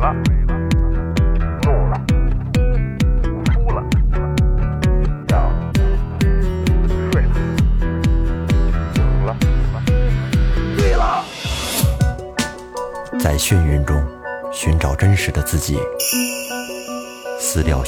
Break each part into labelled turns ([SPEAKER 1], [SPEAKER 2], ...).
[SPEAKER 1] 了，怒了，哭了，笑了，睡了，醒了，醉了。
[SPEAKER 2] 在眩晕中寻找真实的自己，撕掉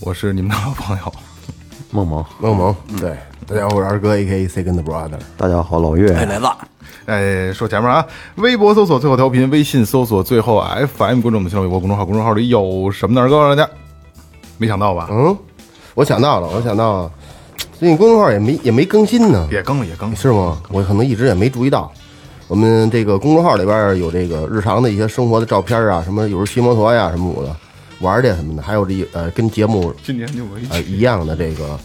[SPEAKER 3] 我是你们的老朋友，
[SPEAKER 4] 梦萌，
[SPEAKER 5] 梦萌，对，大家好，我是二哥 A K Second Brother。
[SPEAKER 4] 大家好，老岳，
[SPEAKER 3] 哎，说前面啊，微博搜索最后调频，微信搜索最后 FM，关注我们新浪微博公众号，公众号里有什么呢？告诉大家，没想到吧？
[SPEAKER 5] 嗯，我想到了，我想到了，最近公众号也没也没更新呢，
[SPEAKER 3] 也更了，也更了，
[SPEAKER 5] 是吗？我可能一直也没注意到。我们这个公众号里边有这个日常的一些生活的照片啊，什么有时候骑摩托呀，什么我的玩儿的什么的，还有这呃跟节目
[SPEAKER 3] 今年就我啊一
[SPEAKER 5] 呃一样的这个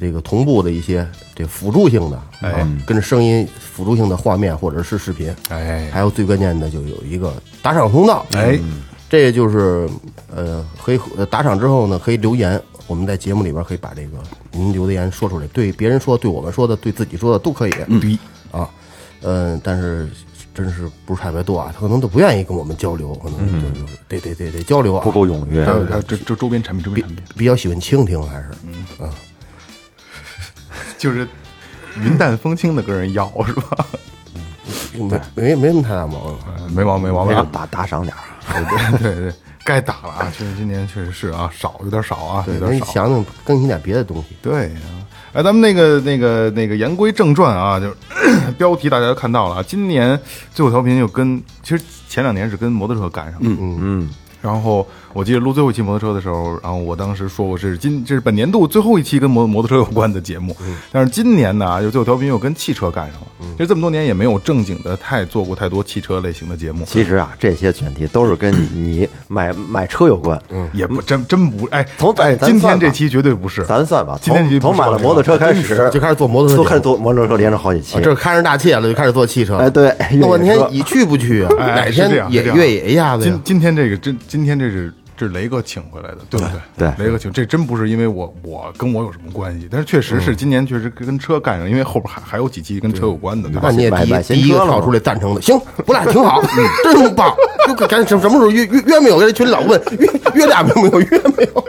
[SPEAKER 5] 这个同步的一些这辅助性的，
[SPEAKER 3] 哎
[SPEAKER 5] 啊，跟着声音辅助性的画面或者是视频，
[SPEAKER 3] 哎
[SPEAKER 5] 还有最关键的就有一个打赏通道，嗯
[SPEAKER 3] 哎，
[SPEAKER 5] 这就是呃，可以呃打赏之后呢，可以留言，我们在节目里边可以把这个您留的言说出来，对别人说，对我们说的，对自己说的都可以。
[SPEAKER 3] 逼
[SPEAKER 5] 啊，嗯、但是真是不是特别多啊，他可能都不愿意跟我们交流，可能
[SPEAKER 3] 嗯
[SPEAKER 5] 就就得得得得交流啊，
[SPEAKER 4] 不够踊跃
[SPEAKER 3] 还。有还有这这周边产品，周边产品
[SPEAKER 5] 比较喜欢倾听还是啊，
[SPEAKER 3] 就是云淡风轻的跟人要是吧？
[SPEAKER 5] 没没没什么太大毛病。啊
[SPEAKER 3] 哎没毛病，没毛
[SPEAKER 4] 要
[SPEAKER 3] 病。
[SPEAKER 4] 打打赏点儿，
[SPEAKER 3] 对对对，该打了啊！确实今年确实是啊，少有点少啊，有
[SPEAKER 5] 对，那
[SPEAKER 3] 点
[SPEAKER 5] 你
[SPEAKER 3] 少。
[SPEAKER 5] 想想更新点别的东西，
[SPEAKER 3] 对啊，哎，咱们那个那个那个言归正传啊，就是 标题大家都看到了啊，今年最后调频又跟其实前两年是跟摩托车赶上了，嗯嗯。然后我记得录最后一期摩托车的时候，然后我当时说我是今这是本年度最后一期跟摩摩托车有关的节目，
[SPEAKER 4] 嗯
[SPEAKER 3] 但是今年呢，就最后调频又跟汽车赶上了。其实这么多年也没有正经的太做过太多汽车类型的节目，
[SPEAKER 4] 其实啊，这些选题都是跟你买买车有关。嗯，
[SPEAKER 3] 也不真真不哎，
[SPEAKER 4] 从咱
[SPEAKER 3] 哎
[SPEAKER 4] 咱
[SPEAKER 3] 今天
[SPEAKER 4] 算吧
[SPEAKER 3] 这期绝对不是，
[SPEAKER 4] 咱算吧，
[SPEAKER 3] 今天这期
[SPEAKER 4] 从
[SPEAKER 3] 不
[SPEAKER 4] 从
[SPEAKER 3] 啊
[SPEAKER 4] 买
[SPEAKER 3] 是
[SPEAKER 4] 了
[SPEAKER 3] 这个
[SPEAKER 4] 摩托车开始，
[SPEAKER 5] 就开始做摩托车
[SPEAKER 4] 都开始
[SPEAKER 5] 节目
[SPEAKER 4] 做摩托车，连着好几期
[SPEAKER 5] 啊。这看上大切了，就开始做汽车了。
[SPEAKER 4] 哎对
[SPEAKER 5] 那我
[SPEAKER 4] 越野车
[SPEAKER 5] 那天你去不去啊？
[SPEAKER 3] 哎
[SPEAKER 5] 哪
[SPEAKER 3] 是
[SPEAKER 5] 天
[SPEAKER 3] 这样
[SPEAKER 5] 也
[SPEAKER 3] 是这样
[SPEAKER 5] 越野一下子呀
[SPEAKER 3] 今？今天这个真，今天这是这是雷哥请回来的，对不对？
[SPEAKER 4] 对对
[SPEAKER 3] 雷哥请，这真不是因为我我跟我有什么关系，但是确实是今年确实跟车干上，因为后边还还有几期跟车有关的，对
[SPEAKER 5] 那
[SPEAKER 3] 吧？
[SPEAKER 5] 你也
[SPEAKER 4] 买
[SPEAKER 5] 第一
[SPEAKER 4] 买新
[SPEAKER 5] 第一个
[SPEAKER 4] 车了
[SPEAKER 5] 跳
[SPEAKER 4] 吗
[SPEAKER 5] 出来赞成的，行，我俩挺好， 真棒。就赶紧什什么时候约约约没有？跟群里老问约约俩没有没有约没有？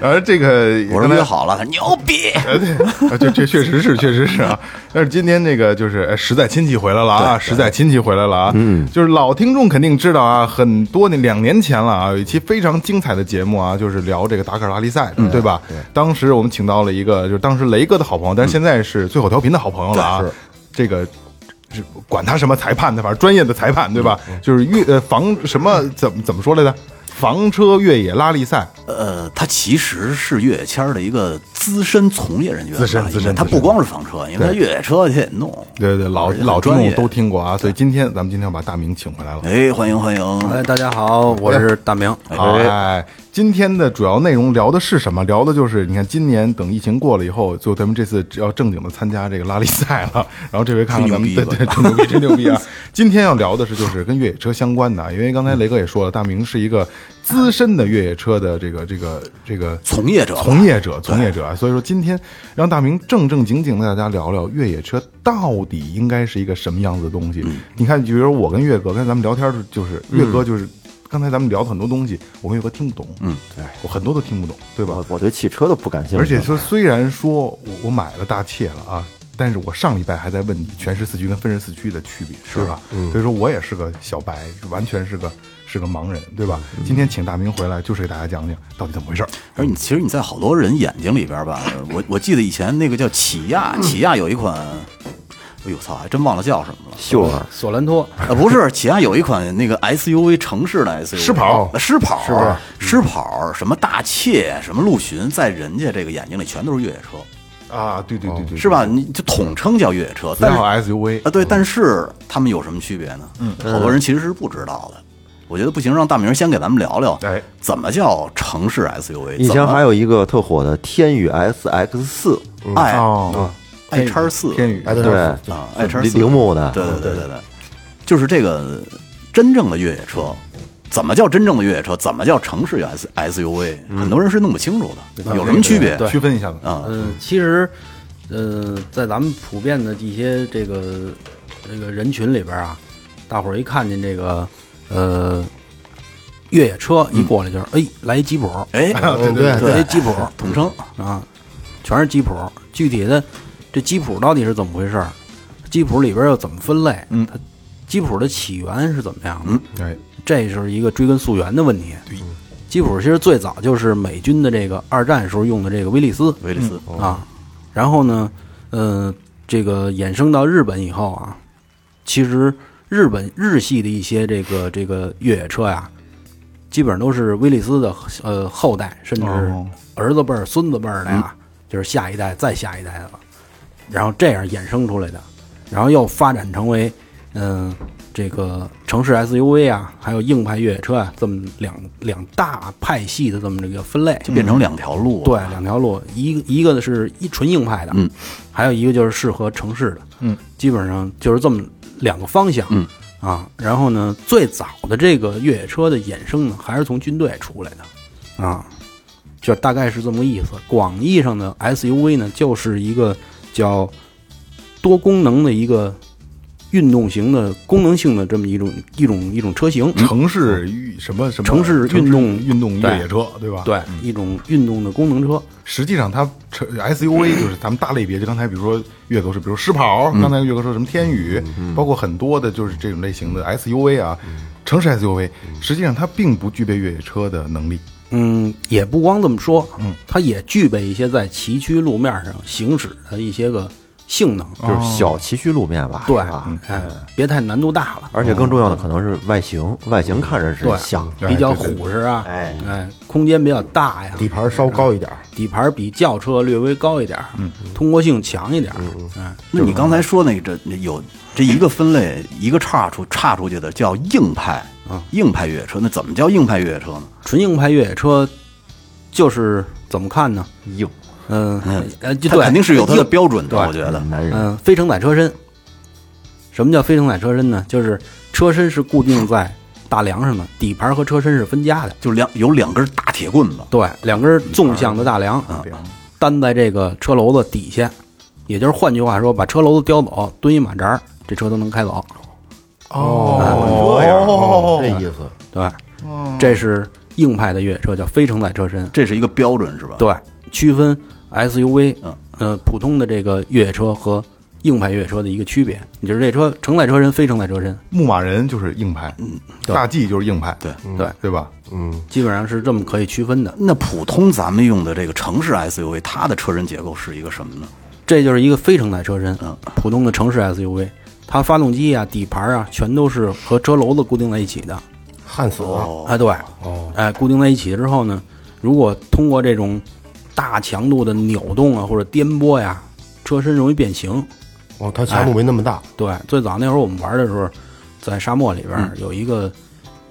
[SPEAKER 3] 然后呃这个
[SPEAKER 4] 我说
[SPEAKER 3] 刚才
[SPEAKER 4] 约好了，他说牛逼。
[SPEAKER 3] 呃，对，啊，这这确实是，确实是啊。但是今天这个就是哎实在亲戚回来了啊，实在亲戚回来了啊。嗯，就是老听众肯定知道啊，很多那两年前了啊，有一期非常精彩的节目啊，就是聊这个达喀尔拉力赛的，嗯对嗯吧？当时我们请到了一个，就是当时雷哥的好朋友，但是现在是最后调频的好朋友了啊。这个。是管他什么裁判的，反正专业的裁判对吧？就是越呃房什么怎么怎么说来着？房车越野拉力赛，
[SPEAKER 6] 呃，他其实是越野圈儿的一个资深从业人员吧，
[SPEAKER 3] 资深资
[SPEAKER 6] 应该
[SPEAKER 3] 深
[SPEAKER 6] 他
[SPEAKER 3] 资
[SPEAKER 6] 不
[SPEAKER 3] 深
[SPEAKER 6] 光是房车，因为他越野车他也弄。
[SPEAKER 3] 对对，老
[SPEAKER 6] 而且很
[SPEAKER 3] 老听
[SPEAKER 6] 专
[SPEAKER 3] 众
[SPEAKER 6] 业
[SPEAKER 3] 都听过啊，所以今天咱们今天要把大明请回来了。
[SPEAKER 6] 哎，欢迎欢迎，
[SPEAKER 7] 哎，大家好，我是大明。
[SPEAKER 3] 好，哎，今天的主要内容聊的是什么？聊的就是你看，今年等疫情过了以后，就咱们这次只要正经的参加这个拉力赛了。然后这回看看咱们
[SPEAKER 6] 吹牛
[SPEAKER 3] 对
[SPEAKER 6] 逼
[SPEAKER 3] 对，
[SPEAKER 6] 吧
[SPEAKER 3] 真牛逼，真牛逼啊！今天要聊的是就是跟越野车相关的啊，因为刚才雷哥也说了，大明是一个资深的越野车的这个这个这个
[SPEAKER 6] 从业者吧
[SPEAKER 3] 从业者，从业者啊。所以说今天让大明正正经经的大家聊聊越野车到底应该是一个什么样子的东西。你看，比如说我跟岳哥，刚才咱们聊天儿就是岳哥就是。刚才咱们聊的很多东西，我跟岳哥听不懂，嗯，对哦我很多都听不懂，对吧
[SPEAKER 4] 我？我对汽车都不感兴趣，
[SPEAKER 3] 而且说，虽然说我我买了大切了啊，但是我上礼拜还在问你全时四驱跟分时四驱的区别，是嗯吧？所以说我也是个小白，完全是个是个盲人，对吧？今天请大明回来，就是给大家讲讲到底怎么回事儿。
[SPEAKER 6] 而你其实你在好多人眼睛里边儿吧，我我记得以前那个叫起亚，
[SPEAKER 3] 嗯
[SPEAKER 6] 起亚有一款，哎呦操，还真忘了叫什么了。
[SPEAKER 4] 秀儿
[SPEAKER 7] 索兰托，
[SPEAKER 6] 呃，不是，起亚有一款那个 SUV 城市的 SUV，
[SPEAKER 3] 狮跑嗯
[SPEAKER 6] 呃狮跑，狮跑，什么大切，什么陆巡，在人家这个眼睛里全都是越野车，
[SPEAKER 3] 啊，对对对对，
[SPEAKER 6] 是吧？你就统称叫越野车，
[SPEAKER 3] 不
[SPEAKER 6] 啊但是
[SPEAKER 3] 要 SUV
[SPEAKER 6] 啊，对，但是他们有什么区别呢？嗯，好多人其实是不知道的。我觉得不行，让大明先给咱们聊聊，
[SPEAKER 3] 哎，
[SPEAKER 6] 怎么叫城市 SUV？
[SPEAKER 4] 以前还
[SPEAKER 6] 有
[SPEAKER 4] 有一个特火的天宇 SX 四，
[SPEAKER 6] 爱
[SPEAKER 4] 嗯
[SPEAKER 3] 哦，
[SPEAKER 6] 爱叉
[SPEAKER 7] 嗯
[SPEAKER 6] 四
[SPEAKER 3] 天宇，
[SPEAKER 5] 哎，
[SPEAKER 4] 对，
[SPEAKER 6] 啊，爱叉
[SPEAKER 4] 铃
[SPEAKER 6] 四
[SPEAKER 4] 铃木的，
[SPEAKER 6] 对对对对对，就是这个真正的越野车，怎么叫真正的越野车？怎么叫城市 S SUV？、很多人是弄不清楚
[SPEAKER 3] 嗯
[SPEAKER 6] 的，有什么区别？
[SPEAKER 3] 区分一下子。
[SPEAKER 6] 啊，
[SPEAKER 7] 嗯，其实，呃，在咱们普遍的一些这个这个人群里边啊，大伙儿一看见这个呃越野车一过来就是，哎，来一吉普，
[SPEAKER 6] 嗯哎，
[SPEAKER 7] 啊
[SPEAKER 5] 嗯对
[SPEAKER 7] 来一吉普
[SPEAKER 6] 统称
[SPEAKER 7] 啊，全是吉普。具体的这吉普到底是怎么回事儿？吉普里边又怎么分类？嗯，它吉普的起源是怎么样的？
[SPEAKER 6] 嗯
[SPEAKER 3] 哎，
[SPEAKER 7] 这是一个追根溯源的问题。吉普其实最早就是美军的这个二战时候用的这个威利斯
[SPEAKER 6] 威利斯，
[SPEAKER 7] 啊，然后呢，呃，这个衍生到日本以后啊，其实日本日系的一些这个这个越野车呀，基本上都是威利斯的呃后代，甚至
[SPEAKER 3] 哦
[SPEAKER 7] 儿子辈儿、孙子辈儿的呀，就是下一代再下一代的了，然后这样衍生出来的，然后又发展成为嗯、这个城市 SUV 啊，还有硬派越野车啊，这么两两大派系的这么这个分类，
[SPEAKER 6] 就变成两条路。
[SPEAKER 7] 对，，两条路，一个一个是一纯硬派的，
[SPEAKER 6] 嗯，
[SPEAKER 7] 还有一个就是适合城市的，
[SPEAKER 3] 嗯，
[SPEAKER 7] 基本上就是这么两个方向，
[SPEAKER 6] 嗯
[SPEAKER 7] 啊，然后呢，最早的这个越野车的衍生呢，还是从军队出来的，啊，就大概是这么个意思。广义上的 SUV 呢，就是一个叫多功能的一个运动型的功能性的这么一种一种一种车型，
[SPEAKER 3] 城市运什么什么
[SPEAKER 7] 嗯城市运动
[SPEAKER 3] 运动越
[SPEAKER 7] 对
[SPEAKER 3] 野车，对吧？
[SPEAKER 7] 对，
[SPEAKER 6] 嗯
[SPEAKER 7] 一种运动的功能车，
[SPEAKER 3] 实际上它车
[SPEAKER 7] 嗯
[SPEAKER 3] SUV 就是咱们大类别，就刚才比如说岳哥说，比如狮跑，刚才岳哥说什么天宇，
[SPEAKER 7] 嗯
[SPEAKER 3] 包括很多的就是这种类型的 SUV 啊，城市 SUV，实际上它并不具备越野车的能力。
[SPEAKER 7] 嗯，也不光这么说，嗯，它也具备一些在崎岖路面上行驶的一些个性能，
[SPEAKER 4] 就是小崎岖路面吧，
[SPEAKER 7] 对
[SPEAKER 4] 啊，
[SPEAKER 7] 哎，别太难度大了，
[SPEAKER 4] 而且更重要的可能是外形，外形看着是
[SPEAKER 7] 对，
[SPEAKER 4] 像，
[SPEAKER 3] 对
[SPEAKER 7] 比较
[SPEAKER 3] 对对
[SPEAKER 7] 虎实啊，
[SPEAKER 4] 哎
[SPEAKER 7] 哎，空间比较大呀，
[SPEAKER 5] 底盘稍高一点儿，
[SPEAKER 7] 底盘比轿车略微高一点，嗯，通过性强一点，嗯，
[SPEAKER 6] 那你刚才说那个这有这一个分类，一个岔出岔出去的叫硬派硬派越野车，那怎么叫硬派越野车呢？
[SPEAKER 7] 纯硬派越野车就是怎么看呢？
[SPEAKER 4] 硬
[SPEAKER 7] 嗯，呃，就
[SPEAKER 6] 它
[SPEAKER 7] 对，
[SPEAKER 6] 肯定是有它的
[SPEAKER 7] 硬
[SPEAKER 6] 标准的，
[SPEAKER 7] 对
[SPEAKER 6] 我觉得。
[SPEAKER 4] 男人
[SPEAKER 7] 嗯，非承载车身。什么叫非承载车身呢？就是车身是固定在大梁上的，底盘和车身是分家的。
[SPEAKER 6] 就两有两根大铁棍子，
[SPEAKER 7] 对，两根纵向的大
[SPEAKER 6] 嗯
[SPEAKER 7] 梁啊，担在这个车楼子底下，也就是换句话说，把车楼子叼走，蹲一马扎儿，这车都能开走。
[SPEAKER 4] 嗯
[SPEAKER 5] 哦，这意思，
[SPEAKER 7] 对吧，这是硬派的越野车，叫非承载车身。
[SPEAKER 6] 这是一个标准是吧？
[SPEAKER 7] 对，区分 SUV，
[SPEAKER 6] 嗯
[SPEAKER 7] 呃，普通的这个越野车和硬派越野车的一个区别，就是这车承载车身、非承载车身。
[SPEAKER 3] 牧马人就是硬派，
[SPEAKER 7] 嗯对
[SPEAKER 3] 大 G 就是硬派，
[SPEAKER 6] 对
[SPEAKER 7] 对，
[SPEAKER 3] 对吧？
[SPEAKER 5] 嗯，
[SPEAKER 7] 基本上是这么可以区分的。
[SPEAKER 6] 那普通咱们用的这个城市 SUV，它的车身结构是一个什么呢？
[SPEAKER 7] 这就是一个非承载车身
[SPEAKER 6] 嗯，
[SPEAKER 7] 普通的城市 SUV，它发动机啊、底盘啊，全都是和车楼子固定在一起的。
[SPEAKER 5] 焊死了，
[SPEAKER 6] 哦，
[SPEAKER 7] 哎，对，哦，哎，固定在一起之后呢，如果通过这种大强度的扭动啊或者颠簸呀，车身容易变形。
[SPEAKER 5] 哦，它强度没那么大，
[SPEAKER 7] 对，最早那会儿我们玩的时候，在沙漠里边
[SPEAKER 6] 嗯
[SPEAKER 7] 儿有一个、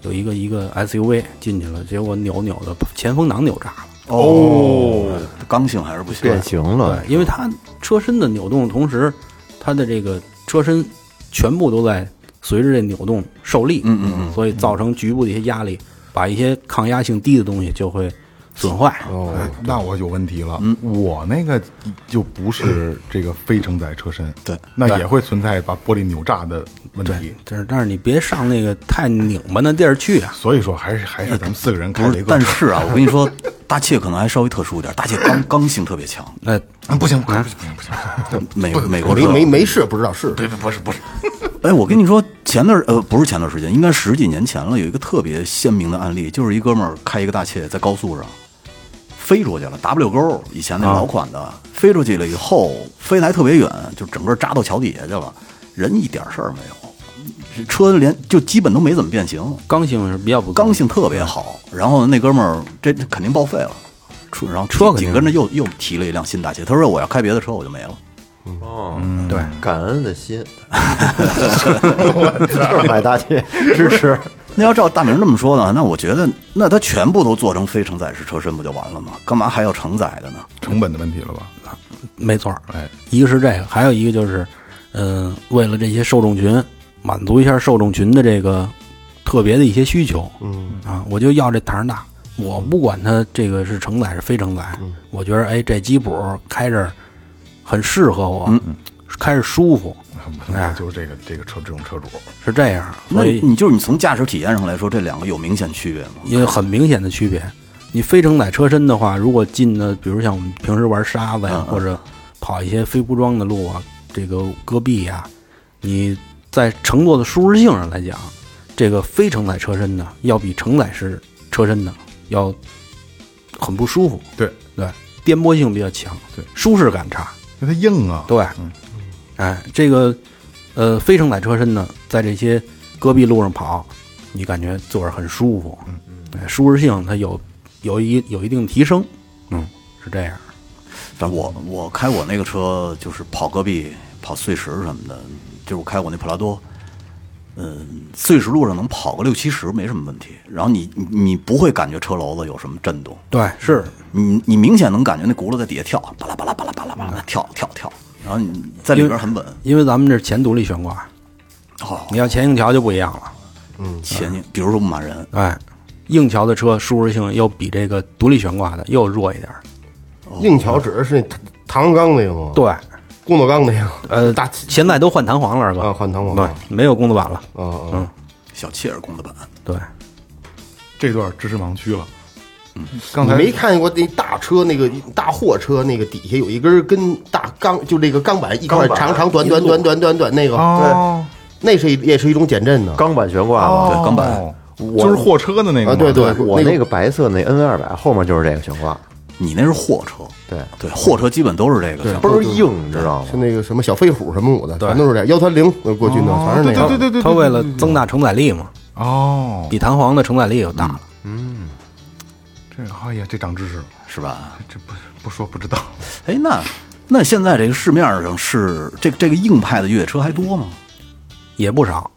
[SPEAKER 7] 有一个一个 SUV 进去了，结果扭扭的前风挡扭炸了。
[SPEAKER 6] 哦，刚性还是不行。啊
[SPEAKER 4] 变形了，
[SPEAKER 7] 对，因为它车身的扭动的同时，它的这个车身全部都在随着这扭动受力，
[SPEAKER 6] 嗯嗯嗯
[SPEAKER 7] 所以造成局部的一些压力，把一些抗压性低的东西就会损坏。
[SPEAKER 6] 哦
[SPEAKER 3] 哎那我有问题了，
[SPEAKER 6] 嗯
[SPEAKER 3] 我那个就不是这个非承载车身，
[SPEAKER 6] 对
[SPEAKER 3] 那也会存在把玻璃扭炸的问题。
[SPEAKER 7] 但是但是你别上那个太拧巴那地儿去啊，
[SPEAKER 3] 所以说，还是还是咱们四个人开
[SPEAKER 6] 不
[SPEAKER 3] 了一
[SPEAKER 6] 是，
[SPEAKER 3] 个
[SPEAKER 6] 但
[SPEAKER 3] 车，
[SPEAKER 6] 是啊，我跟你说，大切可能还稍微特殊一点，大切刚刚性特别强，
[SPEAKER 7] 那
[SPEAKER 3] 啊不行，不行，不行，不行，
[SPEAKER 6] 美美国
[SPEAKER 5] 没
[SPEAKER 6] 车
[SPEAKER 5] 没没试，不知道是
[SPEAKER 3] 不是不是，
[SPEAKER 6] 哎，我跟你说，前段儿呃不是前段时间，应该十几年前了，有一个特别鲜明的案例，就是一哥们儿开一个大切在高速上飞出去了，W 勾以前那
[SPEAKER 7] 啊
[SPEAKER 6] 老款的、飞出去了以后，飞得还特别远，就整个扎到桥底下去了，人一点事儿没有，车连就基本都没怎么变形，
[SPEAKER 7] 刚性是比较不够
[SPEAKER 6] 刚性特别好。然后那哥们儿这这肯定报废了，出然后
[SPEAKER 7] 车肯定
[SPEAKER 6] 紧跟着又又提了一辆新大切，他说我要开别的车我就没了。
[SPEAKER 4] 对，感恩的心，买大切支持，
[SPEAKER 6] 那要照大明这么说呢，那我觉得，那它全部都做成非承载式车身不就完了吗？干嘛还要承载的呢？
[SPEAKER 3] 成本的问题了吧？
[SPEAKER 7] 没错儿，
[SPEAKER 3] 哎，
[SPEAKER 7] 一个是这个，还有一个就是，嗯、为了这些受众群，满足一下受众群的这个特别的一些需求，嗯啊，我就要这胆儿大，我不管它这个是承载是非承载，
[SPEAKER 6] 嗯
[SPEAKER 7] 我觉得哎，这吉普开着很适合我，
[SPEAKER 6] 嗯
[SPEAKER 7] 开着舒服，哎
[SPEAKER 3] 就是这个这个车这种车主，
[SPEAKER 7] 是这样，
[SPEAKER 6] 那
[SPEAKER 7] 所以
[SPEAKER 6] 你就是你从驾驶体验上来说，这两个有明显区别吗？
[SPEAKER 7] 也有很明显的区别。你非承载车身的话，如果进的，比如像我们平时玩沙子呀，
[SPEAKER 3] 嗯
[SPEAKER 7] 或者跑一些非铺装的路啊，这个戈壁呀、你在乘坐的舒适性上来讲，这个非承载车身呢，要比承载式车身呢要很不舒服，
[SPEAKER 3] 对，
[SPEAKER 7] 对，颠簸性比较强，
[SPEAKER 3] 对，
[SPEAKER 7] 舒适感差，
[SPEAKER 3] 因为它硬啊，
[SPEAKER 7] 对，哎，这个呃非承载车身呢，在这些戈壁路上跑，你感觉坐着很舒服，嗯舒适性它有有一有一定提升，嗯，是这样，
[SPEAKER 6] 反正我我开我那个车就是跑戈壁、跑碎石什么的，就是我开我那普拉多，嗯，碎石路上能跑个六七十没什么问题。然后你你你不会感觉车楼子有什么震动，
[SPEAKER 7] 对，是
[SPEAKER 6] 你你明显能感觉那轱辘在底下跳，巴拉巴拉巴拉巴拉巴拉跳跳跳，然后你在里边很稳。
[SPEAKER 7] 因为咱们这是前独立悬挂，
[SPEAKER 6] 哦，
[SPEAKER 7] 你要前硬桥就不一样了，嗯
[SPEAKER 6] 前进，比如说牧马人，
[SPEAKER 7] 哎，硬桥的车舒适性又比这个独立悬挂的又弱一点儿，
[SPEAKER 5] 硬桥指的是那唐钢那个吗？，
[SPEAKER 7] 对，
[SPEAKER 5] 工作钢那个。
[SPEAKER 7] 呃，
[SPEAKER 5] 大
[SPEAKER 7] 现在都换弹簧了，二哥，
[SPEAKER 5] 啊换弹簧了
[SPEAKER 7] 对，没有工作板了，
[SPEAKER 5] 啊啊！
[SPEAKER 6] 小切尔公的版，
[SPEAKER 7] 对，
[SPEAKER 3] 这段知识盲区了。
[SPEAKER 6] 嗯
[SPEAKER 3] 刚
[SPEAKER 5] 你
[SPEAKER 3] 才
[SPEAKER 5] 哦没看见过那大车那个大货车那个底下有一根跟大钢，就那个钢板一块
[SPEAKER 4] 钢板
[SPEAKER 5] 长长短短短短短短那个，
[SPEAKER 3] 哦，
[SPEAKER 5] 那是一也是一种减震呢。
[SPEAKER 4] 钢板悬挂嘛，
[SPEAKER 3] 哦
[SPEAKER 6] 对钢板，
[SPEAKER 4] 我
[SPEAKER 3] 就是货车的那个
[SPEAKER 5] 啊
[SPEAKER 3] 嘛，
[SPEAKER 5] 对对
[SPEAKER 4] 我
[SPEAKER 5] 那个
[SPEAKER 4] 那个白色那 N 二百后面就是这个悬挂，
[SPEAKER 6] 你那是货车，
[SPEAKER 4] 对
[SPEAKER 6] 对，货车基本都是这个，像
[SPEAKER 4] 倍儿硬，你知道
[SPEAKER 5] 是
[SPEAKER 4] 吗？
[SPEAKER 5] 那个什么小飞虎什么的，全都是这样幺三零过去呢，
[SPEAKER 3] 哦
[SPEAKER 5] 全是那
[SPEAKER 3] 对对
[SPEAKER 5] 个。
[SPEAKER 3] 对对，
[SPEAKER 7] 它为了增大承载力嘛，
[SPEAKER 3] 哦，
[SPEAKER 7] 比弹簧的承载力又大了。
[SPEAKER 3] 这哎呀，这长知识了，
[SPEAKER 6] 是吧？
[SPEAKER 3] 这不不说不知道。
[SPEAKER 6] 哎，那那现在这个市面上是这这个硬派的越野车还多吗？
[SPEAKER 7] 也不少。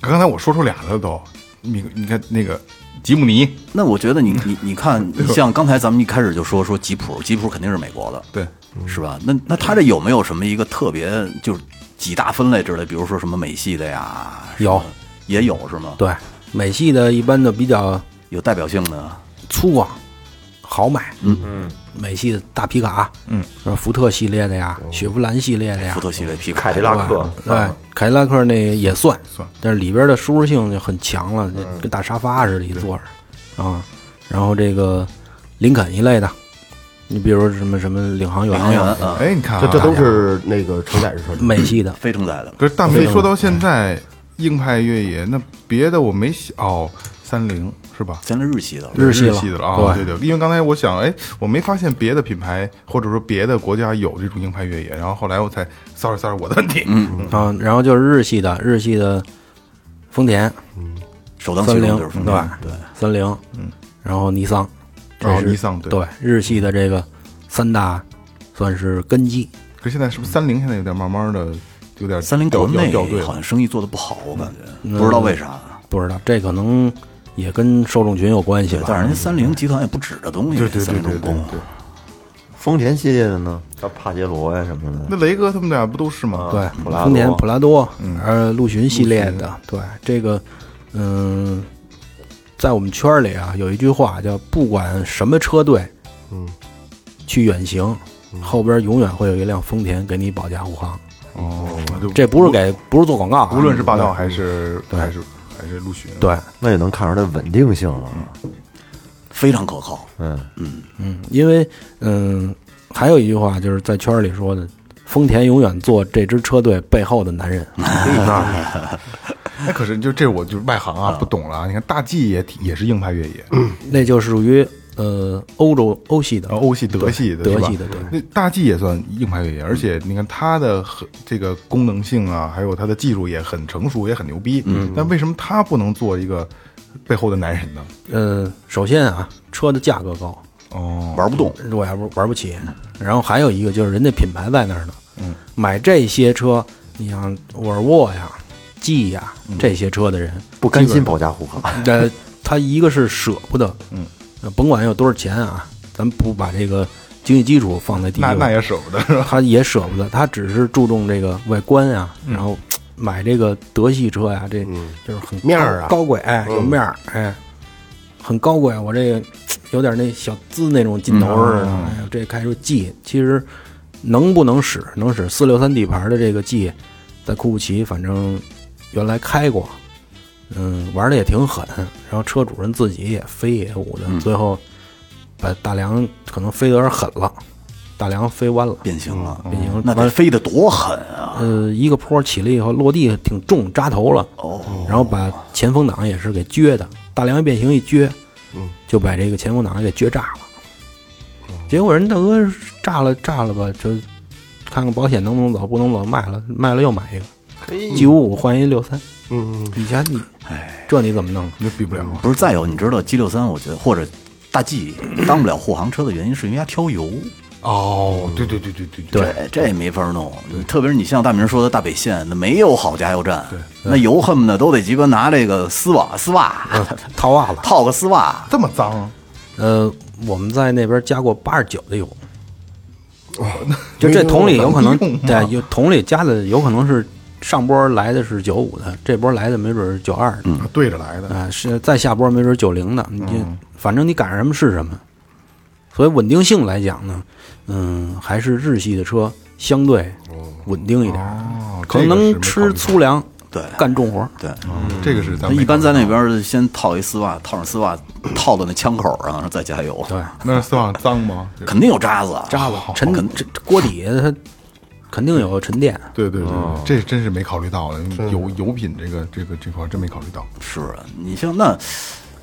[SPEAKER 3] 刚才我说出俩了都，你你看那个吉姆尼，
[SPEAKER 6] 那我觉得你你你看，你像刚才咱们一开始就说说吉普，吉普肯定是美国的，
[SPEAKER 3] 对，
[SPEAKER 6] 是吧？那那它这有没有什么一个特别就是几大分类之类？比如说什么美系的呀，什么
[SPEAKER 7] 有
[SPEAKER 6] 也有是吗？，
[SPEAKER 7] 对，美系的一般的比较
[SPEAKER 6] 有代表性的，
[SPEAKER 7] 粗犷，好买。嗯嗯，美系的大皮卡，嗯，福特系列的呀，雪佛兰系列的哎呀
[SPEAKER 6] 哦福，特啊系列皮卡
[SPEAKER 4] 凯迪拉克，
[SPEAKER 7] 对，凯迪拉克那也算
[SPEAKER 3] 算，
[SPEAKER 7] 但是里边的舒适性就很强
[SPEAKER 6] 嗯
[SPEAKER 7] 了，就跟大沙发似的，一坐着啊。然后这个林肯一类的，你比如说什么什么领航员
[SPEAKER 6] 领航员
[SPEAKER 7] 呀，
[SPEAKER 6] 啊，
[SPEAKER 3] 哎，你看啊
[SPEAKER 5] 这这都是那个承载式车。
[SPEAKER 7] 美系的，
[SPEAKER 6] 非承载的，
[SPEAKER 3] 可是大飞说到现在，硬派越野那别的我没想哦，三菱是吧？
[SPEAKER 6] 咱这日系的了，
[SPEAKER 7] 日系了
[SPEAKER 3] 系的了啊，对
[SPEAKER 7] 对
[SPEAKER 3] 对，因为刚才我想，哎，我没发现别的品牌或者说别的国家有这种硬派越野，然后后来我才，sorry sorry，我的问题，嗯，
[SPEAKER 7] 啊，然后就是日系的，日系的丰田，
[SPEAKER 6] 首当其
[SPEAKER 7] 三
[SPEAKER 6] 冲
[SPEAKER 7] 菱
[SPEAKER 6] 就是丰
[SPEAKER 7] 对
[SPEAKER 6] 田，对，
[SPEAKER 7] 三菱，嗯，然后尼桑，
[SPEAKER 3] 然后
[SPEAKER 7] 这是
[SPEAKER 3] 哦尼桑对
[SPEAKER 7] 对日系的这个三大算是根基，
[SPEAKER 3] 可是现在是不是三菱现在有点慢慢的有嗯点
[SPEAKER 6] 三菱
[SPEAKER 3] 掉
[SPEAKER 6] 国
[SPEAKER 3] 掉掉队
[SPEAKER 6] 内
[SPEAKER 3] 了
[SPEAKER 6] 好像生意做的不好，我感觉不知道为啥。
[SPEAKER 7] 不知道这可能也跟受众群有关系
[SPEAKER 6] 对，但
[SPEAKER 7] 吧。
[SPEAKER 6] 是人家三菱集团也不止这东西，
[SPEAKER 3] 对对
[SPEAKER 6] 三
[SPEAKER 3] 对
[SPEAKER 6] 菱
[SPEAKER 3] 对
[SPEAKER 6] 重
[SPEAKER 3] 对
[SPEAKER 6] 工，
[SPEAKER 3] 对。
[SPEAKER 4] 丰田系列的呢，像帕杰罗呀什么的，
[SPEAKER 3] 那雷哥他们俩不都是吗？
[SPEAKER 7] 对，
[SPEAKER 4] 普拉多
[SPEAKER 7] 丰田普拉多，呃，陆巡系列的，对这个，嗯，在我们圈儿里啊，有一句话叫“不管什么车队，嗯，去远行，后边永远会有一辆丰田给你保驾护航”。
[SPEAKER 3] 哦，就
[SPEAKER 7] 这不是给，不是做广告啊，
[SPEAKER 3] 无论是霸道还是还是还是陆巡，
[SPEAKER 7] 对，
[SPEAKER 4] 那也能看出它稳定性了。
[SPEAKER 6] 非常可靠。
[SPEAKER 4] 嗯，
[SPEAKER 7] 因为嗯，还有一句话就是在圈儿里说的，丰田永远做这支车队背后的男人。
[SPEAKER 3] 嗯哎那可是就这我就是外行啊，不懂了啊。你看大 G 也挺也是硬派越野，
[SPEAKER 7] 那就属于呃欧洲欧系的
[SPEAKER 3] 然后欧系、德系的，
[SPEAKER 7] 德
[SPEAKER 3] 是吧
[SPEAKER 7] 系的对
[SPEAKER 3] 那大 G 也算硬派越野，而且你看它的很这个功能性啊，还有它的技术也很成熟，也很牛逼。嗯，但为什么它不能做一个背后的男人呢？
[SPEAKER 7] 呃，首先啊，车的价格高，
[SPEAKER 3] 哦，
[SPEAKER 6] 玩不动，
[SPEAKER 7] 我要不玩不起。然后还有一个就是人家品牌在那儿呢，嗯，买这些车，你像沃尔沃呀， G 呀、这些车的人，
[SPEAKER 4] 不甘心保驾护航，
[SPEAKER 3] 嗯
[SPEAKER 7] 呃，他一个是舍不得，嗯，甭管有多少钱啊，咱不把这个经济基础放在第一
[SPEAKER 3] 那
[SPEAKER 7] 位，
[SPEAKER 3] 那也舍不得是吧？
[SPEAKER 7] 他也舍不得，他只是注重这个外观啊，然后嘖买这个德系车呀、这就是很
[SPEAKER 5] 嗯面儿啊
[SPEAKER 7] 高高贵，哎，有面儿，哎，很高贵。我这个嘖有点那小资那种劲头似的，哎呦，这开出 G 其实能不能使，能使四六三底盘的这个 G，在库布齐反正原来开过，嗯，玩的也挺狠，然后车主人自己也飞也舞的，最后把大梁可能飞得有点狠了，大梁飞弯了。
[SPEAKER 6] 变形了，
[SPEAKER 3] 嗯
[SPEAKER 7] 变形了
[SPEAKER 6] 那得飞得多狠啊！
[SPEAKER 7] 呃，一个坡起来以后落地挺重，扎头了。
[SPEAKER 3] 嗯
[SPEAKER 7] 哦，然后把前风挡也是给撅的，大梁一变形一撅，嗯，哦就把这个前风挡给撅炸了。结果人大哥炸了炸了吧，就看看保险能不能走，不能走卖了，卖了又买一个，G 五五换一六三。嗯，以前你，哎，这你怎么弄？
[SPEAKER 3] 你就比不了啊。
[SPEAKER 6] 不是，再有你知道 G 六三，我觉得或者大 G 当不了护航车的原因是因为它挑油，
[SPEAKER 3] 哦，对对对对对对，
[SPEAKER 6] 这这没法弄。特别是你像大明说的大北线，那没有好加油站，那油恨不得都得鸡巴拿这个丝袜丝袜
[SPEAKER 3] 嗯
[SPEAKER 7] 套袜子。
[SPEAKER 6] 套个丝袜，
[SPEAKER 3] 这么脏，
[SPEAKER 7] 呃，我们在那边加过八十九的油，就
[SPEAKER 5] 没
[SPEAKER 7] 这
[SPEAKER 5] 用啊
[SPEAKER 7] 桶里有可能
[SPEAKER 3] 能用吗
[SPEAKER 7] 对，有桶里加的有可能是上波来的是九五的，这波来的没准是九二的，
[SPEAKER 6] 嗯
[SPEAKER 3] 对着来的。
[SPEAKER 7] 啊、是再下波没准九零的，你
[SPEAKER 5] 嗯
[SPEAKER 7] 就、反正你赶上什么是什么。所以稳定性来讲呢，嗯，还是日系的车相对稳定一点，
[SPEAKER 3] 哦
[SPEAKER 7] 可能能吃粗粮，
[SPEAKER 6] 对
[SPEAKER 7] 干重活。
[SPEAKER 6] 对。
[SPEAKER 3] 这个是
[SPEAKER 7] 啊
[SPEAKER 3] 咱
[SPEAKER 6] 他
[SPEAKER 3] 们
[SPEAKER 6] 一般在那边儿先套一丝袜，套上丝袜，套到那枪口上，然后再加油。
[SPEAKER 7] 对，
[SPEAKER 3] 那丝袜脏吗？
[SPEAKER 6] 肯定有渣子，啊
[SPEAKER 7] 渣子沉这这锅底下它肯定有沉淀。
[SPEAKER 3] 对对对，这真是没考虑到的油油品这个这个这块儿真没考虑到。
[SPEAKER 6] 是啊你像那，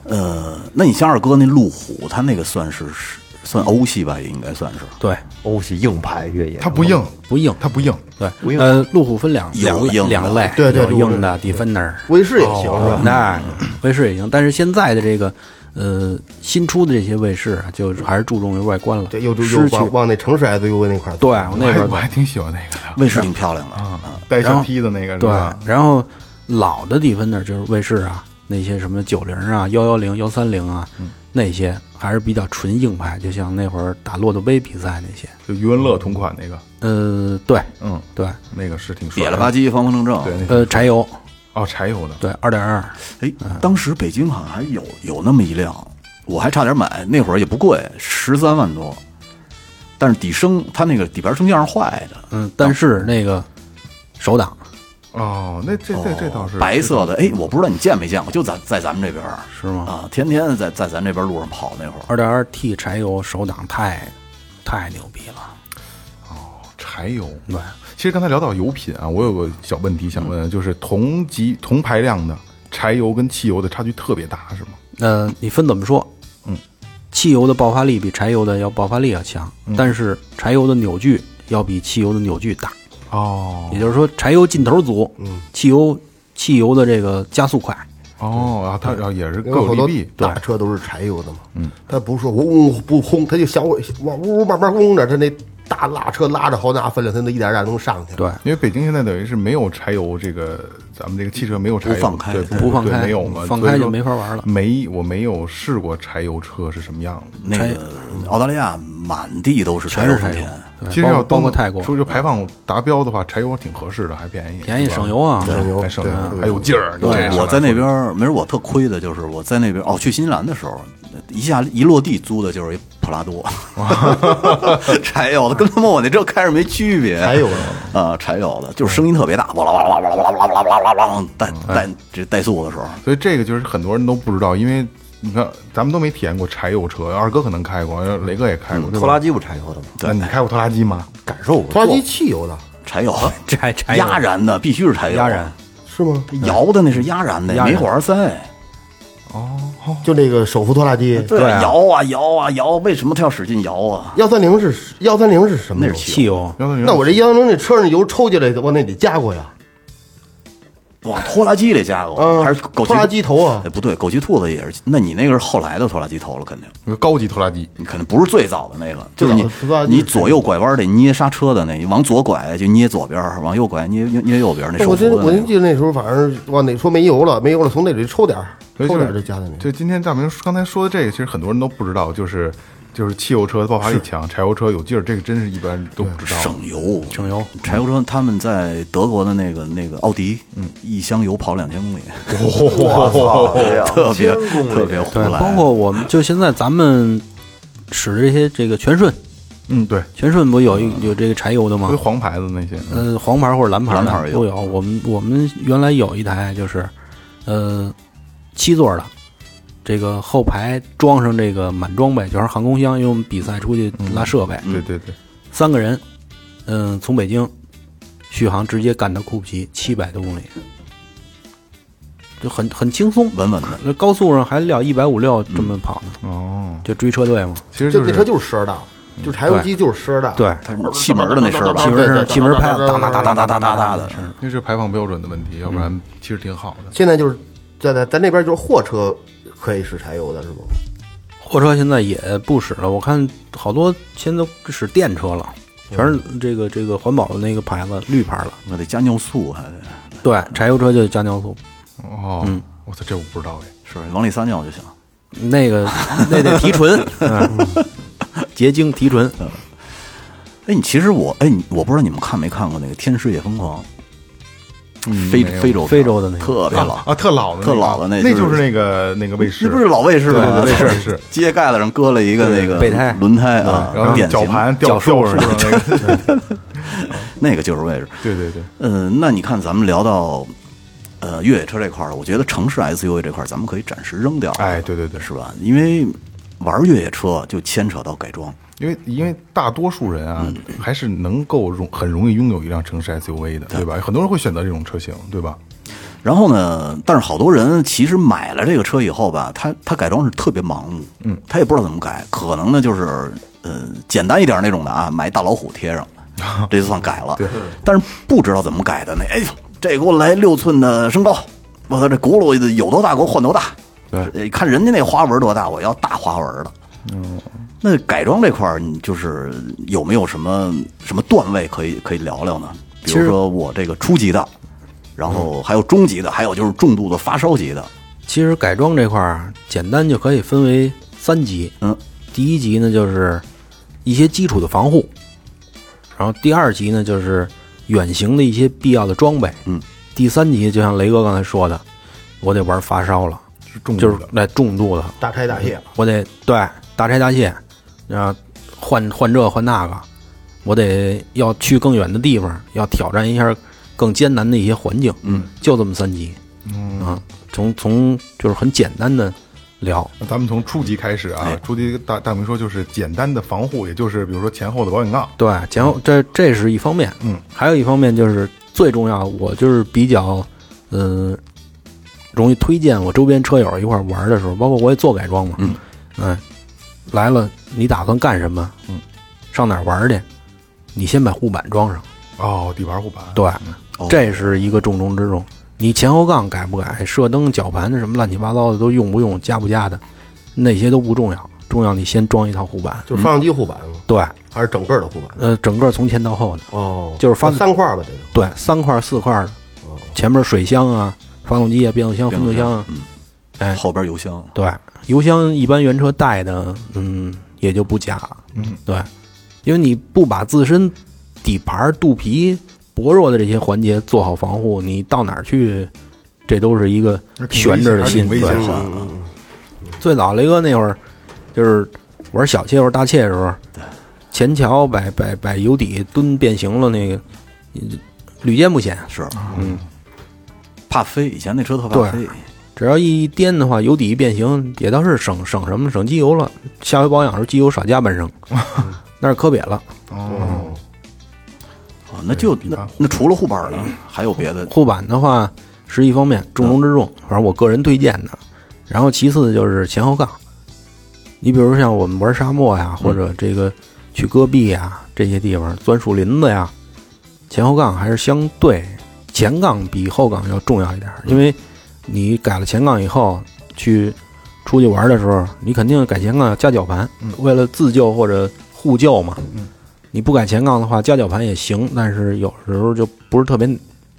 [SPEAKER 6] 呃，那你像二哥那路虎，他那个算是是算欧系吧，也应该算是
[SPEAKER 7] 对，
[SPEAKER 4] 欧系硬派越野，
[SPEAKER 3] 它不硬，
[SPEAKER 7] 不硬。
[SPEAKER 3] 它不硬，
[SPEAKER 7] 对，呃，路虎分两两
[SPEAKER 6] 有
[SPEAKER 7] 类
[SPEAKER 6] 硬的
[SPEAKER 7] 两类，
[SPEAKER 5] 对对
[SPEAKER 7] 有
[SPEAKER 5] 路虎
[SPEAKER 7] 硬的 Defender，
[SPEAKER 5] 卫士也行是吧？
[SPEAKER 7] 那嗯卫士也行，但是现在的这个呃新出的这些卫士啊，就还是注重于外观了，
[SPEAKER 5] 对，又
[SPEAKER 7] 失
[SPEAKER 5] 又
[SPEAKER 7] 去
[SPEAKER 5] 往往那城市 SUV 那块儿走，
[SPEAKER 7] 对我那
[SPEAKER 3] 我还我
[SPEAKER 7] 边
[SPEAKER 3] 还挺喜欢那个的，
[SPEAKER 6] 卫士挺漂亮啊的。
[SPEAKER 7] 啊
[SPEAKER 3] 带橡皮的那个是
[SPEAKER 7] 对
[SPEAKER 3] 吧？，
[SPEAKER 7] 然后老的 Defender 就是卫士啊，那些什么九零啊、幺幺零、幺三零啊，那些还是比较纯硬派，就像那会儿打骆驼杯比赛那些，
[SPEAKER 3] 就余文乐同款那个，
[SPEAKER 7] 呃，对
[SPEAKER 3] 嗯，
[SPEAKER 7] 对，
[SPEAKER 3] 那个是挺帅
[SPEAKER 6] 瘪
[SPEAKER 3] 的
[SPEAKER 6] 了吧唧，方方正正。
[SPEAKER 3] 对，那个
[SPEAKER 7] 呃，柴油
[SPEAKER 3] 哦，柴油的，
[SPEAKER 7] 对二点二，
[SPEAKER 6] 哎，
[SPEAKER 7] 嗯
[SPEAKER 6] 当时北京好像还有有那么一辆，我还差点买，那会儿也不贵，十三万多。但是底升，它那个底盘升降是坏的，
[SPEAKER 7] 嗯，但是那个手挡。
[SPEAKER 3] 哦，那这这这倒是
[SPEAKER 6] 白色的。哎，我不知道你见没见过，就在在咱们这边儿
[SPEAKER 7] 是吗
[SPEAKER 6] 啊，天天在在咱这边路上跑那会儿。
[SPEAKER 7] 二点二 T 柴油手挡太太牛逼了，
[SPEAKER 3] 柴油。
[SPEAKER 7] 对，
[SPEAKER 3] 其实刚才聊到油品啊，我有个小问题想问，就是同级同排量的柴油跟汽油的差距特别大，是吗？
[SPEAKER 7] 呃，你分怎么说？
[SPEAKER 3] 嗯，
[SPEAKER 7] 汽油的爆发力比柴油的要爆发力要强，但是柴油的扭矩要比汽油的扭矩大，
[SPEAKER 3] 哦
[SPEAKER 7] 也就是说柴油劲头足，嗯，汽油汽油的这个加速快，
[SPEAKER 3] 哦，然后它然后也是各
[SPEAKER 5] 因为
[SPEAKER 3] 有
[SPEAKER 5] 好
[SPEAKER 3] 利
[SPEAKER 5] 多
[SPEAKER 3] 弊，
[SPEAKER 5] 大车都是柴油的嘛，嗯，它不是说嗡嗡不轰，它就小往呜呜慢慢嗡着，它那大拉车拉着好大分量，它那一点点能上去。
[SPEAKER 7] 对，
[SPEAKER 3] 因为北京现在等于是没有柴油，这个咱们这个汽车没有柴油，
[SPEAKER 6] 不放开
[SPEAKER 3] 对
[SPEAKER 6] 对
[SPEAKER 7] 不放
[SPEAKER 3] 对
[SPEAKER 7] 开
[SPEAKER 3] 没有嘛，
[SPEAKER 7] 放
[SPEAKER 3] 所以
[SPEAKER 7] 开就
[SPEAKER 3] 说
[SPEAKER 7] 没法玩了
[SPEAKER 3] 没，我没有试过柴油车是什么样的。
[SPEAKER 6] 那个澳大利亚满地都是柴
[SPEAKER 7] 全
[SPEAKER 6] 油
[SPEAKER 7] 是
[SPEAKER 6] 丰
[SPEAKER 7] 柴油
[SPEAKER 6] 田，，
[SPEAKER 7] 对
[SPEAKER 3] 其实
[SPEAKER 7] 包括
[SPEAKER 3] 要
[SPEAKER 7] 包
[SPEAKER 3] 东
[SPEAKER 7] 括泰国
[SPEAKER 3] 说就排放达标的话，柴油挺合适的，还便宜，
[SPEAKER 7] 便宜
[SPEAKER 3] 是吧
[SPEAKER 7] 省油啊，
[SPEAKER 3] 对还省油，还有劲儿。就这样
[SPEAKER 6] 我在那边儿，没准我特亏的就是我在那边哦，去新西兰的时候，一下一落地租的就是一普拉多，柴油的，跟他妈我那车开着没区别。
[SPEAKER 5] 柴油
[SPEAKER 6] 啊，柴油的，就是声音特别大，哇啦哇啦哇啦哇啦哇啦哇啦哇啦，带带这带速的时候，
[SPEAKER 3] 所以这个就是很多人都不知道，因为你看咱们都没体验过柴油车，二哥可能开过，雷哥也开过，
[SPEAKER 4] 嗯
[SPEAKER 3] 对吧
[SPEAKER 4] 拖拉机不柴油的吗？
[SPEAKER 3] 那你开过拖拉机吗？
[SPEAKER 4] 感受过
[SPEAKER 5] 拖拉机汽油的
[SPEAKER 6] 柴油
[SPEAKER 7] 柴柴油
[SPEAKER 6] 压燃的必须是柴油，
[SPEAKER 7] 哎压燃，
[SPEAKER 5] 是吗？
[SPEAKER 6] 摇的那是压燃的，
[SPEAKER 7] 压燃
[SPEAKER 6] 没火花塞。
[SPEAKER 5] 就那个手扶拖拉机，
[SPEAKER 6] 对，摇啊摇啊摇，为什么他要使劲摇啊？
[SPEAKER 5] 幺三零是幺三零是什么
[SPEAKER 6] 那
[SPEAKER 5] 油
[SPEAKER 6] 是？汽油。
[SPEAKER 7] 汽油
[SPEAKER 3] 幺三零，
[SPEAKER 5] 那我这幺三零这车上油抽进来，往那里加过呀？
[SPEAKER 6] 往拖拉机里加过，
[SPEAKER 5] 嗯
[SPEAKER 6] 还是狗
[SPEAKER 5] 拖拉机头啊
[SPEAKER 6] 哎，不对，狗急兔子也是，那你那个是后来的拖拉机头了，肯定，
[SPEAKER 3] 那个高级拖拉机，
[SPEAKER 6] 你肯定不是最早的那个，就是
[SPEAKER 5] 最
[SPEAKER 6] 你
[SPEAKER 5] 早的拖拉机
[SPEAKER 6] 你左右拐弯得捏刹车的那，你往左拐就捏左边儿，往右拐捏捏捏右边儿，那手
[SPEAKER 5] 哎我
[SPEAKER 6] 扶
[SPEAKER 5] 真
[SPEAKER 6] 的
[SPEAKER 5] 我
[SPEAKER 6] 那
[SPEAKER 5] 真
[SPEAKER 6] 个。
[SPEAKER 5] 记得那时候，反正往哪说没油了，没油了，从那里抽点儿，
[SPEAKER 3] 所
[SPEAKER 5] 抽
[SPEAKER 3] 以就
[SPEAKER 5] 点
[SPEAKER 3] 是
[SPEAKER 5] 儿就加在那。
[SPEAKER 3] 就今天大明刚才说的这个，其实很多人都不知道，就是就是汽油车爆发力强，柴油车有劲儿，这个真是一般人都不知道。
[SPEAKER 6] 省油，省油！嗯柴油车他们在德国的那个那个奥迪，嗯，一箱油跑两千公里，
[SPEAKER 3] 哇
[SPEAKER 5] 哦
[SPEAKER 4] 呀
[SPEAKER 6] 特别
[SPEAKER 4] 1000公里
[SPEAKER 6] 特别胡
[SPEAKER 7] 对，
[SPEAKER 6] 来。
[SPEAKER 7] 包括我们就现在咱们使的这些这个全顺，
[SPEAKER 3] 嗯，对，
[SPEAKER 7] 全顺不有一有这个柴油的吗
[SPEAKER 3] 跟？黄牌子那些，
[SPEAKER 7] 呃，黄牌或者蓝牌的
[SPEAKER 6] 蓝牌也有
[SPEAKER 7] 都有。我们我们原来有一台就是，呃，七座的，这个后排装上这个满装备，就是航空箱，因为我们比赛出去拉设备，
[SPEAKER 3] 对对对，
[SPEAKER 7] 三个人，嗯、从北京续航直接干到库布齐，七百多公里，就很很轻松。
[SPEAKER 6] 稳稳的，
[SPEAKER 7] 那高速上还撂一百五六这么跑呢，
[SPEAKER 3] 哦，
[SPEAKER 7] 就追车队嘛。
[SPEAKER 3] 其实
[SPEAKER 5] 就
[SPEAKER 3] 就
[SPEAKER 5] 那车
[SPEAKER 3] 是
[SPEAKER 5] 就是声儿大，就柴油机就是声儿大。，
[SPEAKER 7] 对，
[SPEAKER 6] 它是气门的那声儿吧？
[SPEAKER 7] 气门
[SPEAKER 5] 对对
[SPEAKER 7] 声，气门拍，
[SPEAKER 5] 对对
[SPEAKER 7] 哒哒哒哒哒哒哒哒的声儿。
[SPEAKER 3] 那是排放标准的问题，要不然其实挺好的。
[SPEAKER 5] 现在就是在在咱那边就是货车可以是柴油的，是不？
[SPEAKER 7] 货车现在也不使了，我看好多现在都使电车了，全是这个这个环保的那个牌子，绿牌了。
[SPEAKER 6] 我得加尿素，还得
[SPEAKER 7] 对，柴油车就加尿素，
[SPEAKER 3] 哦，我操，这我不知道哎，
[SPEAKER 6] 是往里撒尿就行。
[SPEAKER 7] 那个那得提纯，嗯 结晶提纯。
[SPEAKER 6] 哎，你其实我哎，你我不知道你们看没看过那个《天使也疯狂》，
[SPEAKER 3] 嗯
[SPEAKER 6] 非
[SPEAKER 3] 没有
[SPEAKER 6] 非洲
[SPEAKER 7] 非洲的那个
[SPEAKER 6] 特别老
[SPEAKER 3] 啊，特老的那个，
[SPEAKER 6] 特老的那
[SPEAKER 3] 那
[SPEAKER 6] 就
[SPEAKER 3] 就是是那个那个卫士，
[SPEAKER 6] 这不是老卫士
[SPEAKER 3] 对
[SPEAKER 6] 吗？
[SPEAKER 3] 对对卫士是，
[SPEAKER 6] 秸盖子上搁了一个那个
[SPEAKER 7] 备胎
[SPEAKER 6] 轮胎啊，
[SPEAKER 3] 然后
[SPEAKER 6] 典型
[SPEAKER 3] 绞盘掉
[SPEAKER 7] 绞兽
[SPEAKER 3] 掉树上那个，
[SPEAKER 6] 那个就是卫士。
[SPEAKER 3] 对对对，
[SPEAKER 6] 嗯，那你看咱们聊到呃越野车这块儿，我觉得城市 SUV 这块儿咱们可以暂时扔掉，
[SPEAKER 3] 哎，对对对，
[SPEAKER 6] 是吧？因为玩越野车就牵扯到改装，
[SPEAKER 3] 因为因为大多数人啊，还是能够容很容易拥有一辆城市 SUV 的，对吧？很多人会选择这种车型，对吧？
[SPEAKER 6] 然后呢，但是好多人其实买了这个车以后吧，他他改装是特别盲目，嗯，他也不知道怎么改，可能呢就是呃简单一点那种的啊，买一大老虎 贴上，这就算改了。对，但是不知道怎么改的那，哎呦，这给我来六寸的升高，我操，这轱辘有多大给我换多大，对，看人家那花纹多大，我要大花纹的。嗯那改装这块儿，你就是有没有什么什么段位可以可以聊聊呢？比如说我这个初级的，然后还有中级的，还有就是重度的发烧级的。
[SPEAKER 7] 其实改装这块儿简单就可以分为三级，
[SPEAKER 6] 嗯，
[SPEAKER 7] 第一级呢就是一些基础的防护，然后第二级呢就是远行的一些必要的装备，
[SPEAKER 6] 嗯，
[SPEAKER 7] 第三级就像雷哥刚才说的，我得玩发烧了，
[SPEAKER 3] 是重
[SPEAKER 7] 就是
[SPEAKER 3] 度的
[SPEAKER 7] 来重度的，
[SPEAKER 5] 大拆大卸了。
[SPEAKER 7] 我得对大拆大卸，然后换换这换那个，我得要去更远的地方，要挑战一下更艰难的一些环境。嗯，就这么三级。嗯啊，从从就是很简单的聊，
[SPEAKER 3] 那咱们从初级开始啊
[SPEAKER 6] 哎，
[SPEAKER 3] 初级大大明说就是简单的防护，也就是比如说前后的保险杠，
[SPEAKER 7] 对，前后这这是一方面，
[SPEAKER 3] 嗯，
[SPEAKER 7] 还有一方面就是最重要，我就是比较，嗯、容易推荐我周边车友一块儿玩的时候，包括我也做改装嘛，
[SPEAKER 6] 嗯，
[SPEAKER 7] 哎，来了，你打算干什么？
[SPEAKER 3] 嗯，
[SPEAKER 7] 上哪儿玩去？你先把护板装上，
[SPEAKER 3] 哦，底盘护板，
[SPEAKER 7] 对，
[SPEAKER 6] 哦
[SPEAKER 7] 这是一个重中之重。你前后杠改不改，射灯、绞盘什么乱七八糟的都用不用，加不加的，那些都不重要，重要你先装一套护板，
[SPEAKER 5] 就是发动机护板吗？
[SPEAKER 7] 对，
[SPEAKER 5] 还是整个的护板？
[SPEAKER 7] 呃，整个从前到后的。
[SPEAKER 5] 哦
[SPEAKER 7] 就是发嗯
[SPEAKER 5] 三块儿吧，这个。
[SPEAKER 7] 对，三块儿四块儿的
[SPEAKER 5] 哦，
[SPEAKER 7] 前面水箱啊、发动机啊、变速箱、分速箱啊，
[SPEAKER 6] 嗯，
[SPEAKER 7] 哎
[SPEAKER 6] 后边油箱，
[SPEAKER 7] 对，油箱一般原车带的，嗯，也就不加了，
[SPEAKER 3] 嗯，
[SPEAKER 7] 对，因为你不把自身底盘、肚皮薄弱的这些环节做好防护，你到哪儿去，这都是一个
[SPEAKER 3] 那挺危
[SPEAKER 7] 悬
[SPEAKER 3] 险
[SPEAKER 7] 着的
[SPEAKER 3] 还是
[SPEAKER 7] 心
[SPEAKER 3] 挺。危险
[SPEAKER 7] 对
[SPEAKER 3] 的
[SPEAKER 5] 嗯嗯嗯
[SPEAKER 7] 最早雷哥那会儿，就是玩小切或大切的时候，前桥把把把油底蹲变形了，那个你屡见不鲜，
[SPEAKER 6] 是，嗯，怕飞，以前那车特怕
[SPEAKER 7] 对
[SPEAKER 6] 飞，
[SPEAKER 7] 只要一颠的话，油底一变形，也倒是省省什么省机油了。下回保养的时候机油少加半升，那是可瘪了。
[SPEAKER 3] 哦，
[SPEAKER 6] 哦，那就
[SPEAKER 3] 比
[SPEAKER 6] 那
[SPEAKER 3] 方
[SPEAKER 6] 那除了护板呢，还有别的
[SPEAKER 7] 护板的话是一方面，重中之重，反正我个人推荐的。然后其次就是前后杠，你比如像我们玩沙漠呀，或者这个去戈壁呀这些地方钻树林子呀，前后杠还是相对前杠比后杠要重要一点儿，因为你改了前杠以后，去出去玩的时候，你肯定改前杠要加绞盘，为了自救或者互救嘛。你不改前杠的话，加绞盘也行，但是有时候就不是特别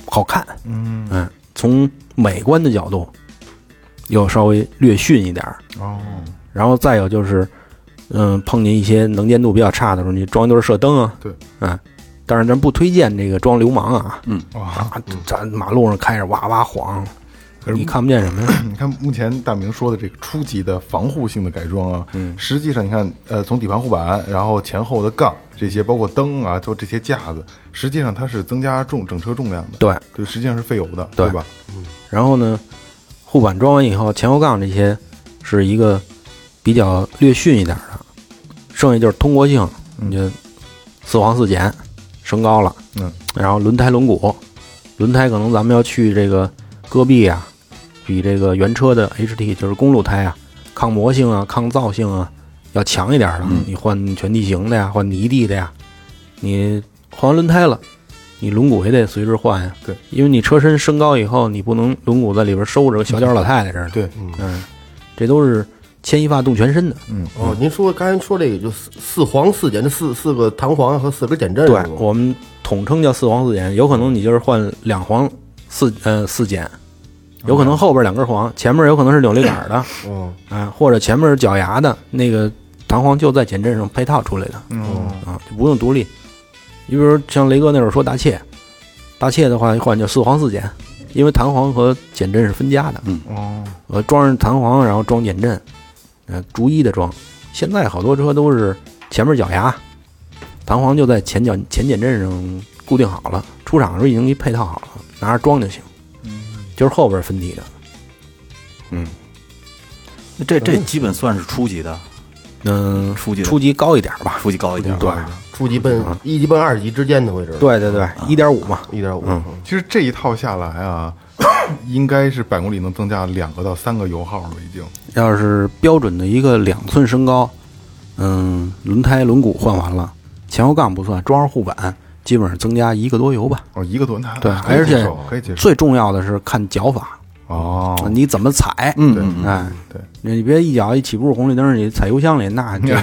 [SPEAKER 7] 好看。
[SPEAKER 3] 嗯
[SPEAKER 7] 嗯，从美观的角度，又稍微略逊一点儿。
[SPEAKER 3] 哦，
[SPEAKER 7] 然后再有就是，嗯，碰见一些能见度比较差的时候，你装一对射灯啊，
[SPEAKER 3] 对，
[SPEAKER 7] 嗯，但是咱不推荐这个装流氓啊，
[SPEAKER 3] 哇！
[SPEAKER 7] 啊，咱马路上开着哇哇晃，
[SPEAKER 3] 嗯可是
[SPEAKER 7] 你看不见什么呀？
[SPEAKER 3] 你看目前大明说的这个初级的防护性的改装啊，嗯，实际上你看，呃，从底盘护板，然后前后的杠这些，包括灯啊，就这些架子，实际上它是增加重整车重量的，
[SPEAKER 7] 对，
[SPEAKER 3] 对，实际上是费油的，
[SPEAKER 7] 对
[SPEAKER 3] 吧？
[SPEAKER 7] 然后呢，护板装完以后，前后杠这些是一个比较略逊一点的，剩下就是通过性，你就四黄四减，升高了，
[SPEAKER 3] 嗯，
[SPEAKER 7] 然后轮胎轮毂，轮胎可能咱们要去这个戈壁啊，比这个原车的 HT 就是公路胎啊，抗磨性啊、抗造性啊要强一点的，你换全地形的呀，换泥地的呀，你换完轮胎了。你轮毂也得随之换呀，
[SPEAKER 3] 对，
[SPEAKER 7] 因为你车身升高以后，你不能轮毂在里边收着，跟小脚老太太似的。
[SPEAKER 3] 对，
[SPEAKER 7] 嗯，这都是牵一发动全身的。
[SPEAKER 5] 哦，您说刚才说这个就四四黄四减，这四四个弹簧和四根减震，
[SPEAKER 7] 对，我们统称叫四黄四减，有可能你就是换两黄四呃四减，有可能后边两根黄，前面有可能是扭力杆的，
[SPEAKER 5] 嗯，
[SPEAKER 7] 啊，或者前面是脚牙的，那个弹簧就在减震上配套出来的
[SPEAKER 3] 嗯，
[SPEAKER 7] 啊，就不用独立。你比如说像雷哥那会儿说大切，大切的话换叫四黄四减，因为弹簧和减震是分家的，
[SPEAKER 6] 嗯
[SPEAKER 3] 哦，
[SPEAKER 7] 呃，装上弹簧，然后装减震，呃，逐一的装。现在好多车都是前面脚牙，弹簧就在前脚前减震上固定好了，出厂的时候已经给配套好了，拿着装就行。就是后边分体的，
[SPEAKER 6] 那这这基本算是初级的，
[SPEAKER 7] 嗯，
[SPEAKER 6] 初级的
[SPEAKER 7] 初级高一点吧。
[SPEAKER 6] 初级高一点。
[SPEAKER 7] 对，
[SPEAKER 5] 初级奔一级奔二级之间的位置，，
[SPEAKER 7] 对对
[SPEAKER 6] 啊
[SPEAKER 7] 对，一点五嘛，
[SPEAKER 5] 一点五，
[SPEAKER 3] 其实这一套下来啊，应该是百公里能增加两个到三个油耗了，已经。
[SPEAKER 7] 要是标准的一个两寸升高，嗯，轮胎轮毂换完了，前后杠不算，装上护板，基本上增加一个多油吧。
[SPEAKER 3] 哦，一个多那
[SPEAKER 7] 对，
[SPEAKER 3] 可以
[SPEAKER 7] 而
[SPEAKER 3] 接
[SPEAKER 7] 且
[SPEAKER 3] 受，可以接受。
[SPEAKER 7] 最重要的是看脚法，
[SPEAKER 3] 哦，
[SPEAKER 7] 你怎么踩？
[SPEAKER 3] 对
[SPEAKER 6] 嗯，嗯，
[SPEAKER 7] 哎，
[SPEAKER 3] 对，
[SPEAKER 7] 你别一脚一起步红绿灯，你踩油箱里， 那这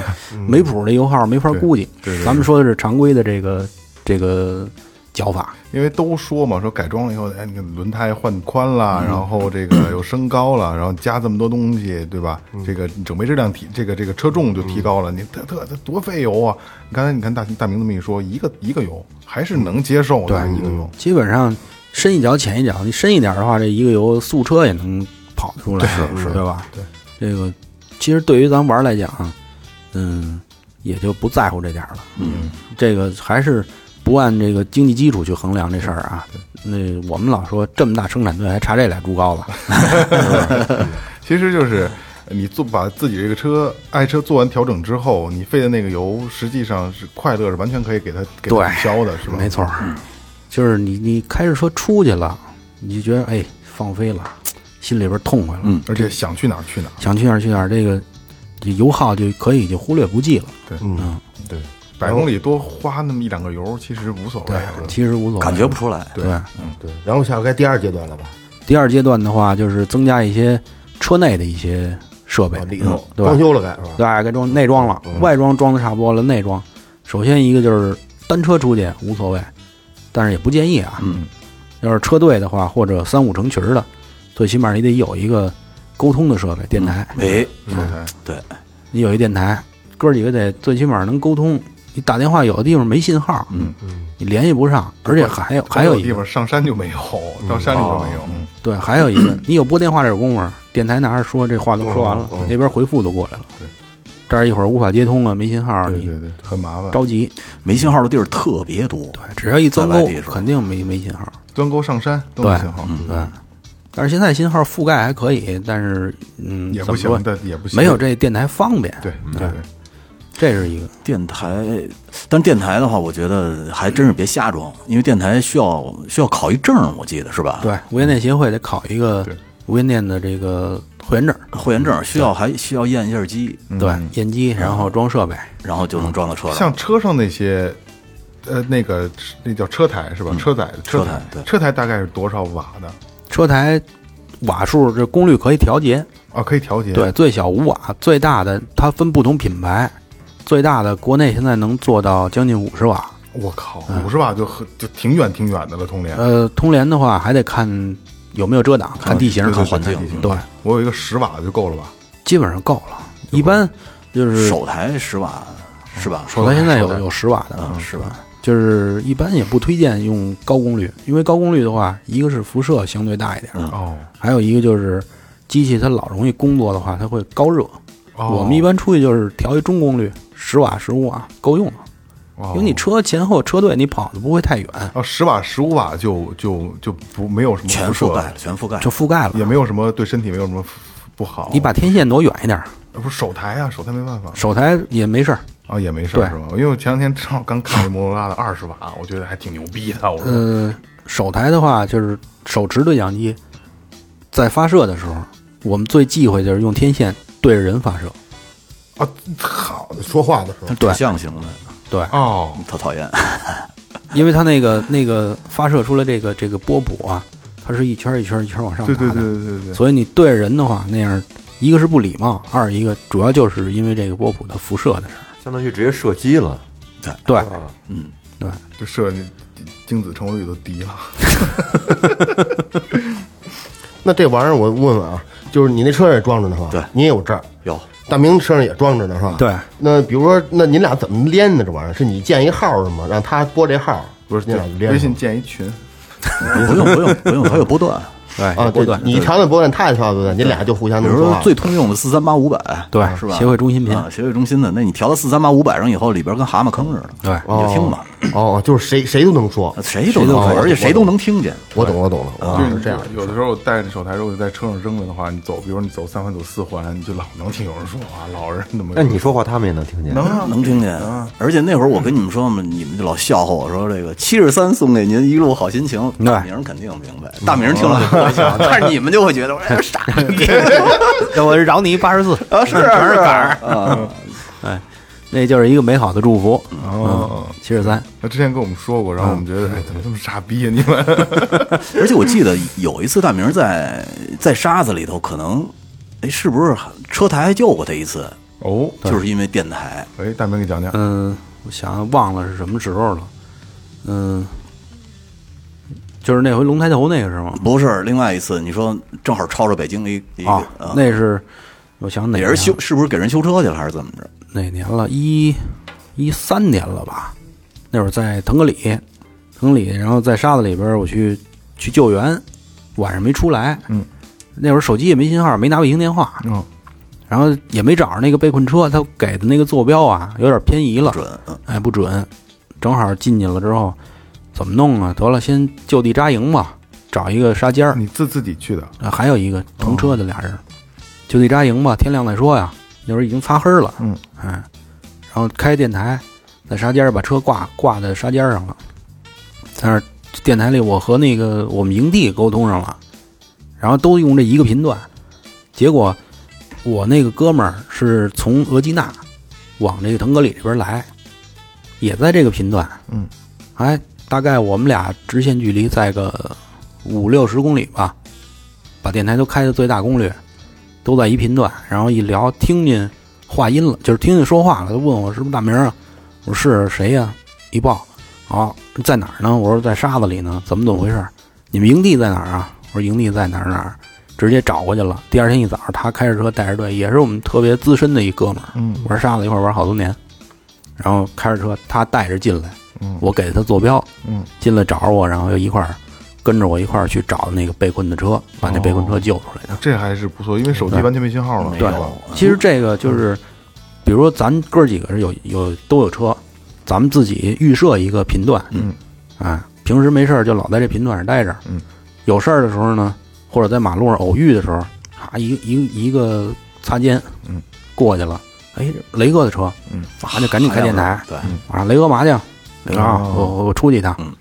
[SPEAKER 7] 没谱，这油耗没法估计
[SPEAKER 3] 嗯对对对。
[SPEAKER 7] 咱们说的是常规的这个这个脚法，
[SPEAKER 3] 因为都说嘛，说改装了以后，哎，你看轮胎换宽了，然后这个又升高了，然后加这么多东西，对吧？这个整备质量提，这个这个车重就提高了，你特特这多费油啊！你刚才你看大大明这么一说，一个一个油还是能接受的，
[SPEAKER 7] 对嗯
[SPEAKER 3] 一个油。
[SPEAKER 7] 基本上深一脚浅一脚，你深一点的话，这一个油速车也能跑得出来，是是，对吧？
[SPEAKER 3] 对，
[SPEAKER 7] 这个其实对于咱玩儿来讲啊，嗯，也就不在乎这点儿了。嗯，这个还是不按这个经济基础去衡量这事儿啊。那我们老说这么大生产队还差这俩猪羔子，
[SPEAKER 3] 其实就是你做把自己这个车爱车做完调整之后，你费的那个油，实际上是快乐是完全可以给它给它
[SPEAKER 7] 对
[SPEAKER 3] 抵消的，是吧？
[SPEAKER 7] 没错儿，就是你你开着车出去了，你就觉得哎放飞了，心里边儿痛快了，
[SPEAKER 6] 嗯
[SPEAKER 3] 而且想去哪儿去哪儿，
[SPEAKER 7] 想去哪儿去哪儿，这个这油耗就可以就忽略不计了。
[SPEAKER 5] 嗯，对，
[SPEAKER 3] 百公里多花那么一两个油，其实无所谓。
[SPEAKER 7] 其实无所谓，
[SPEAKER 6] 感觉不出来。
[SPEAKER 7] 对。
[SPEAKER 5] 对，然后下该第二阶段了吧？
[SPEAKER 7] 第二阶段的话，就是增加一些车内的一些设备
[SPEAKER 5] 啊，里头
[SPEAKER 7] 对
[SPEAKER 5] 装
[SPEAKER 7] 吧？
[SPEAKER 5] 修了该是吧？
[SPEAKER 7] 对，该装内装了，外装装的差不多了，内装，首先一个就是单车出去无所谓，但是也不建议啊。
[SPEAKER 6] 嗯，
[SPEAKER 7] 要是车队的话，或者三五成群儿的，最起码你得有一个沟通的设备，电台，
[SPEAKER 6] 哎，
[SPEAKER 3] 嗯
[SPEAKER 7] 你有一电台，哥几个得最起码能沟通。你打电话有的地方没信号，嗯，你联系不上，而且还有还有一
[SPEAKER 3] 地
[SPEAKER 7] 个
[SPEAKER 3] 方上山就没有，到山里就没有。嗯
[SPEAKER 7] 对，还有一 个，你有拨电话这功夫，电台拿着说这话都说完
[SPEAKER 3] 哦
[SPEAKER 7] 了，那边回复都过来了。这儿一会儿无法接通了，没信号，
[SPEAKER 3] 对
[SPEAKER 7] 你
[SPEAKER 3] 对对，很麻烦。
[SPEAKER 7] 着急。
[SPEAKER 6] 没信号的地儿特别多。
[SPEAKER 7] 对，只要一钻
[SPEAKER 6] 在
[SPEAKER 7] 沟
[SPEAKER 6] 外地的时，候
[SPEAKER 7] 肯定没没信号。
[SPEAKER 3] 钻沟上山都
[SPEAKER 7] 对嗯
[SPEAKER 3] 不信号，
[SPEAKER 7] 对，但是现在信号覆盖还可以，但是嗯，
[SPEAKER 3] 也不
[SPEAKER 7] 怎么
[SPEAKER 3] 行
[SPEAKER 7] 说
[SPEAKER 3] 但也不行。
[SPEAKER 7] 没有这嗯电台方便。
[SPEAKER 3] 对对对，
[SPEAKER 7] 这是一个
[SPEAKER 6] 电台，但电台的话，我觉得还真是别瞎装，因为电台需要需要考一证，我记得是吧？，
[SPEAKER 7] 对无线电协会得考一个
[SPEAKER 3] 对
[SPEAKER 7] 无线电的这个会员证，
[SPEAKER 6] 会员
[SPEAKER 7] 嗯
[SPEAKER 6] 证需要还需要验一下机，
[SPEAKER 3] 嗯
[SPEAKER 7] 对，验机，然后装设备。
[SPEAKER 6] 然后就能装到车上。
[SPEAKER 3] 像车上那些呃，那个那叫车台是吧？
[SPEAKER 7] 嗯
[SPEAKER 3] 车载
[SPEAKER 6] 车
[SPEAKER 3] 台
[SPEAKER 6] 台对
[SPEAKER 3] 车台大概是多少瓦的
[SPEAKER 7] 车台瓦数这功率可以调节，
[SPEAKER 3] 啊？可以调节。
[SPEAKER 7] 对，最小五瓦，最大的它分不同品牌，最大的国内现在能做到将近五十瓦。
[SPEAKER 3] 我靠，
[SPEAKER 7] 嗯
[SPEAKER 3] 五十瓦就很就挺远挺远的了，通联。
[SPEAKER 7] 呃，通联的话还得看有没有遮挡，看地形，
[SPEAKER 3] 对对对
[SPEAKER 7] 看环境
[SPEAKER 3] 看地。形
[SPEAKER 7] 对，
[SPEAKER 3] 我有一个十瓦的就够了吧？
[SPEAKER 7] 基本上够了。一般就是嗯
[SPEAKER 6] 首台十瓦是吧？
[SPEAKER 7] 手台现在有有十瓦的，
[SPEAKER 6] 嗯是吧？
[SPEAKER 7] 就是一般也不推荐用高功率，因为高功率的话，一个是辐射相对大一点，
[SPEAKER 3] 哦
[SPEAKER 7] 还有一个就是机器它老容易工作的话，它会高热。
[SPEAKER 3] 哦，
[SPEAKER 7] 我们一般出去就是调一中功率，十瓦、十五瓦够用了，
[SPEAKER 3] 哦
[SPEAKER 7] 因为你车前后车队你跑的不会太远，
[SPEAKER 3] 啊十瓦十五瓦就就就不没有什么
[SPEAKER 6] 全
[SPEAKER 3] 辐射
[SPEAKER 6] 覆盖了，全覆盖了
[SPEAKER 7] 嗯就。覆盖了
[SPEAKER 3] 也。没有什么对身体没有什么不好。
[SPEAKER 7] 你把天线挪远一点，
[SPEAKER 3] 啊不是手台啊，手台没办法
[SPEAKER 7] 手台也没事儿。
[SPEAKER 3] 啊，也没事
[SPEAKER 7] 对
[SPEAKER 3] 儿是吧？因为我前两天正好刚看了摩托罗拉的二十瓦，我觉得还挺牛逼的。我说
[SPEAKER 7] 呃，手台的话就是手持对讲机，在发射的时候，我们最忌讳就是用天线对着人发射。
[SPEAKER 3] 啊，好
[SPEAKER 5] 说话的时候
[SPEAKER 6] 它指向型的，
[SPEAKER 7] 对，
[SPEAKER 3] 哦，
[SPEAKER 6] 特讨 厌。
[SPEAKER 7] 因为它那 个那个发射出来这个这个波谱啊，它是一圈儿一圈儿一圈儿往上爬
[SPEAKER 3] 对
[SPEAKER 7] 的，
[SPEAKER 3] 对对对对对，
[SPEAKER 7] 所以你对着人的话，那样一个是不礼貌，二一个主要就是因为这个波谱它辐射的事儿。
[SPEAKER 4] 相当于直接射击了。
[SPEAKER 7] 对，
[SPEAKER 3] 就射你精子成活率都低了。
[SPEAKER 5] 那这玩意儿我问问啊，就是你那车上也装着呢是吧？
[SPEAKER 6] 对
[SPEAKER 5] 你也有证儿，
[SPEAKER 6] 有
[SPEAKER 5] 大明车上也装着呢是吧？
[SPEAKER 7] 对。
[SPEAKER 5] 那比如说，那您俩怎么连的这玩意儿？是你建一号是吗？让他拨这号，
[SPEAKER 3] 不是
[SPEAKER 5] 你俩就连
[SPEAKER 3] 微
[SPEAKER 5] 上
[SPEAKER 3] 信
[SPEAKER 5] 了
[SPEAKER 3] 建一群，
[SPEAKER 6] 不用不用不用，它有波 段。
[SPEAKER 7] 对，
[SPEAKER 5] 啊？
[SPEAKER 7] 波
[SPEAKER 5] 对
[SPEAKER 7] 段，，
[SPEAKER 5] 你一条的拨段，他一条的拨段，你俩就互相
[SPEAKER 6] 比
[SPEAKER 5] 能
[SPEAKER 6] 如
[SPEAKER 5] 说
[SPEAKER 6] 说
[SPEAKER 5] 话
[SPEAKER 6] 最通用的四三八五百，
[SPEAKER 7] 对
[SPEAKER 6] 是吧？
[SPEAKER 7] 协会中心频
[SPEAKER 6] 啊，协会中心的，那你调到四三八五百上以后，里边跟蛤蟆坑似的，
[SPEAKER 7] 对
[SPEAKER 6] 你就听吧，
[SPEAKER 5] 哦，就是谁谁都能说。
[SPEAKER 6] 谁都
[SPEAKER 5] 谁
[SPEAKER 6] 能
[SPEAKER 5] 都
[SPEAKER 6] 说，
[SPEAKER 5] 能
[SPEAKER 6] 而且谁都能听见。
[SPEAKER 5] 我懂，我懂了啊，
[SPEAKER 3] 就是
[SPEAKER 5] 是这样。
[SPEAKER 3] 有的时候带着手台，如果在车上扔了的话，你走，比如你走三环走四环，你就老能听有人说话，老人怎么
[SPEAKER 4] 那你说话他们也能听见？
[SPEAKER 3] 能啊？
[SPEAKER 6] 能听见，而且那会儿我跟你们说嘛，你们就老笑话我说这个七十三送给您一路好心情，大明儿肯定明白，大明儿听了就不会 笑，但是你们就会觉得我这傻逼
[SPEAKER 7] 我饶你一八十四
[SPEAKER 6] 啊，是是啊，
[SPEAKER 7] 哎，那就是一个美好的祝福。嗯
[SPEAKER 3] 哦，
[SPEAKER 7] 七十三，
[SPEAKER 3] 他之前跟我们说过，然后我们觉得哎怎么这么傻逼呀？你们
[SPEAKER 6] 而且我记得有一次大明儿在在沙子里头，可能哎是不是车台还救过他一次，
[SPEAKER 3] 哦，
[SPEAKER 6] 就是因为电台，
[SPEAKER 3] 哎，大明给讲讲，
[SPEAKER 7] 嗯，我想忘了是什么时候了，嗯，就是那回龙抬头那个时候
[SPEAKER 6] 不是另外一次，你说正好抄着北京的一一个
[SPEAKER 7] 啊，
[SPEAKER 6] 啊
[SPEAKER 7] 那是我想哪
[SPEAKER 6] 也
[SPEAKER 7] 年啊
[SPEAKER 6] 是修，是不是给人修车去了还是怎么着？
[SPEAKER 7] 哪年了？一一三年了吧？那会儿在腾格里，腾格里，然后在沙子里边儿我去去救援，晚上没出来，
[SPEAKER 3] 嗯，
[SPEAKER 7] 那会儿手机也没信号，没拿卫星电话，
[SPEAKER 3] 嗯，
[SPEAKER 7] 然后也没找着那个被困车，他给的那个坐标啊有点偏移了，
[SPEAKER 6] 准，嗯
[SPEAKER 7] 哎，不准，正好进去了之后，怎么弄啊？得了，先就地扎营吧，找一个沙尖儿，
[SPEAKER 3] 嗯你自自己去的，
[SPEAKER 7] 啊还有一个同车的俩人，
[SPEAKER 3] 哦
[SPEAKER 7] 就地扎营吧，天亮再说呀。那时候已经擦黑了，
[SPEAKER 3] 嗯，
[SPEAKER 7] 哎，然后开电台，在沙尖儿把车挂挂在沙尖儿上了，在那儿电台里，我和那个我们营地沟通上了，然后都用这一个频段，结果我那个哥们儿是从额济纳往这个腾格里这边来，也在这个频段，
[SPEAKER 3] 嗯，
[SPEAKER 7] 哎，大概我们俩直线距离在个五六十公里吧，把电台都开到最大功率，都在一频段，然后一聊听见话音了，就是听见说话了，他问我是不是大明儿啊？我说是谁呀、一报，啊，在哪儿呢？我说在沙子里呢，怎么怎么回事儿？你们营地在哪儿啊？我说营地在哪儿哪儿，直接找过去了。第二天一早，他开着车带着队，也是我们特别资深的一哥们儿，
[SPEAKER 3] 嗯
[SPEAKER 7] 玩沙子一块儿玩好多年，然后开着车他带着进来，
[SPEAKER 3] 嗯
[SPEAKER 7] 我给他坐标，
[SPEAKER 3] 嗯，
[SPEAKER 7] 进来找着我，然后又一块儿跟着我一块儿去找那个被困的车，把那被困车救出来的。
[SPEAKER 3] 这还是不错，因为手机
[SPEAKER 7] 对
[SPEAKER 3] 完全没信号了，
[SPEAKER 6] 没
[SPEAKER 3] 是
[SPEAKER 6] 有嗯
[SPEAKER 3] 吧
[SPEAKER 7] 其实这个
[SPEAKER 3] 嗯
[SPEAKER 7] 就是，比如说咱哥几个是有有都有车，咱们自己预设一个频段，
[SPEAKER 3] 嗯，
[SPEAKER 7] 哎，平时没事儿就老在这频段上待着，
[SPEAKER 3] 嗯，
[SPEAKER 7] 有事儿的时候呢，或者在马路上偶遇的时候，啊，一一一个擦肩，
[SPEAKER 3] 嗯，
[SPEAKER 7] 过去了，哎，雷哥的车，
[SPEAKER 3] 嗯，
[SPEAKER 7] 啊，就赶紧开电台，
[SPEAKER 6] 对，
[SPEAKER 7] 啊，雷哥麻将，雷哥啊，
[SPEAKER 3] 哦
[SPEAKER 7] 我我我出去一趟，
[SPEAKER 6] 嗯，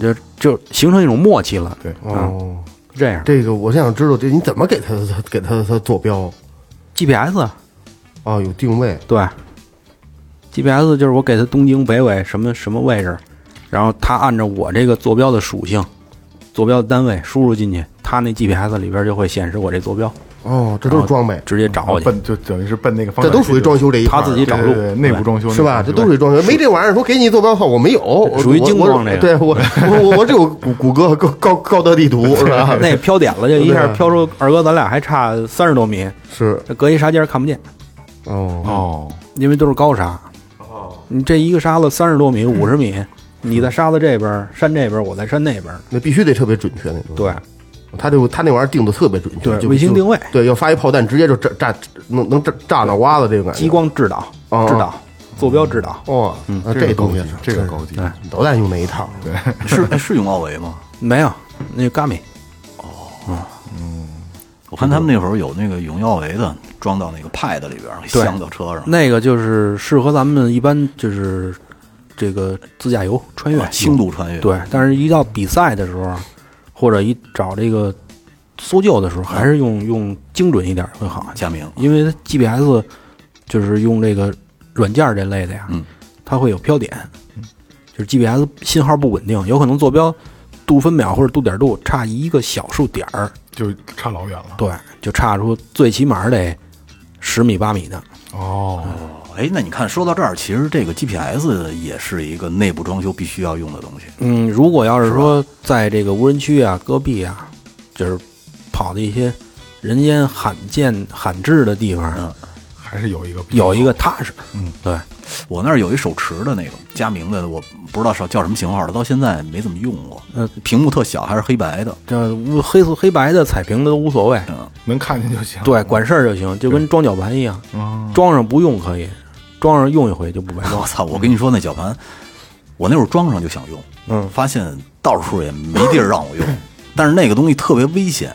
[SPEAKER 7] 就就形成一种默契了，
[SPEAKER 3] 对，
[SPEAKER 5] 哦，
[SPEAKER 7] 这样
[SPEAKER 5] 这个我想知道，这你怎么给他他给他他坐标
[SPEAKER 7] GPS
[SPEAKER 5] 啊？有定位
[SPEAKER 7] 对，GPS 就是我给它东经北纬什么什么位置，然后他按照我这个坐标的属性、坐标的单位输入进去，他那 GPS 里边就会显示我这坐标，
[SPEAKER 5] 哦，这都是装备，
[SPEAKER 7] 直接找我去。
[SPEAKER 3] 奔就等于是奔那个方
[SPEAKER 5] 这
[SPEAKER 3] 向去，
[SPEAKER 5] 都属于装修这一块
[SPEAKER 7] 他
[SPEAKER 5] 儿，
[SPEAKER 7] 自己找
[SPEAKER 3] 对
[SPEAKER 7] 路
[SPEAKER 3] 对对，内部装修
[SPEAKER 5] 是吧？这都属于装修，没这玩意儿，说给你坐标号，我没有，我
[SPEAKER 7] 属于精
[SPEAKER 5] 我我
[SPEAKER 7] 装这个
[SPEAKER 5] 对 我我我我只有谷谷歌和高高高德地图是吧？
[SPEAKER 7] 那飘点了，就一下飘出二哥，咱俩还差三十多米，
[SPEAKER 5] 是
[SPEAKER 7] 这隔一纱尖看不见，
[SPEAKER 5] 哦，
[SPEAKER 3] 哦，
[SPEAKER 7] 因为都是高沙。哦，你这一个沙子三十多米、五十米，你在沙子这边，山这边，我在山那边。
[SPEAKER 5] 那必须得特别准确那种。
[SPEAKER 7] 对，
[SPEAKER 5] 他就他那玩意儿定的特别准确，
[SPEAKER 7] 对
[SPEAKER 5] 就
[SPEAKER 7] 卫星
[SPEAKER 5] 就
[SPEAKER 7] 定位
[SPEAKER 5] 对，要发一炮弹直接就炸炸，能能炸炸脑瓜子这种感觉。
[SPEAKER 7] 激光嗯制导，
[SPEAKER 5] 哦
[SPEAKER 7] 制导，坐标制导，
[SPEAKER 5] 哇，啊
[SPEAKER 3] 这个
[SPEAKER 5] 东
[SPEAKER 3] 高
[SPEAKER 5] 西
[SPEAKER 3] 级
[SPEAKER 5] 是，
[SPEAKER 3] 这个高级，
[SPEAKER 7] 嗯
[SPEAKER 5] 导弹用那一套，对，
[SPEAKER 6] 是哎是用奥维吗？
[SPEAKER 7] 没有那伽米。
[SPEAKER 6] 我看他们那会儿有那个用奥维的，装到那个 Pad 里边儿，给
[SPEAKER 7] 对
[SPEAKER 6] 镶到车上。
[SPEAKER 7] 那个就是适合咱们一般就是这个自驾游穿越
[SPEAKER 6] 啊轻度穿越，，
[SPEAKER 7] 对，但是一到比赛的时候，啊或者一找这个搜救的时候，还是用用精准一点会好一些，
[SPEAKER 6] 佳明
[SPEAKER 7] 因为它 GPS 就是用这个软件儿这类的呀，
[SPEAKER 6] 嗯
[SPEAKER 7] 它会有飘点，就是 GPS 信号不稳定，有可能坐标度分秒或者度点度差一个小数点儿，
[SPEAKER 3] 就差老远了。
[SPEAKER 7] 对，就差出最起码得十米八米的，
[SPEAKER 3] 哦，
[SPEAKER 6] 哎，那你看，说到这儿，其实这个 GPS 也是一个内部装修必须要用的东西。
[SPEAKER 7] 嗯，如果要是说在这个无人区啊、戈壁啊，就是跑的一些人烟罕见、罕至的地方，
[SPEAKER 3] 还是有一个比较
[SPEAKER 7] 有一个踏实。
[SPEAKER 3] 嗯，
[SPEAKER 7] 对，
[SPEAKER 6] 我那儿有一手持的那个佳明的，我不知道叫什么型号的，到现在没怎么用过。
[SPEAKER 7] 呃，
[SPEAKER 6] 屏幕特小，还是黑白的。
[SPEAKER 7] 这无黑色黑白的、彩屏的都无所谓，
[SPEAKER 3] 能看见就行。
[SPEAKER 7] 对，管事儿就行，就跟装绞盘一样，
[SPEAKER 3] 哦
[SPEAKER 7] 装上不用可以，装上用一回就不白
[SPEAKER 3] 嗯
[SPEAKER 7] 装
[SPEAKER 6] 我。操！我跟你说，那绞盘，我那会儿装上就想用，
[SPEAKER 7] 嗯
[SPEAKER 6] 发现到处也没地儿让我 用，但是那个东西特别危险。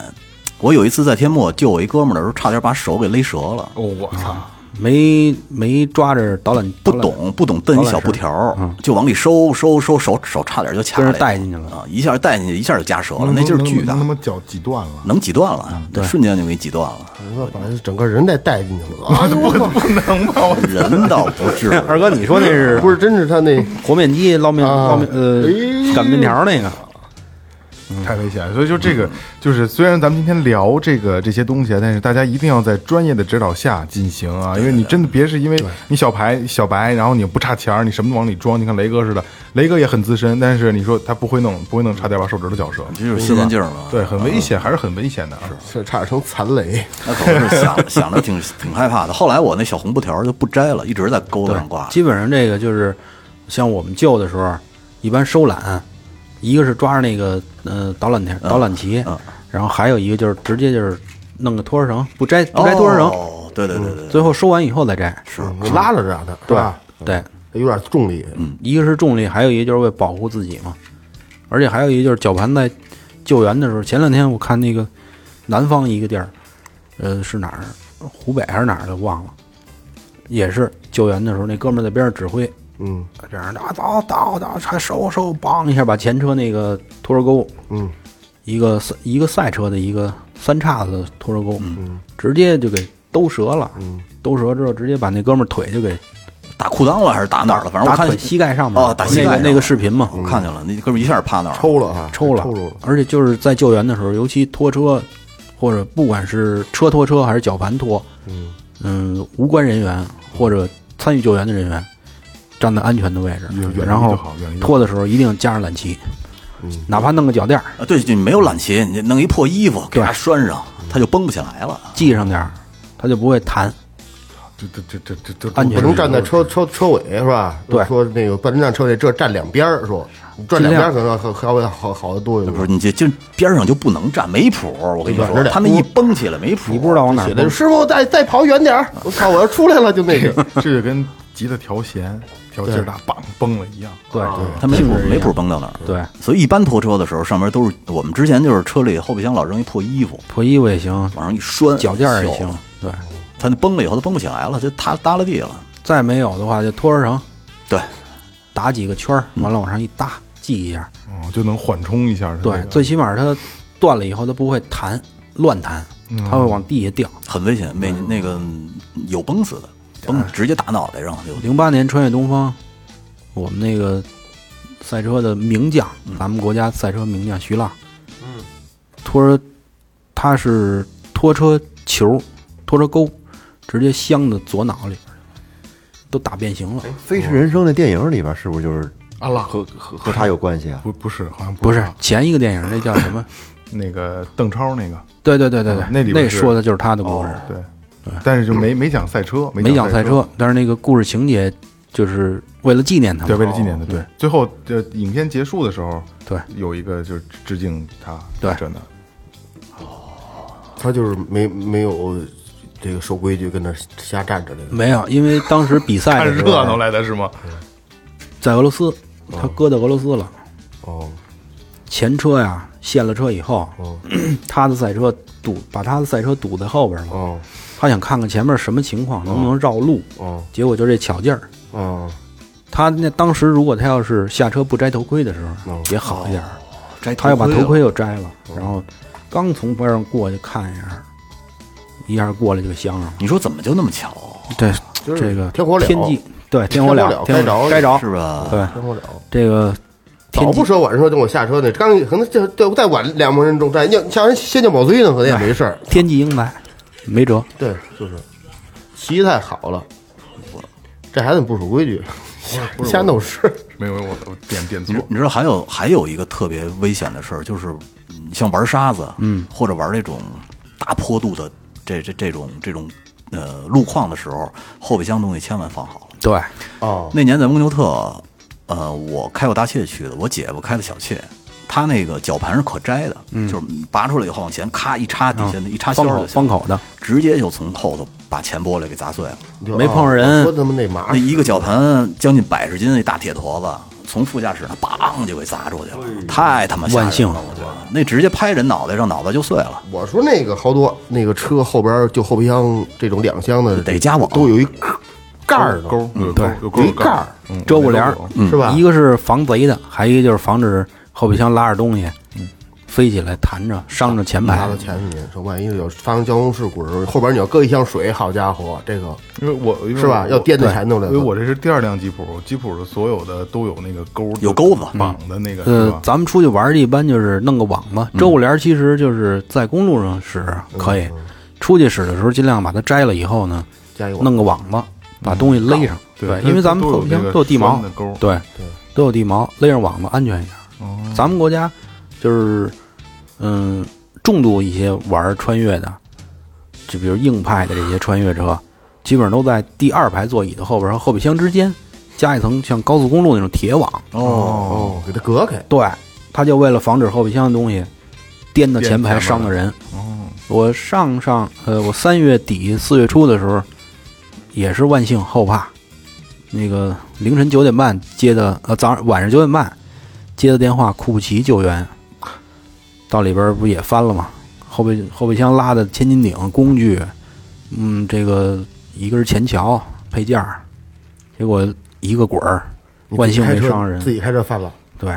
[SPEAKER 6] 我有一次在天漠救我一哥们儿的时候，差点把手给勒折了。
[SPEAKER 3] 哦，我操！
[SPEAKER 7] 没没抓着导览，
[SPEAKER 6] 不
[SPEAKER 7] 导览，
[SPEAKER 6] 懂不懂，蹬一小布条儿，
[SPEAKER 3] 嗯
[SPEAKER 6] 就往里收收收，手手差点就掐
[SPEAKER 7] 跟
[SPEAKER 6] 了，
[SPEAKER 7] 着带进去了
[SPEAKER 6] 啊！一下带进去，一下就夹折了，
[SPEAKER 3] 能
[SPEAKER 6] 那劲儿
[SPEAKER 3] 嗯能
[SPEAKER 6] 巨大
[SPEAKER 3] 能，他嗯妈脚挤断了。
[SPEAKER 6] 能挤断了，对，瞬间就给挤断了。
[SPEAKER 5] 把整个人带带进去 了啊！
[SPEAKER 6] 人倒不至于，
[SPEAKER 7] 二哥，你说那是
[SPEAKER 5] 不是，真是他那
[SPEAKER 7] 和面机、捞面、
[SPEAKER 5] 啊
[SPEAKER 7] 捞面呃
[SPEAKER 5] 哎
[SPEAKER 7] 擀面条儿那个？
[SPEAKER 3] 太危险了。所以就这个，就是虽然咱们今天聊这个这些东西，啊但是大家一定要在专业的指导下进行啊，因为你真的别是因为你小白小白，然后你不差钱儿，你什么都往里装。你看雷哥似的，雷哥也很资深，但是你说他不会弄，不会弄，差点把手指头绞折。
[SPEAKER 6] 这就是新鲜劲儿嘛。
[SPEAKER 3] 对，很危险，还是很危险的啊。
[SPEAKER 5] 这差点成残雷，
[SPEAKER 6] 那可不是想想着挺 挺害怕的。后来我那小红布条儿就不摘了，一直在钩子上挂着。
[SPEAKER 7] 基本上这个就是，像我们救的时候，一般收揽，一个是抓着那个呃导览条导览旗，
[SPEAKER 6] 嗯
[SPEAKER 7] 然后还有一个就是直接就是弄个拖绳，不摘不摘拖绳，
[SPEAKER 6] 哦，对对对对，
[SPEAKER 7] 最后收完以后再摘。
[SPEAKER 6] 是
[SPEAKER 5] 拉着着的，是吧？
[SPEAKER 7] 对，嗯
[SPEAKER 5] 有点重力，
[SPEAKER 7] 一个是重力，还有一个就是为保护自己嘛，而且还有一个就是绞盘在救援的时候，前两天我看那个南方一个地儿，呃是哪儿，湖北还是哪儿的忘了，也是救援的时候，那哥们儿在边上指挥，
[SPEAKER 5] 嗯
[SPEAKER 7] 这样的啊，倒倒倒，还收收，梆一下把前车那个拖车钩，
[SPEAKER 5] 嗯，
[SPEAKER 7] 一个赛一个赛车的一个三叉子的拖车钩，嗯，直接就给兜折了，嗯，兜折之后直接把那哥们儿腿就给
[SPEAKER 6] 打裤裆了还是打哪儿了？反正我
[SPEAKER 7] 打
[SPEAKER 6] 看
[SPEAKER 7] 腿膝盖上面
[SPEAKER 6] 哦打膝盖
[SPEAKER 7] 那
[SPEAKER 6] 上嗯
[SPEAKER 7] 个那个视频嘛，
[SPEAKER 6] 我看见了，那哥们儿一下趴那儿了。
[SPEAKER 5] 抽了啊，
[SPEAKER 7] 抽了，
[SPEAKER 5] 抽着了，
[SPEAKER 7] 而且就是在救援的时候，尤其拖车或者不管是车拖车还是绞盘拖，
[SPEAKER 5] 嗯
[SPEAKER 7] 嗯，无关人员或者参与救援的人员站在安全的位置
[SPEAKER 3] 远，远离
[SPEAKER 7] 然
[SPEAKER 3] 就
[SPEAKER 7] 后
[SPEAKER 3] 好远离就好
[SPEAKER 7] 拖的时候一定加上缆旗，
[SPEAKER 5] 嗯
[SPEAKER 7] 哪怕弄个脚垫儿
[SPEAKER 6] 啊，对，就没有懒骑，你弄一破衣服给它拴上，它就绷不起来了。
[SPEAKER 7] 系上点儿，它就不会弹。
[SPEAKER 3] 这这这这这这
[SPEAKER 7] 安全
[SPEAKER 5] 不能站在车车车尾是吧？
[SPEAKER 7] 对
[SPEAKER 5] 说那个半站车尾这站两边儿说，站两边儿可能还还会好好得多一
[SPEAKER 6] 不
[SPEAKER 5] 点
[SPEAKER 6] 是。你这这边上就不能站，没谱儿。我跟你
[SPEAKER 5] 远着
[SPEAKER 6] 说，
[SPEAKER 5] 点
[SPEAKER 6] 他那一绷起来没谱儿。
[SPEAKER 7] 你不知道往哪
[SPEAKER 5] 写
[SPEAKER 7] 儿
[SPEAKER 5] 的
[SPEAKER 7] 蹦，
[SPEAKER 5] 师傅再再跑远点儿，我操，我要出来了就那个。
[SPEAKER 3] 这就跟吉他调弦调劲儿大，梆崩了一样。
[SPEAKER 7] 对
[SPEAKER 5] 啊
[SPEAKER 6] 他没谱儿，没谱儿绷到哪儿。
[SPEAKER 7] 对，
[SPEAKER 6] 所以一般拖车的时候，上面都是我们之前就是车里后备箱老扔一破衣服，
[SPEAKER 7] 破衣服也行，
[SPEAKER 6] 往上一拴，
[SPEAKER 7] 脚垫儿也
[SPEAKER 6] 袖
[SPEAKER 7] 行
[SPEAKER 6] 子。，
[SPEAKER 7] 对，
[SPEAKER 6] 它那绷了以后，它绷不起来了，就塌耷拉地了。
[SPEAKER 7] 再没有的话就拖绳
[SPEAKER 6] 对，
[SPEAKER 7] 打几个圈儿，完了往上一搭系一下，
[SPEAKER 3] 哦，就能缓冲一下。
[SPEAKER 7] 对，最
[SPEAKER 3] 最
[SPEAKER 7] 起码它断了以后它不会弹乱弹，
[SPEAKER 3] 嗯
[SPEAKER 7] 它会往地下掉。
[SPEAKER 6] 很危险，
[SPEAKER 7] 嗯
[SPEAKER 6] 没那个有崩死
[SPEAKER 3] 嗯
[SPEAKER 6] 的，崩直接打脑袋上就
[SPEAKER 7] 零八年穿越东方，我们那个赛车的名将，
[SPEAKER 3] 嗯
[SPEAKER 7] 咱们国家赛车名将徐浪，嗯，拖他是拖车球，拖车钩直接镶到左脑里边儿，都打变形
[SPEAKER 3] 哎
[SPEAKER 7] 了。
[SPEAKER 4] 《飞驰人生》那电影里边是不是就是
[SPEAKER 3] 阿浪
[SPEAKER 4] 和和和他有关系啊？
[SPEAKER 3] 不不是，好像不
[SPEAKER 7] 不
[SPEAKER 3] 是
[SPEAKER 7] 是前一个电影那 叫什么？
[SPEAKER 3] 那个邓超那个，
[SPEAKER 7] 对对对对对，
[SPEAKER 3] 啊那里边
[SPEAKER 7] 那
[SPEAKER 3] 是
[SPEAKER 7] 说的就是他的故事，
[SPEAKER 3] 对，但是就没没讲赛车，
[SPEAKER 7] 没
[SPEAKER 3] 讲
[SPEAKER 7] 讲赛
[SPEAKER 3] 车，，
[SPEAKER 7] 但是那个故事情节就是为了纪念他
[SPEAKER 3] 对，
[SPEAKER 7] 们。
[SPEAKER 3] 为了纪念他，对，最后这影片结束的时候，
[SPEAKER 7] 对，
[SPEAKER 3] 有一个就是致敬他，
[SPEAKER 7] 对
[SPEAKER 3] 真的，
[SPEAKER 5] 他就是没没有这个守规矩，跟那瞎站着这个。
[SPEAKER 7] 没有，因为当时比赛
[SPEAKER 3] 看
[SPEAKER 7] 的时候啊
[SPEAKER 3] 热闹来的是吗？
[SPEAKER 7] 在俄罗斯，他搁到俄罗斯了。
[SPEAKER 5] 哦，
[SPEAKER 7] 前车呀陷了车以后，
[SPEAKER 3] 哦
[SPEAKER 7] 他的赛车堵，把他的赛车堵在后边了。
[SPEAKER 5] 哦，
[SPEAKER 7] 他想看看前面什么情况，能不能绕路。
[SPEAKER 5] 哦，
[SPEAKER 7] 结果就这巧劲儿，
[SPEAKER 5] 哦，
[SPEAKER 7] 他那当时如果他要是下车不摘头盔的时
[SPEAKER 3] 哦
[SPEAKER 7] 候，也好一点儿。
[SPEAKER 6] 摘
[SPEAKER 7] 他要把头
[SPEAKER 6] 了
[SPEAKER 7] 盔又摘了，然后刚从边上过去看一下，一下过来就镶上了。
[SPEAKER 6] 你说怎么就那么巧？
[SPEAKER 7] 对，
[SPEAKER 5] 就是
[SPEAKER 7] 这个
[SPEAKER 5] 天火燎
[SPEAKER 7] 天际对天火
[SPEAKER 5] 火
[SPEAKER 7] 燎
[SPEAKER 5] 燎
[SPEAKER 7] 天火
[SPEAKER 5] 该
[SPEAKER 7] 该着
[SPEAKER 6] 是吧？
[SPEAKER 7] 对
[SPEAKER 5] 天火燎，
[SPEAKER 7] 这个
[SPEAKER 5] 早
[SPEAKER 7] 天
[SPEAKER 5] 嗯
[SPEAKER 7] 际
[SPEAKER 5] 不说晚说，等我下车呢，刚可能就对再晚两分钟站，要像人先尿保醉呢，可能也没事儿。
[SPEAKER 7] 天际英才没辙，
[SPEAKER 5] 对，就是骑太好了，这孩子不守规矩，瞎瞎弄事。
[SPEAKER 3] 没有，我我点点
[SPEAKER 6] 你
[SPEAKER 3] 错
[SPEAKER 6] 知，你知道还有还有一个特别危险的事儿，就是嗯像玩沙子，嗯，或者玩这种大坡度的这这这种这种呃路况的时候，后备箱东西千万放好了。
[SPEAKER 7] 对，
[SPEAKER 5] 哦，
[SPEAKER 6] 那年在蒙牛特，呃，我开过大切去的，我姐夫开的小切，他那个绞盘是可摘的，就是拔出来以后往前咔一插，底下那一插销
[SPEAKER 7] 嗯
[SPEAKER 6] 儿
[SPEAKER 7] 啊方口
[SPEAKER 6] 就行
[SPEAKER 7] 方口的，
[SPEAKER 6] 直接就从后头把前玻璃给砸碎了。
[SPEAKER 7] 没碰上人
[SPEAKER 5] 啊说他妈那麻
[SPEAKER 6] 那一个绞盘将近百十斤那大铁坨子，从副驾驶那梆就给砸出去了，太他妈吓人了
[SPEAKER 7] 万幸
[SPEAKER 6] 我觉得那直接拍人脑袋，让脑袋就碎了。
[SPEAKER 5] 我说那个好多那个车后边就后备箱这种两厢的
[SPEAKER 6] 得加网
[SPEAKER 5] 都有一盖儿呢，
[SPEAKER 3] 钩有钩有钩
[SPEAKER 5] 有一盖
[SPEAKER 3] 盖
[SPEAKER 5] 儿
[SPEAKER 3] 儿，嗯
[SPEAKER 7] 遮物帘儿
[SPEAKER 3] 我没弄过
[SPEAKER 5] 是吧？
[SPEAKER 7] 一个是防贼的，还一个就是防止后备箱拉着东西飞起来弹着伤着前
[SPEAKER 5] 拿
[SPEAKER 7] 排
[SPEAKER 5] 到。前面，说万一有发生交通事故的时候，后边你要搁一箱水，好家伙，这个
[SPEAKER 3] 因为我因为
[SPEAKER 5] 是吧
[SPEAKER 3] 我
[SPEAKER 5] 要颠着前头来
[SPEAKER 3] 因为我这是第二辆吉普，吉普的所有的都有那个钩，
[SPEAKER 6] 有钩子
[SPEAKER 3] 绑的那个，是
[SPEAKER 7] 呃
[SPEAKER 3] 吧，
[SPEAKER 7] 咱们出去玩儿一般就是弄个网子，遮物帘儿其实就是在公路上使可以，出去使的时候尽量把它摘了以后呢，
[SPEAKER 5] 加一网
[SPEAKER 7] 弄个网子把东西勒上。对，
[SPEAKER 3] 对
[SPEAKER 7] 因为咱们
[SPEAKER 3] 都有
[SPEAKER 7] 后备箱
[SPEAKER 3] 那个
[SPEAKER 7] 都有地
[SPEAKER 3] 拴
[SPEAKER 7] 毛
[SPEAKER 3] 的钩，
[SPEAKER 7] 对，都有地毛，勒上网子安全一点。咱们国家就是，嗯，重度一些玩穿越的，就比如硬派的这些穿越车，基本上都在第二排座椅的后边和后备箱之间加一层像高速公路那种铁网。
[SPEAKER 6] 哦，
[SPEAKER 5] 哦，给它隔开，
[SPEAKER 7] 对，他就为了防止后备箱的东西颠到前排伤了人。
[SPEAKER 5] 哦
[SPEAKER 7] 我上上呃，我三月底四月初的时候，也是万幸后怕，那个凌晨九点半接的，呃，早上晚上九点半接的电话，库布齐救援，到里边儿不也翻了吗？后备后备箱拉的千斤顶工具，嗯，这个一根前桥配件儿，结果一个滚儿，
[SPEAKER 5] 你
[SPEAKER 7] 万幸
[SPEAKER 5] 自
[SPEAKER 7] 没
[SPEAKER 5] 己开车
[SPEAKER 7] 伤人。
[SPEAKER 5] 自己开车犯了，
[SPEAKER 7] 对，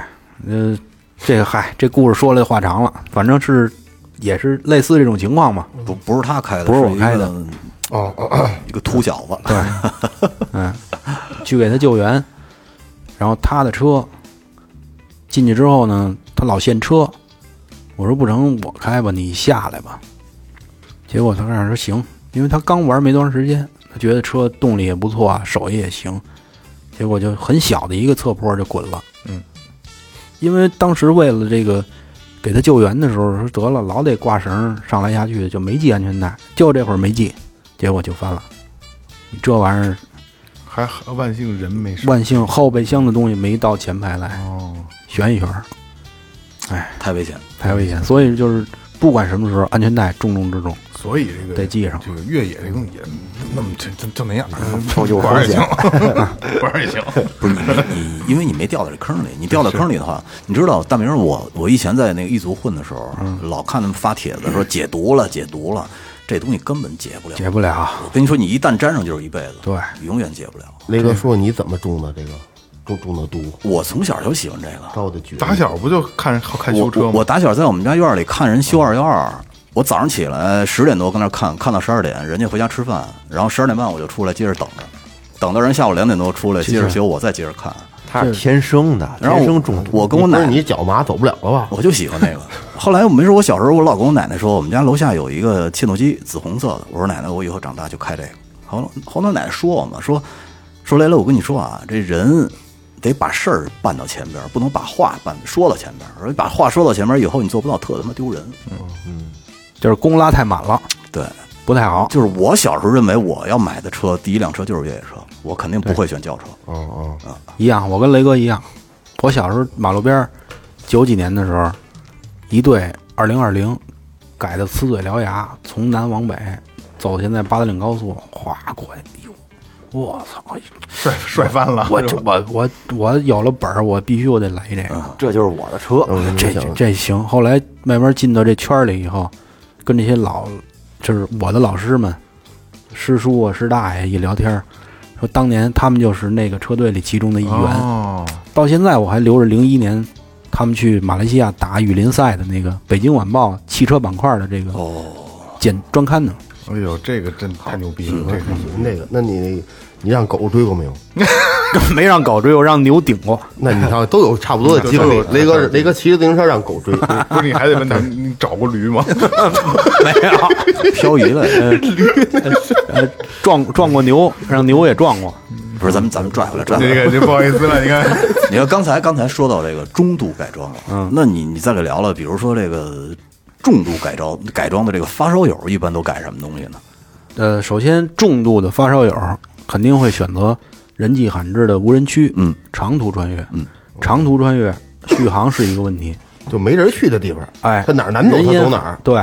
[SPEAKER 7] 呃，这个嗨，这故事说来话长了，反正是也是类似这种情况嘛。
[SPEAKER 6] 不不是他开的，
[SPEAKER 7] 不是我
[SPEAKER 6] 一
[SPEAKER 7] 开
[SPEAKER 6] 个
[SPEAKER 7] 的，
[SPEAKER 5] 哦哦哦，
[SPEAKER 6] 一个秃小子。
[SPEAKER 7] 对，嗯， 去给他救援，然后他的车进去之后呢，他老陷车，我说不成，我开吧，你下来吧。结果他跟我说行，因为他刚玩没多长时间，他觉得车动力也不错啊，手艺也行，结果就很小的一个侧坡就滚了。
[SPEAKER 3] 嗯，
[SPEAKER 7] 因为当时为了这个给他救援的时候说得了，老得挂绳上来下去，就没系安全带，就这会儿没系，结果就翻了。你这玩意儿，
[SPEAKER 3] 还还万幸人没事。
[SPEAKER 7] 万幸后备箱的东西没到前排来，
[SPEAKER 3] 哦，
[SPEAKER 7] 悬一悬儿，
[SPEAKER 6] 太危险，
[SPEAKER 7] 太危险。所以就是不管什么时候，安全带重中之重。
[SPEAKER 3] 所以这个
[SPEAKER 7] 得记上
[SPEAKER 3] 这个越野这东西也那么就就就那样，
[SPEAKER 4] 有
[SPEAKER 3] 玩儿也
[SPEAKER 4] 风险
[SPEAKER 3] 行，玩儿也行。
[SPEAKER 6] 不是你你，你因为你没掉到这坑里， 你掉到坑里的话，你知道大明儿我我以前在那个一族混的时候，
[SPEAKER 7] 嗯
[SPEAKER 6] 老看他们发帖子说解毒了解毒了，这东西根本解不了。
[SPEAKER 7] 解不了，
[SPEAKER 6] 我跟你说，你一旦沾上就是一辈子，
[SPEAKER 7] 对，
[SPEAKER 6] 永远解不了。
[SPEAKER 5] 雷哥说你怎么中的这个中中的毒，
[SPEAKER 6] 我从小就喜欢这个，
[SPEAKER 5] 招的绝，
[SPEAKER 3] 打小不就看好看修
[SPEAKER 6] 我
[SPEAKER 3] 车
[SPEAKER 6] 我
[SPEAKER 3] 吗
[SPEAKER 6] 我？打小在我们家院里看人修二幺二，我早上起来十点多跟那儿看，看到十二点，人家回家吃饭，然后十二点半我就出来接着等着，等到人下午两点多出来接着修，我再接着看。
[SPEAKER 4] 他是天生的，
[SPEAKER 6] 然后
[SPEAKER 4] 天生中毒。
[SPEAKER 6] 我跟我
[SPEAKER 5] 不
[SPEAKER 6] 奶
[SPEAKER 5] 是
[SPEAKER 6] 奶
[SPEAKER 5] 你脚麻走不了了吧？
[SPEAKER 6] 我就喜欢那个。 后来我没事，我小时候我老跟我奶奶说，我们家楼下有一个切诺基，紫红色的。我说奶奶，我以后长大就开这个。后来后来奶奶说我们说说雷雷，我跟你说啊，这人得把事儿办到前边儿，不能把话办说到前边儿。说把话说到前边儿以后，你做不到，特他妈丢人。
[SPEAKER 7] 就是弓拉太满了，
[SPEAKER 6] 对，
[SPEAKER 7] 不太好。
[SPEAKER 6] 就是我小时候认为我要买的车，第一辆车就是越野车，我肯定不会选轿车。
[SPEAKER 7] 一样，我跟雷哥一样，我小时候马路边儿，九几年的时候，一对二零二零改的呲嘴獠牙，从南往北走，现在八达岭高速，哗过去，哟，我操！哎
[SPEAKER 3] 帅帅翻了，
[SPEAKER 7] 我这我我我有了本儿，我必须我得来这个。
[SPEAKER 4] 嗯这就是我的车，
[SPEAKER 7] 这这这行。后来慢慢进到这圈儿里以后，跟这些老，就是我的老师们，师叔啊、师大爷一聊天儿，说当年他们就是那个车队里其中的一员。
[SPEAKER 3] 哦，
[SPEAKER 7] 到现在我还留着零一年他们去马来西亚打雨林赛的那个《北京晚报》汽车板块的这个
[SPEAKER 4] 哦
[SPEAKER 7] 简专刊呢。
[SPEAKER 3] 哎呦，这个真太牛逼了，这个
[SPEAKER 5] 那个，那你你让狗追过没有？
[SPEAKER 7] 没让狗追，我让牛顶过。
[SPEAKER 5] 那你看都有差不多的基本
[SPEAKER 3] 都有
[SPEAKER 5] 力。雷哥是雷哥骑着自行车让狗追，
[SPEAKER 3] 不是你还得问他，你找过驴吗？
[SPEAKER 6] 漂移 了，
[SPEAKER 7] 呃，撞撞过牛，让牛也撞过。
[SPEAKER 6] 不是咱们咱们拽回来拽回
[SPEAKER 3] 这
[SPEAKER 6] 来。
[SPEAKER 3] 个就不好意思了，你看，
[SPEAKER 6] 你看刚才刚才说到这个中度改装了，嗯，那你你再给聊聊，比如说这个重度改装改装的这个发烧友一般都改什么东西呢？
[SPEAKER 7] 呃，首先重度的发烧友肯定会选择人迹罕至的无人区，
[SPEAKER 6] 嗯，
[SPEAKER 7] 长途穿越，嗯，长途穿越续航是一个问题，
[SPEAKER 5] 就没人去的地方。
[SPEAKER 7] 哎，
[SPEAKER 5] 他哪儿难走
[SPEAKER 7] 人
[SPEAKER 5] 他
[SPEAKER 7] 烟
[SPEAKER 5] 走哪儿。
[SPEAKER 7] 对，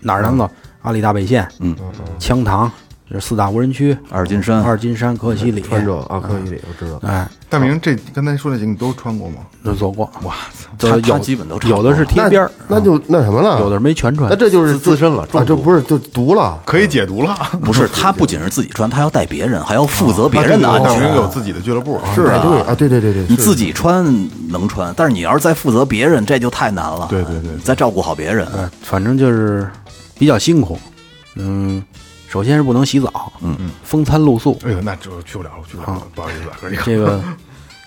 [SPEAKER 7] 哪儿难走？阿里大北线，
[SPEAKER 6] 嗯，
[SPEAKER 7] 羌塘这四大无人区，
[SPEAKER 6] 阿尔金山
[SPEAKER 7] 阿尔金山、可可西里，
[SPEAKER 5] 穿着啊，可以的，我知道。
[SPEAKER 7] 哎，
[SPEAKER 3] 大明，这刚才说那几个你都穿过吗？
[SPEAKER 7] 都走过，
[SPEAKER 3] 哇操，
[SPEAKER 7] 都
[SPEAKER 6] 他
[SPEAKER 7] 呃有
[SPEAKER 6] 基本都差不多
[SPEAKER 7] 有的是贴边儿，
[SPEAKER 5] 那那就那什么了？
[SPEAKER 7] 有的是没全穿
[SPEAKER 5] 那，这就是
[SPEAKER 4] 自身了
[SPEAKER 5] 啊，
[SPEAKER 4] 中毒
[SPEAKER 5] 这不是就毒了？
[SPEAKER 3] 可以解读了。
[SPEAKER 6] 不是他不仅是自己穿，他要带别人，还要负责别人的安
[SPEAKER 3] 大
[SPEAKER 6] 全
[SPEAKER 3] 明。有自己的俱乐部，是
[SPEAKER 5] 哎对啊，对对对对，
[SPEAKER 6] 你
[SPEAKER 5] 是
[SPEAKER 6] 自己穿能穿，但是你要是再负责别人，这就太难了。
[SPEAKER 3] 对对对对
[SPEAKER 6] 你再照顾好别人，
[SPEAKER 7] 哎，反正就是比较辛苦，嗯，首先是不能洗澡，
[SPEAKER 6] 嗯
[SPEAKER 7] 嗯，风餐露宿，
[SPEAKER 3] 哎呦，那就去不了了，去不了了，不好意思，哥，你看
[SPEAKER 7] 这 个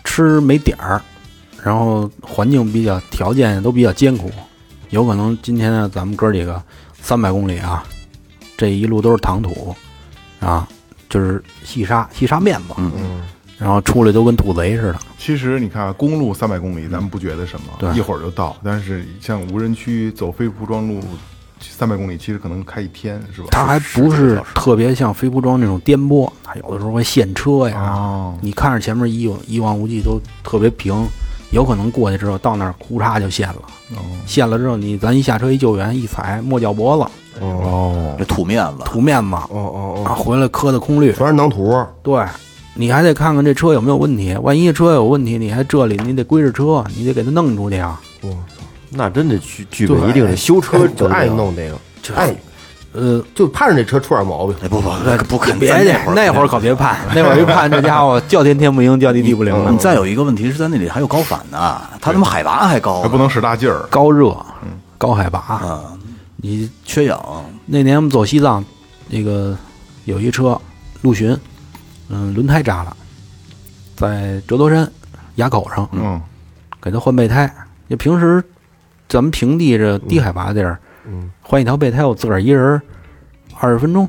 [SPEAKER 7] 吃没点儿，然后环境比较条件都比较艰苦，有可能今天啊咱们哥几个三百公里啊，这一路都是唐土啊，就是细沙细沙面子，嗯，然后出来都跟土贼似的，
[SPEAKER 3] 其实你看，啊公路三百公里，咱们不觉得什
[SPEAKER 7] 嗯对
[SPEAKER 3] 么，一会儿就到。但是像无人区走非铺装路，三百公里其实可能开一天，是吧？
[SPEAKER 7] 它还不是特别像飞铺装那种颠簸，它有的时候会陷车呀，
[SPEAKER 3] 哦
[SPEAKER 7] 你看着前面一一望无际都特别平，有可能过去之后到那儿哭嚓就陷了，陷了之后你咱一下车一救援一踩没脚脖子。
[SPEAKER 3] 哦，
[SPEAKER 6] 这土面子，
[SPEAKER 7] 涂面子，
[SPEAKER 5] 哦哦
[SPEAKER 7] 啊，
[SPEAKER 5] 哦，
[SPEAKER 7] 回来磕的空滤。
[SPEAKER 5] 全是囊图。
[SPEAKER 7] 对，你还得看看这车有没有问题，万一车有问题，你还这里你得归着车，你得给它弄出去啊。
[SPEAKER 4] 那真得具具备一定的修车
[SPEAKER 5] 哎就
[SPEAKER 4] 能力
[SPEAKER 5] 爱弄这个，爱
[SPEAKER 7] 呃，
[SPEAKER 5] 就盼着这车出点毛病。
[SPEAKER 6] 哎不不不不肯
[SPEAKER 7] 别
[SPEAKER 6] 咱
[SPEAKER 7] 那
[SPEAKER 6] 儿
[SPEAKER 7] 那会儿可别盼，那会儿一盼这家伙叫天天不应，叫地地不灵
[SPEAKER 6] 你
[SPEAKER 7] 的。
[SPEAKER 6] 再有一个问题是在那里还有高反呢，他他妈海拔还高
[SPEAKER 3] 还
[SPEAKER 6] 呢，
[SPEAKER 3] 不能使大劲儿，
[SPEAKER 7] 高热，高海拔，
[SPEAKER 6] 啊，
[SPEAKER 7] 你
[SPEAKER 6] 缺氧，
[SPEAKER 7] 那年我们走西藏，那个有一车陆巡，嗯，轮胎扎了，在折多山垭口上，
[SPEAKER 3] 嗯，
[SPEAKER 7] 给它换备胎。就平时咱们平地这低海拔地儿，嗯，换一条备胎，我自个儿一人二十分钟，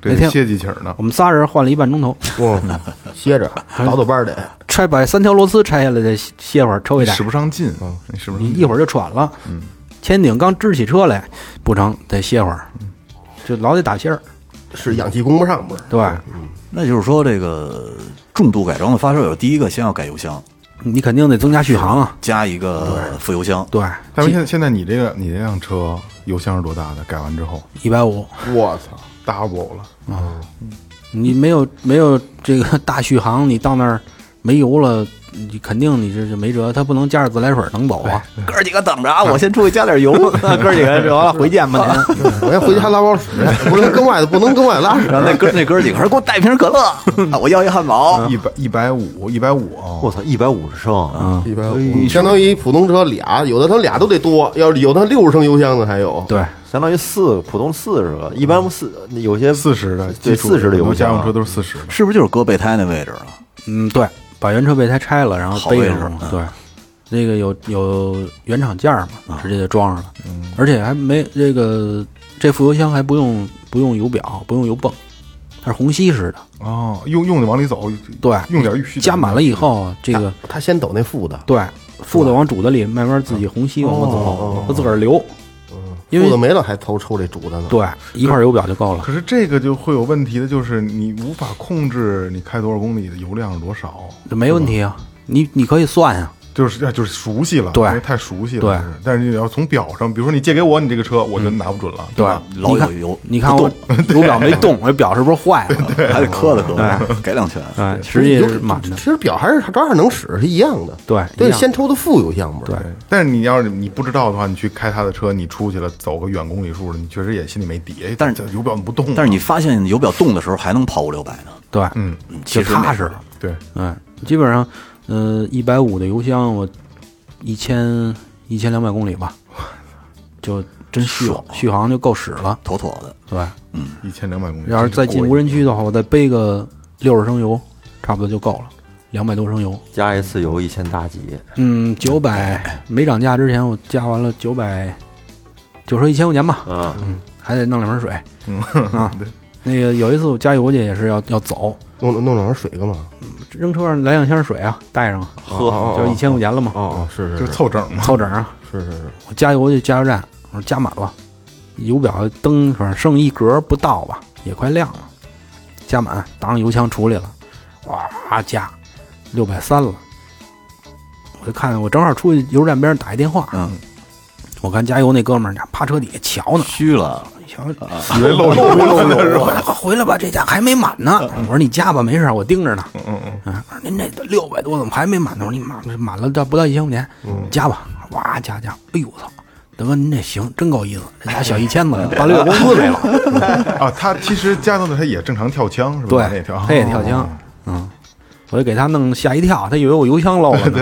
[SPEAKER 3] 这
[SPEAKER 7] 那天
[SPEAKER 3] 歇几气儿呢
[SPEAKER 7] 我。们仨人换了一半 钟头，
[SPEAKER 5] 哇，嗯歇着倒倒班儿得。
[SPEAKER 7] 拆把三条螺丝拆下来，再歇歇会儿，抽一点
[SPEAKER 3] 使，不上劲，你使不上
[SPEAKER 7] 你
[SPEAKER 3] 劲。
[SPEAKER 7] 一会儿就喘了。嗯，前顶刚支起车来，不成，得歇会儿，就老得打气儿。
[SPEAKER 5] 是氧气供不上，不是？
[SPEAKER 7] 对，
[SPEAKER 6] 那就是说这个重度改装的发烧友，第一个先要改油箱，
[SPEAKER 7] 你肯定得增加续航啊。
[SPEAKER 6] 加一个副油箱，
[SPEAKER 7] 对，
[SPEAKER 3] 大明，现在现在你这个你这辆车油箱是多大的？改完之后
[SPEAKER 7] 一百五，
[SPEAKER 5] 我操！
[SPEAKER 3] double 了，
[SPEAKER 7] 你没有没有这个大续航，你到那儿没油了，你肯定你这就没辙，它不能加点自来水能走啊。
[SPEAKER 6] 哥儿几个等着啊，我先出去加点油。啊
[SPEAKER 7] 哥几个完了回见吧您。
[SPEAKER 5] 我先回家拉包屎，不能跟外头，不能跟外拉屎。
[SPEAKER 6] 然后那哥那哥儿几个说：“给我带瓶可乐，啊我要一汉堡。
[SPEAKER 3] 一百一百五，一百五啊！
[SPEAKER 4] 我操，一百五十升，
[SPEAKER 5] 一百五，相当于普通车俩，有的它俩都得多，要是有的六十升油箱的还有。
[SPEAKER 7] 对，
[SPEAKER 4] 相当于四个普通四十个，一般四有些
[SPEAKER 3] 四十的，
[SPEAKER 4] 对
[SPEAKER 3] 基础
[SPEAKER 4] 四十的
[SPEAKER 3] 很多
[SPEAKER 4] 油
[SPEAKER 3] 家
[SPEAKER 4] 箱
[SPEAKER 3] 用
[SPEAKER 4] 啊
[SPEAKER 3] 车都是四十的”。
[SPEAKER 6] 啊是不是就是搁备胎那位置了？
[SPEAKER 7] 嗯，对，把原车备胎拆了，然后
[SPEAKER 6] 好
[SPEAKER 7] 背
[SPEAKER 6] 位
[SPEAKER 7] 上
[SPEAKER 6] 置
[SPEAKER 7] 了
[SPEAKER 6] 嗯
[SPEAKER 7] 对，那个有有原厂件儿嘛，直接就装上了，而且还没这个这副油箱还不用不用油表，不用油泵，它是虹吸式的，
[SPEAKER 3] 哦，用用的往里走，
[SPEAKER 7] 对，
[SPEAKER 3] 用点儿蓄点
[SPEAKER 7] 加满了以后，这个啊
[SPEAKER 5] 他他先抖那副的，
[SPEAKER 7] 对副的往主的里慢慢自己虹吸往过走，它自个儿流，因
[SPEAKER 5] 副的没
[SPEAKER 7] 为
[SPEAKER 5] 了还抽抽这主的呢。，
[SPEAKER 7] 对一块油表就够了。
[SPEAKER 3] 可是这个就会有问题的，就是你无法控制你开多少公里的油量是多少，
[SPEAKER 7] 这没问题啊，你你可以算呀、
[SPEAKER 3] 就是啊就是熟悉了，
[SPEAKER 7] 对
[SPEAKER 3] 因为太熟悉了。
[SPEAKER 7] 对
[SPEAKER 3] 就是，但是你要从表上，比如说你借给我你这个车，我就拿不准了。
[SPEAKER 7] 对
[SPEAKER 3] 吧？，
[SPEAKER 6] 老
[SPEAKER 7] 你看
[SPEAKER 6] 有油
[SPEAKER 7] 你看我 油表没动，我这表是不是坏了？
[SPEAKER 6] 还得磕了磕了，改两拳。
[SPEAKER 7] 哎，实际是满的
[SPEAKER 5] 其。实表还是照样能使，是一样的。
[SPEAKER 7] 对一
[SPEAKER 5] 对，
[SPEAKER 7] 样
[SPEAKER 5] 先抽的副油箱不是？
[SPEAKER 7] 对
[SPEAKER 3] 但是你要是你不知道的话，你去开他的车，你出去了走个远公里数了，你确实也心里没底。哎
[SPEAKER 6] 但是
[SPEAKER 3] 这油表怎么不动啊，
[SPEAKER 6] 但是你发现油表动的时候还能跑五六百呢，
[SPEAKER 7] 对，
[SPEAKER 3] 嗯，
[SPEAKER 6] 其
[SPEAKER 7] 就
[SPEAKER 6] 实
[SPEAKER 7] 踏实了。
[SPEAKER 3] 对，
[SPEAKER 7] 哎，基本上，呃，一百五的油箱，我一千一千两百公里 吧，就真续
[SPEAKER 6] 爽
[SPEAKER 7] 续航就够使了。
[SPEAKER 6] 妥妥的。
[SPEAKER 7] 对，
[SPEAKER 3] 一千两百公里。
[SPEAKER 7] 要是再进
[SPEAKER 3] 过瘾
[SPEAKER 7] 无人区的话，我再背个六十升油，差不多就够了，两百多升油。
[SPEAKER 4] 加一次油一千大几，
[SPEAKER 7] 嗯，九百没涨价之前，我加完了九百，就说一千块钱吧，
[SPEAKER 4] 啊，
[SPEAKER 7] 还得弄两瓶水。啊，那个有一次我加油去也是要要走，
[SPEAKER 5] 弄弄弄两瓶水干嘛？
[SPEAKER 7] 扔车上来两箱水啊，带上
[SPEAKER 4] 呵，
[SPEAKER 7] 就一千块钱了嘛，
[SPEAKER 5] 哦哦，是
[SPEAKER 3] 就是
[SPEAKER 5] 是
[SPEAKER 3] 凑整 嘛。
[SPEAKER 7] 凑整啊。
[SPEAKER 5] 是是是，
[SPEAKER 7] 我加油去加油站，我说加满了，油表灯反正剩一格不到吧，也快亮了，加满，打上油枪处理了，哇加，六百三了。我就看我正好出去油站边上打一电话，
[SPEAKER 6] 嗯，
[SPEAKER 7] 我看加油那哥们儿趴车底下瞧呢，
[SPEAKER 6] 虚了，
[SPEAKER 7] 瞧
[SPEAKER 3] 以为漏油了呢，是吧？
[SPEAKER 7] 我回来吧，这家还没满呢。我说你加吧，没事儿，我盯着呢。嗯嗯嗯。我说您这六百多怎么还没满呢？我说你满满了到不到一千块钱，加吧，哇加加，哎呦我操！大哥，您这行真够意思，这家小一千子，把六工资没了。
[SPEAKER 3] 啊，他其实加到的他也正常跳枪是吧？他也
[SPEAKER 7] 对
[SPEAKER 3] 跳，，
[SPEAKER 7] 他也跳
[SPEAKER 3] 哦。
[SPEAKER 7] 枪，嗯，我就给他弄吓一跳，他以为我油箱漏了
[SPEAKER 3] 对
[SPEAKER 7] 呢。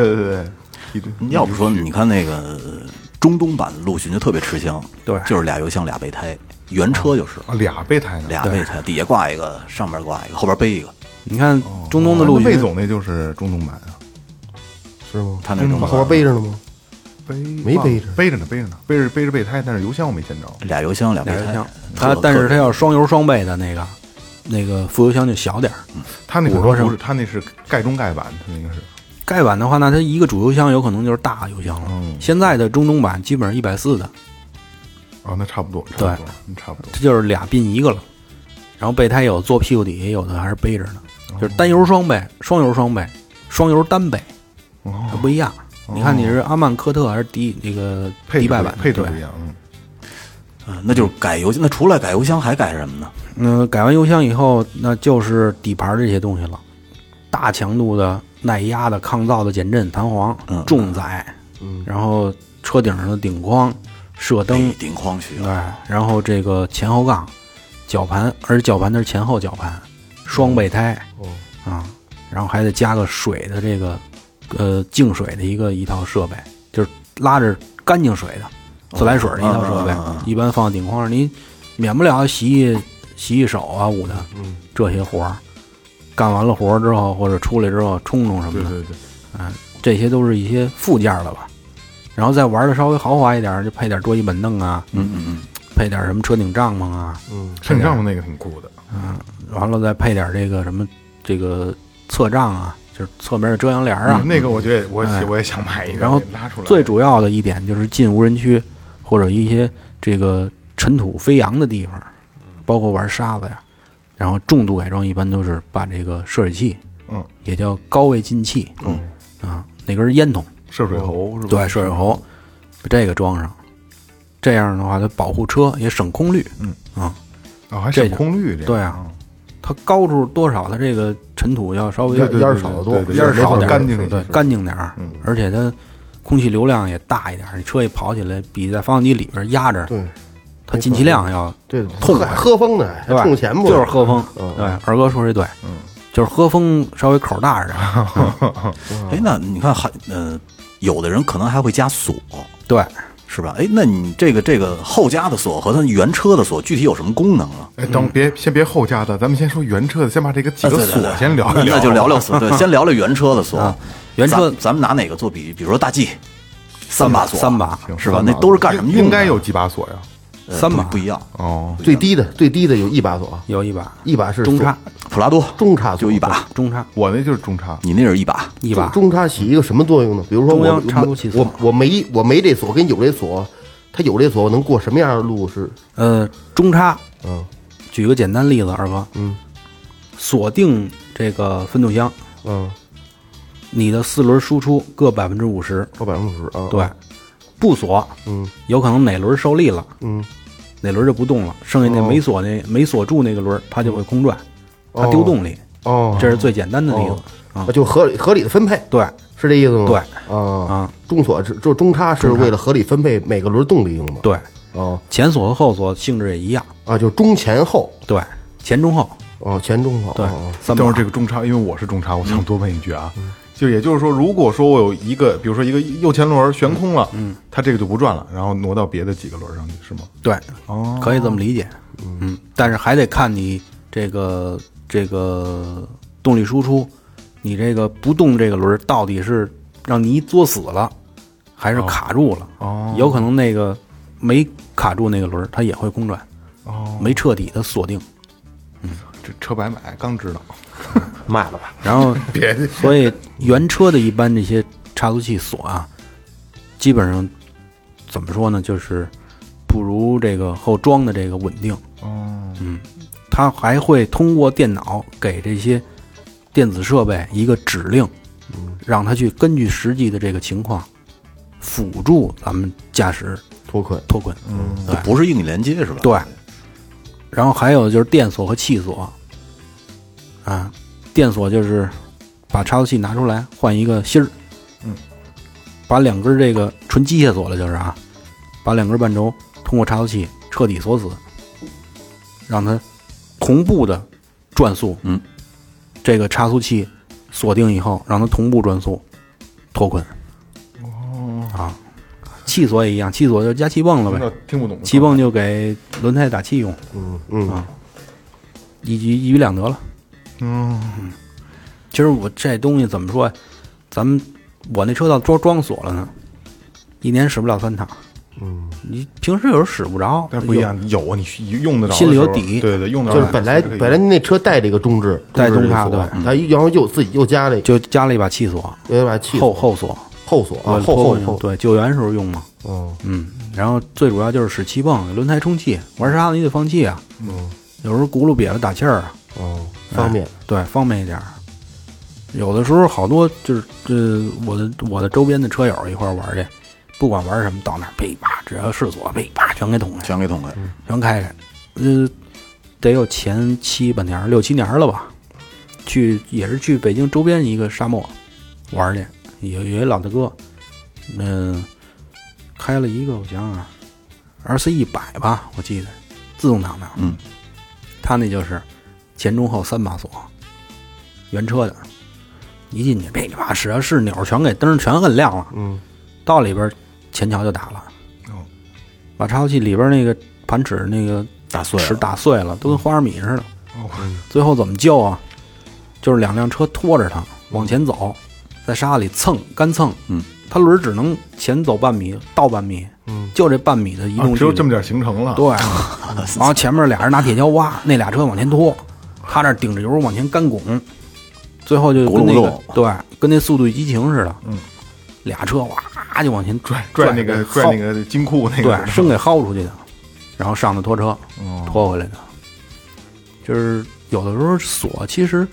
[SPEAKER 3] 对对对，
[SPEAKER 6] 要不说你看那个中东版的陆巡就特别吃香，
[SPEAKER 7] 对
[SPEAKER 6] 就是俩油箱俩备胎，原车就是
[SPEAKER 3] 啊俩备胎呢，
[SPEAKER 6] 俩备胎，底下挂一个，上面挂一个，后边背一个，
[SPEAKER 7] 你看中东的陆
[SPEAKER 3] 哦那魏
[SPEAKER 7] 巡，
[SPEAKER 3] 总那就是中东版啊，
[SPEAKER 5] 是吗？
[SPEAKER 6] 他那中
[SPEAKER 7] 嗯
[SPEAKER 5] 后边背着呢吗？
[SPEAKER 3] 背
[SPEAKER 5] 没背着
[SPEAKER 3] 背着呢，背着呢，背着背着备胎，但是油箱我没见着。
[SPEAKER 6] 俩油箱俩备
[SPEAKER 7] 俩
[SPEAKER 6] 胎
[SPEAKER 7] 油箱，，
[SPEAKER 6] 特
[SPEAKER 7] 他但是
[SPEAKER 6] 特
[SPEAKER 7] 他要双油双备的那个，那个副油箱就小点儿。
[SPEAKER 3] 他那个
[SPEAKER 7] 我说
[SPEAKER 3] 不
[SPEAKER 7] 上
[SPEAKER 3] 是，他那是盖中盖版，他那个是
[SPEAKER 7] 盖板的话，那它一个主油箱有可能就是大油箱了。
[SPEAKER 3] 嗯
[SPEAKER 7] 现在的中东版基本上一百四的，
[SPEAKER 3] 啊，那差不多，差不多，嗯差不多。
[SPEAKER 7] 这就是俩并一个了。然后备胎有坐屁股底下，有的还是背着呢，
[SPEAKER 3] 哦
[SPEAKER 7] 就是单油双备、双油双备、双油单备，它
[SPEAKER 3] 哦，
[SPEAKER 7] 不一样。你看你是阿曼科特还是迪那个
[SPEAKER 3] 配
[SPEAKER 7] 迪
[SPEAKER 3] 置
[SPEAKER 7] 拜
[SPEAKER 3] 不
[SPEAKER 7] 版的？
[SPEAKER 3] 配置
[SPEAKER 7] 对
[SPEAKER 3] 不一样，嗯
[SPEAKER 6] 嗯那就是改油箱。那除了改油箱还改什么呢？
[SPEAKER 7] 嗯，改完油箱以后，那就是底盘这些东西了，大强度的耐压的抗造的减震弹簧
[SPEAKER 6] 嗯，
[SPEAKER 7] 重载，
[SPEAKER 3] 嗯
[SPEAKER 7] 然后车顶上的顶框、射灯嗯
[SPEAKER 6] 哎，顶框需要
[SPEAKER 7] 对，哎然后这个前后杠、绞盘，而且绞盘它是前后绞盘，
[SPEAKER 3] 哦
[SPEAKER 7] 双备胎，啊、然后还得加个水的这个，呃，净水的一个一套设备，就是拉着干净水的自来水的一套设
[SPEAKER 3] 哦
[SPEAKER 7] 备，
[SPEAKER 6] 嗯嗯嗯嗯
[SPEAKER 7] 一般放顶框上，你免不了洗一洗一手啊、捂的，
[SPEAKER 3] 嗯
[SPEAKER 7] 这些活儿，干完了活儿之后或者出来之后冲冲什么
[SPEAKER 3] 对
[SPEAKER 7] 的，
[SPEAKER 3] 对对，
[SPEAKER 7] 这些都是一些附件儿了吧。然后再玩的稍微豪华一点儿，就配点儿桌椅板凳啊，
[SPEAKER 6] 嗯嗯嗯，
[SPEAKER 7] 配点儿什么车顶帐篷啊，
[SPEAKER 3] 衬帐篷那个挺酷的，
[SPEAKER 7] 完了再配点儿这个什么这个侧帐啊，就是侧面的遮阳帘
[SPEAKER 5] 嗯
[SPEAKER 7] 儿啊。
[SPEAKER 3] 嗯那个我觉得我
[SPEAKER 7] 哎
[SPEAKER 3] 我也想买一个，
[SPEAKER 7] 然后
[SPEAKER 3] 给拉出来
[SPEAKER 7] 最主要的一点就是进无人区或者一些这个尘土飞扬的地方，包括玩沙子呀。然后重度改装一般都是把这个涉水器，
[SPEAKER 3] 嗯，
[SPEAKER 7] 也叫高位进气，嗯啊，那根烟筒，
[SPEAKER 3] 涉水喉是吧？
[SPEAKER 7] 对，涉水喉，把这个装上，这样的话它保护车也省空滤，
[SPEAKER 3] 啊，还省
[SPEAKER 7] 这
[SPEAKER 3] 空滤这嗯个，
[SPEAKER 7] 对啊，它高处多少，它这个尘土要稍微
[SPEAKER 3] 对对
[SPEAKER 5] 烟儿少得多
[SPEAKER 3] 对对对
[SPEAKER 7] 烟儿
[SPEAKER 3] 没
[SPEAKER 7] 少
[SPEAKER 3] 错
[SPEAKER 7] 点儿，
[SPEAKER 3] 干净一
[SPEAKER 7] 对
[SPEAKER 3] 些，，
[SPEAKER 7] 干净点儿
[SPEAKER 3] 嗯，
[SPEAKER 7] 而且它空气流量也大一点儿，你车一跑起来，比在发动机里边压着，
[SPEAKER 5] 对
[SPEAKER 7] 它进气量要
[SPEAKER 5] 对，
[SPEAKER 7] 痛快
[SPEAKER 5] 喝喝风的，还
[SPEAKER 7] 对吧？
[SPEAKER 5] 冲钱不？
[SPEAKER 7] 就是喝风，
[SPEAKER 5] 嗯
[SPEAKER 7] 对，二哥说这对，就是喝风稍微口大着点儿，
[SPEAKER 6] 嗯哎，那你看还呃，有的人可能还会加锁，
[SPEAKER 7] 对，
[SPEAKER 6] 是吧？哎，那你这个这个后加的锁和它原车的锁具体有什么功能啊？
[SPEAKER 3] 哎，
[SPEAKER 7] 嗯
[SPEAKER 3] 等别先别后加的，咱们先说原车的，先把这个几
[SPEAKER 7] 啊
[SPEAKER 3] 个
[SPEAKER 6] 啊对对对
[SPEAKER 3] 锁先聊一聊。
[SPEAKER 6] 那就聊聊 锁，对，先聊聊原车的锁。
[SPEAKER 7] 啊原车
[SPEAKER 6] 咱咱们拿哪个做比喻？比如说大 G，三把锁，
[SPEAKER 7] 三
[SPEAKER 3] 嗯
[SPEAKER 7] 把
[SPEAKER 6] 是吧？那都是干什么用的？
[SPEAKER 3] 应该有几把锁呀？
[SPEAKER 6] 呃
[SPEAKER 7] 三把
[SPEAKER 6] 不不一样。
[SPEAKER 3] 哦，
[SPEAKER 5] 最低的最低的有一把锁，
[SPEAKER 7] 有一把
[SPEAKER 5] 一把是
[SPEAKER 7] 中叉，
[SPEAKER 6] 普拉多啊
[SPEAKER 5] 中叉
[SPEAKER 6] 就
[SPEAKER 5] 锁
[SPEAKER 6] 一把，
[SPEAKER 7] 中叉，
[SPEAKER 3] 我那就是中差。
[SPEAKER 6] 你那是一把，
[SPEAKER 7] 一把
[SPEAKER 5] 中中叉起一个什么作用呢？比如说
[SPEAKER 7] 中
[SPEAKER 5] 我
[SPEAKER 7] 央插入器锁
[SPEAKER 5] 我我没我没这锁，跟有这锁，它有这锁我能过什么样的路是？
[SPEAKER 7] 呃，中差，
[SPEAKER 5] 嗯，
[SPEAKER 7] 举个简单例子，二哥，嗯，锁定这个分动箱，
[SPEAKER 5] 嗯，
[SPEAKER 7] 你的四轮输出各百分之五十，
[SPEAKER 5] 过百分之五十啊。
[SPEAKER 7] 对，不锁，
[SPEAKER 5] 嗯，
[SPEAKER 7] 有可能哪轮受力了，
[SPEAKER 5] 嗯，哦
[SPEAKER 7] 哪轮就不动了，剩下那没锁那没锁住那个轮，它就会空转，它丢动力，
[SPEAKER 5] 哦，
[SPEAKER 7] 这是最简单的例子啊
[SPEAKER 5] 啊，，就合理合理的分配
[SPEAKER 7] 对
[SPEAKER 5] 是这意思吗？
[SPEAKER 7] 对
[SPEAKER 5] 啊，
[SPEAKER 7] 啊，
[SPEAKER 5] 中锁是就中叉是为了合理分配每个轮动力用的。
[SPEAKER 7] 对，
[SPEAKER 5] 哦
[SPEAKER 7] 前锁和后锁性质也一样，
[SPEAKER 5] 啊，就中前后
[SPEAKER 7] 对，前中后，
[SPEAKER 5] 哦，前中后
[SPEAKER 7] 对
[SPEAKER 5] 哦，
[SPEAKER 7] 三把
[SPEAKER 3] 但是这个中差，因为我是中差，我想多问一句啊，就也就是说，如果说我有一个，比如说一个右前轮悬空了，嗯，它这个就不转了，然后挪到别的几个轮上去，是吗？
[SPEAKER 7] 对，哦，可以这么理解，嗯，但是还得看你这个这个动力输出，你这个不动这个轮儿到底是让泥作死了，还是卡住了？哦，有可能那个没卡住那个轮儿，它也会空转，哦，没彻底的锁定，
[SPEAKER 3] 这车白买，刚知道。
[SPEAKER 4] 卖了吧，
[SPEAKER 7] 然后
[SPEAKER 3] 别
[SPEAKER 7] 所以原车的一般这些差速器锁啊，基本上怎么说呢，就是不如这个后装的这个稳定。哦，嗯，它还会通过电脑给这些电子设备一个指令，让它去根据实际的这个情况辅助咱们驾驶
[SPEAKER 5] 脱困
[SPEAKER 7] 脱困。嗯，对
[SPEAKER 6] 不是硬件连接是吧？
[SPEAKER 7] 对。然后还有就是电锁和气锁，啊，电锁就是把插头器拿出来换一个芯儿，嗯，把两根这个纯机械锁了就是啊，把两根半轴通过插头器彻底锁死，让它同步的转速，
[SPEAKER 6] 嗯，
[SPEAKER 7] 这个差速器锁定以后，让它同步转速脱困。哦，啊，气锁也一样，气锁就是加气泵了呗
[SPEAKER 3] 听，到听不懂，
[SPEAKER 7] 气泵就给轮胎打气用，啊
[SPEAKER 5] 嗯嗯
[SPEAKER 7] 一举一举两得了。嗯，其实我这东西怎么说呀？咱们我那车倒装装锁了呢，一年使不了三趟。嗯，你平时有时候使不着，
[SPEAKER 3] 但是不一样，有啊你需用得着的时
[SPEAKER 7] 心
[SPEAKER 3] 候，
[SPEAKER 7] 里有底
[SPEAKER 3] 对对，用得着
[SPEAKER 5] 就
[SPEAKER 3] 的时候
[SPEAKER 5] 是本来
[SPEAKER 3] 可以
[SPEAKER 5] 本来那车带这个中置，
[SPEAKER 7] 带
[SPEAKER 5] 中
[SPEAKER 7] 中叉
[SPEAKER 5] 叉
[SPEAKER 7] 对嗯
[SPEAKER 5] 它然后又自己又加了一个
[SPEAKER 7] 就加了一把气锁，
[SPEAKER 5] 有点把气
[SPEAKER 7] 后后锁，
[SPEAKER 5] 后锁啊
[SPEAKER 7] 为了
[SPEAKER 5] 后
[SPEAKER 7] 脱
[SPEAKER 5] 后
[SPEAKER 7] 困用
[SPEAKER 5] 后
[SPEAKER 7] 对救援时候用嘛。
[SPEAKER 5] 哦
[SPEAKER 7] 嗯，然后最主要就是使气泵，轮胎充气，玩沙子你得放气啊。嗯，有时候轱辘瘪了打气儿啊。
[SPEAKER 5] 哦方便
[SPEAKER 7] 对，方便一点儿。有的时候好多就是呃，我的我的周边的车友一块儿玩儿去，不管玩儿什么，到那儿噼啪，只要是锁噼啪全给捅开，
[SPEAKER 6] 全给捅开。
[SPEAKER 7] 全开开。呃，得有前七八年儿、六七年儿了吧？去也是去北京周边一个沙漠玩儿去，有有一老大哥，嗯、开了一个我想想啊，R C 一百吧，我记得自动挡的，
[SPEAKER 6] 嗯，
[SPEAKER 7] 他那就是前中后三把锁，原车的，一进去噼里啪啦，只要是钮儿全给灯儿全摁亮了，
[SPEAKER 5] 嗯，
[SPEAKER 7] 到里边儿前桥就打了，
[SPEAKER 3] 哦，
[SPEAKER 7] 把插头器里边儿那个盘齿那个
[SPEAKER 6] 打碎
[SPEAKER 7] 齿
[SPEAKER 3] 啊
[SPEAKER 6] 了，
[SPEAKER 7] 打碎了，
[SPEAKER 3] 嗯
[SPEAKER 7] 都跟花生米似的，
[SPEAKER 3] 哦
[SPEAKER 7] 最后怎么救啊？就是两辆车拖着他往前走，在沙子里蹭干蹭，
[SPEAKER 6] 嗯，
[SPEAKER 7] 他轮儿只能前走半米，倒半米，嗯，就这半米的移
[SPEAKER 3] 啊
[SPEAKER 7] 动距离、
[SPEAKER 3] 只有这么点行程了。
[SPEAKER 7] 对，然后前面俩人拿铁锹挖，那俩车往前拖，他这顶着油往前干拱，最后就跟那
[SPEAKER 6] 轱辘
[SPEAKER 7] 个
[SPEAKER 6] 不
[SPEAKER 7] 对，跟那《速度与激情》似的，嗯，俩车哇就往前拽
[SPEAKER 3] 拽那个拽那
[SPEAKER 7] 个
[SPEAKER 3] 个金库那
[SPEAKER 7] 薅，
[SPEAKER 3] 个，
[SPEAKER 7] 对，生给薅出去的，然后上的拖车，拖回来的，就是有的时候锁其实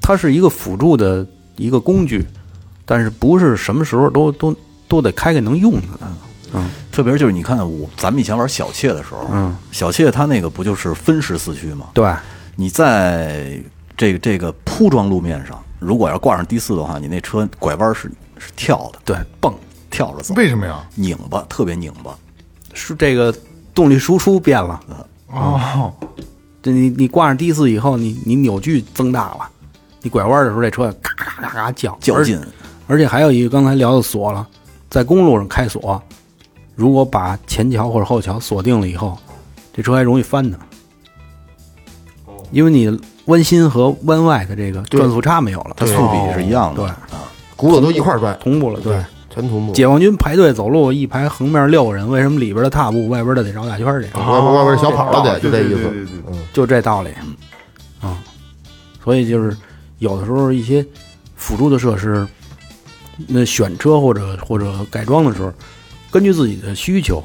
[SPEAKER 7] 它是一个辅助的一个工具，但是不是什么时候都都都得开开能用它的，
[SPEAKER 6] 特别就是你看我，咱们以前玩小妾的时候，
[SPEAKER 7] 嗯，
[SPEAKER 6] 小妾它那个不就是分时四驱吗？
[SPEAKER 7] 对。
[SPEAKER 6] 你在这个这个铺装路面上，如果要挂上低速的话，你那车拐弯是是跳的，
[SPEAKER 7] 对，
[SPEAKER 6] 蹦跳着走，
[SPEAKER 3] 为什么呀？
[SPEAKER 6] 拧巴，特别拧巴。
[SPEAKER 7] 是这个动力输出变了。
[SPEAKER 3] 哦，
[SPEAKER 7] 这你你挂上低速以后，你你扭矩增大了，你拐弯的时候这车咔咔咔咔叫
[SPEAKER 6] 较劲
[SPEAKER 7] 而，而且还有一个刚才聊的锁了，在公路上开锁，如果把前桥或者后桥锁定了以后，这车还容易翻呢，因为你弯心和弯外的这个转速差没有了，
[SPEAKER 6] 它速比是一样的。啊
[SPEAKER 7] 对
[SPEAKER 5] 轱辘都一块儿拽，
[SPEAKER 7] 同步了。对，
[SPEAKER 5] 全同步。
[SPEAKER 7] 解放军排队走路，一排横面六个人，为什么里边的踏步，外边的得绕大圈儿去？
[SPEAKER 5] 啊外边外边小跑了得，就
[SPEAKER 3] 对
[SPEAKER 5] 这
[SPEAKER 3] 啊对
[SPEAKER 5] 意
[SPEAKER 3] 哦对
[SPEAKER 5] 思。
[SPEAKER 3] 对对，
[SPEAKER 7] 就这道理。嗯，所以就是有的时候一些辅助的设施，那选车或者或者改装的时候，根据自己的需求，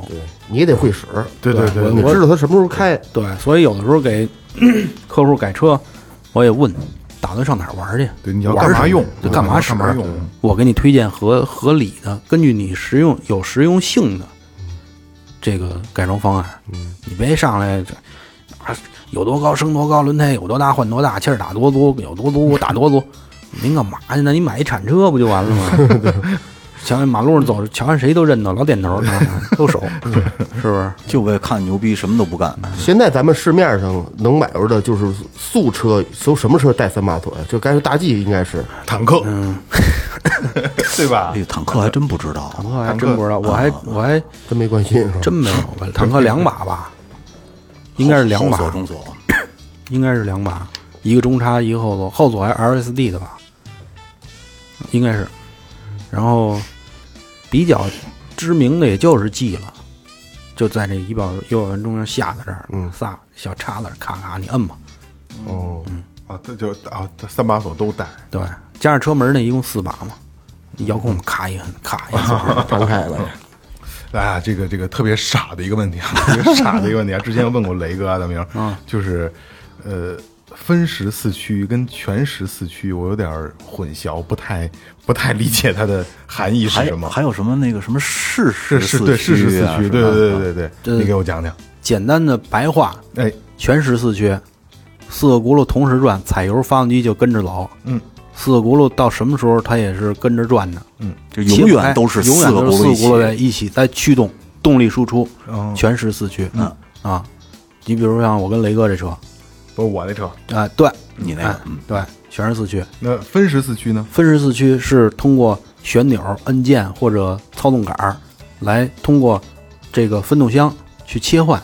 [SPEAKER 5] 你也得会使，
[SPEAKER 3] 对对对
[SPEAKER 5] 你
[SPEAKER 7] 我
[SPEAKER 5] 知道它什么时候开，
[SPEAKER 7] 对，所以有的时候给 客户改车，我也问，打算上哪儿玩去？
[SPEAKER 3] 对，你要
[SPEAKER 7] 玩
[SPEAKER 3] 干嘛
[SPEAKER 7] 什么
[SPEAKER 3] 用？
[SPEAKER 7] 对，干嘛
[SPEAKER 3] 干
[SPEAKER 7] 使
[SPEAKER 3] 嘛用？
[SPEAKER 7] 我给你推荐合合理的，根据你实用有实用性的这个改装方案。
[SPEAKER 3] 嗯
[SPEAKER 7] 你别上来这啊有多高升多高，轮胎有多大换多大，气儿打多足有多足打多 足。您干嘛去呢？你买一铲车不就完了 吗？瞧见马路上走着，瞧见谁都认得，老点头，嗯 勾手，是不是？
[SPEAKER 6] 就为看牛逼，什么都不干。
[SPEAKER 7] 嗯
[SPEAKER 5] 现在咱们市面上能买着的就是素车，都什么车带三把腿？就该是大 G 应该是，
[SPEAKER 3] 坦克， 对吧
[SPEAKER 6] 哎？呦，坦克还真不知道，啊
[SPEAKER 7] 我还真不知道，我
[SPEAKER 3] 啊
[SPEAKER 7] 还我还
[SPEAKER 5] 真没关心。
[SPEAKER 7] 真没有。坦克两把吧，应该是两把
[SPEAKER 6] 后，锁中锁。
[SPEAKER 7] 应该是两把，一个中叉，一个后座，后座还 LSD 的吧，应该是。然后比较知名的也就是 G 了，就在这仪表右摇中间下在这儿，嗯，仨小叉子，咔咔你摁吧，
[SPEAKER 5] 哦，
[SPEAKER 3] 啊，这就啊，这三把锁都带，
[SPEAKER 7] 对，加上车门那一共四把嘛，遥控咔一摁，咔一 摁，
[SPEAKER 5] 张开了，
[SPEAKER 3] 哎呀，这个这个特别傻的一个问题啊，特别傻的一个问题啊！之前问过雷哥啊，大明， 就是，呃，分时四驱跟全时四驱，我有点儿混淆，不太不太理解它的含义是
[SPEAKER 6] 还
[SPEAKER 3] 什么。
[SPEAKER 6] 还有什么那个什么适
[SPEAKER 3] 是
[SPEAKER 6] 时
[SPEAKER 3] 是
[SPEAKER 6] 四
[SPEAKER 3] 对
[SPEAKER 6] 驱
[SPEAKER 3] 是是四
[SPEAKER 6] 啊
[SPEAKER 3] 驱，
[SPEAKER 6] 什
[SPEAKER 3] 对
[SPEAKER 6] 么
[SPEAKER 3] 对
[SPEAKER 6] 的
[SPEAKER 3] 对对对，
[SPEAKER 7] 这
[SPEAKER 3] 你给我讲讲。
[SPEAKER 7] 简单的白话，
[SPEAKER 3] 哎，
[SPEAKER 7] 全时四驱，四个轱辘同时转，踩油发动机就跟着走，
[SPEAKER 3] 嗯，
[SPEAKER 7] 四个轱辘到什么时候它也是跟着转的，
[SPEAKER 6] 就永远都是
[SPEAKER 7] 永
[SPEAKER 6] 四
[SPEAKER 7] 远
[SPEAKER 6] 个
[SPEAKER 7] 都是
[SPEAKER 6] 轱
[SPEAKER 7] 四
[SPEAKER 6] 辘一
[SPEAKER 7] 个轱辘在
[SPEAKER 6] 起。
[SPEAKER 7] 一起在驱动，动力输出，
[SPEAKER 3] 哦
[SPEAKER 7] 全时四驱。
[SPEAKER 6] 嗯
[SPEAKER 7] 啊，你比如像我跟雷哥这车，啊、
[SPEAKER 3] 不是我那车，
[SPEAKER 7] 对，
[SPEAKER 6] 你那
[SPEAKER 7] 哎
[SPEAKER 6] 个，嗯，
[SPEAKER 7] 对，全时四驱。
[SPEAKER 3] 那分时四驱呢？
[SPEAKER 7] 分时四驱是通过旋钮、按键或者操纵杆儿来通过这个分动箱去切换。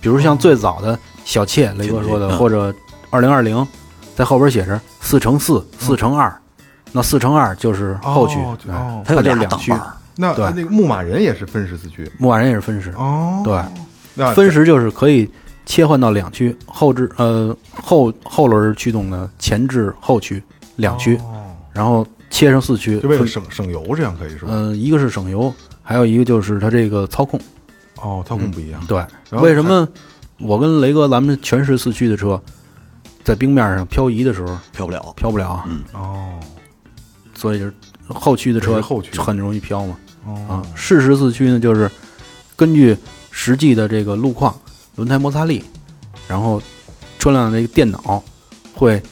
[SPEAKER 7] 比如
[SPEAKER 3] 哦
[SPEAKER 7] 像最早的小妾，雷哥说的，
[SPEAKER 6] 嗯
[SPEAKER 7] 或者二零二零，在后边写着四乘四、四乘二，那四乘二就是后驱
[SPEAKER 3] 嗯哦，
[SPEAKER 7] 哎
[SPEAKER 3] 哦
[SPEAKER 6] 它有
[SPEAKER 7] 它就
[SPEAKER 6] 俩
[SPEAKER 7] 是两
[SPEAKER 6] 挡
[SPEAKER 7] 驱
[SPEAKER 6] 把。儿，
[SPEAKER 3] 那
[SPEAKER 7] 对
[SPEAKER 3] 那个牧马人也是分时四驱
[SPEAKER 7] 牧马人也是分时，
[SPEAKER 3] 哦，
[SPEAKER 7] 对。
[SPEAKER 3] 那
[SPEAKER 7] 分时就是可以切换到两驱，后置呃后后轮驱动的前置后驱两驱，然后切成四驱
[SPEAKER 3] 哦就为了
[SPEAKER 7] 分
[SPEAKER 3] 省省油，这样可以是吧？
[SPEAKER 7] 呃，一个是省油，还有一个就是它这个操控。
[SPEAKER 3] 哦，操控不一样，
[SPEAKER 7] 对，
[SPEAKER 3] 然后
[SPEAKER 7] 为什么我跟雷哥咱们全时四驱的车，在冰面上漂移的时候
[SPEAKER 6] 飘不了。
[SPEAKER 7] 飘不了啊？
[SPEAKER 3] 哦
[SPEAKER 7] 所以就是后驱的
[SPEAKER 3] 也
[SPEAKER 7] 车
[SPEAKER 3] 是后驱
[SPEAKER 7] 很容易飘嘛。啊
[SPEAKER 3] 哦，，
[SPEAKER 7] 适时四驱呢，就是根据实际的这个路况、轮胎摩擦力，然后车辆的这个电脑会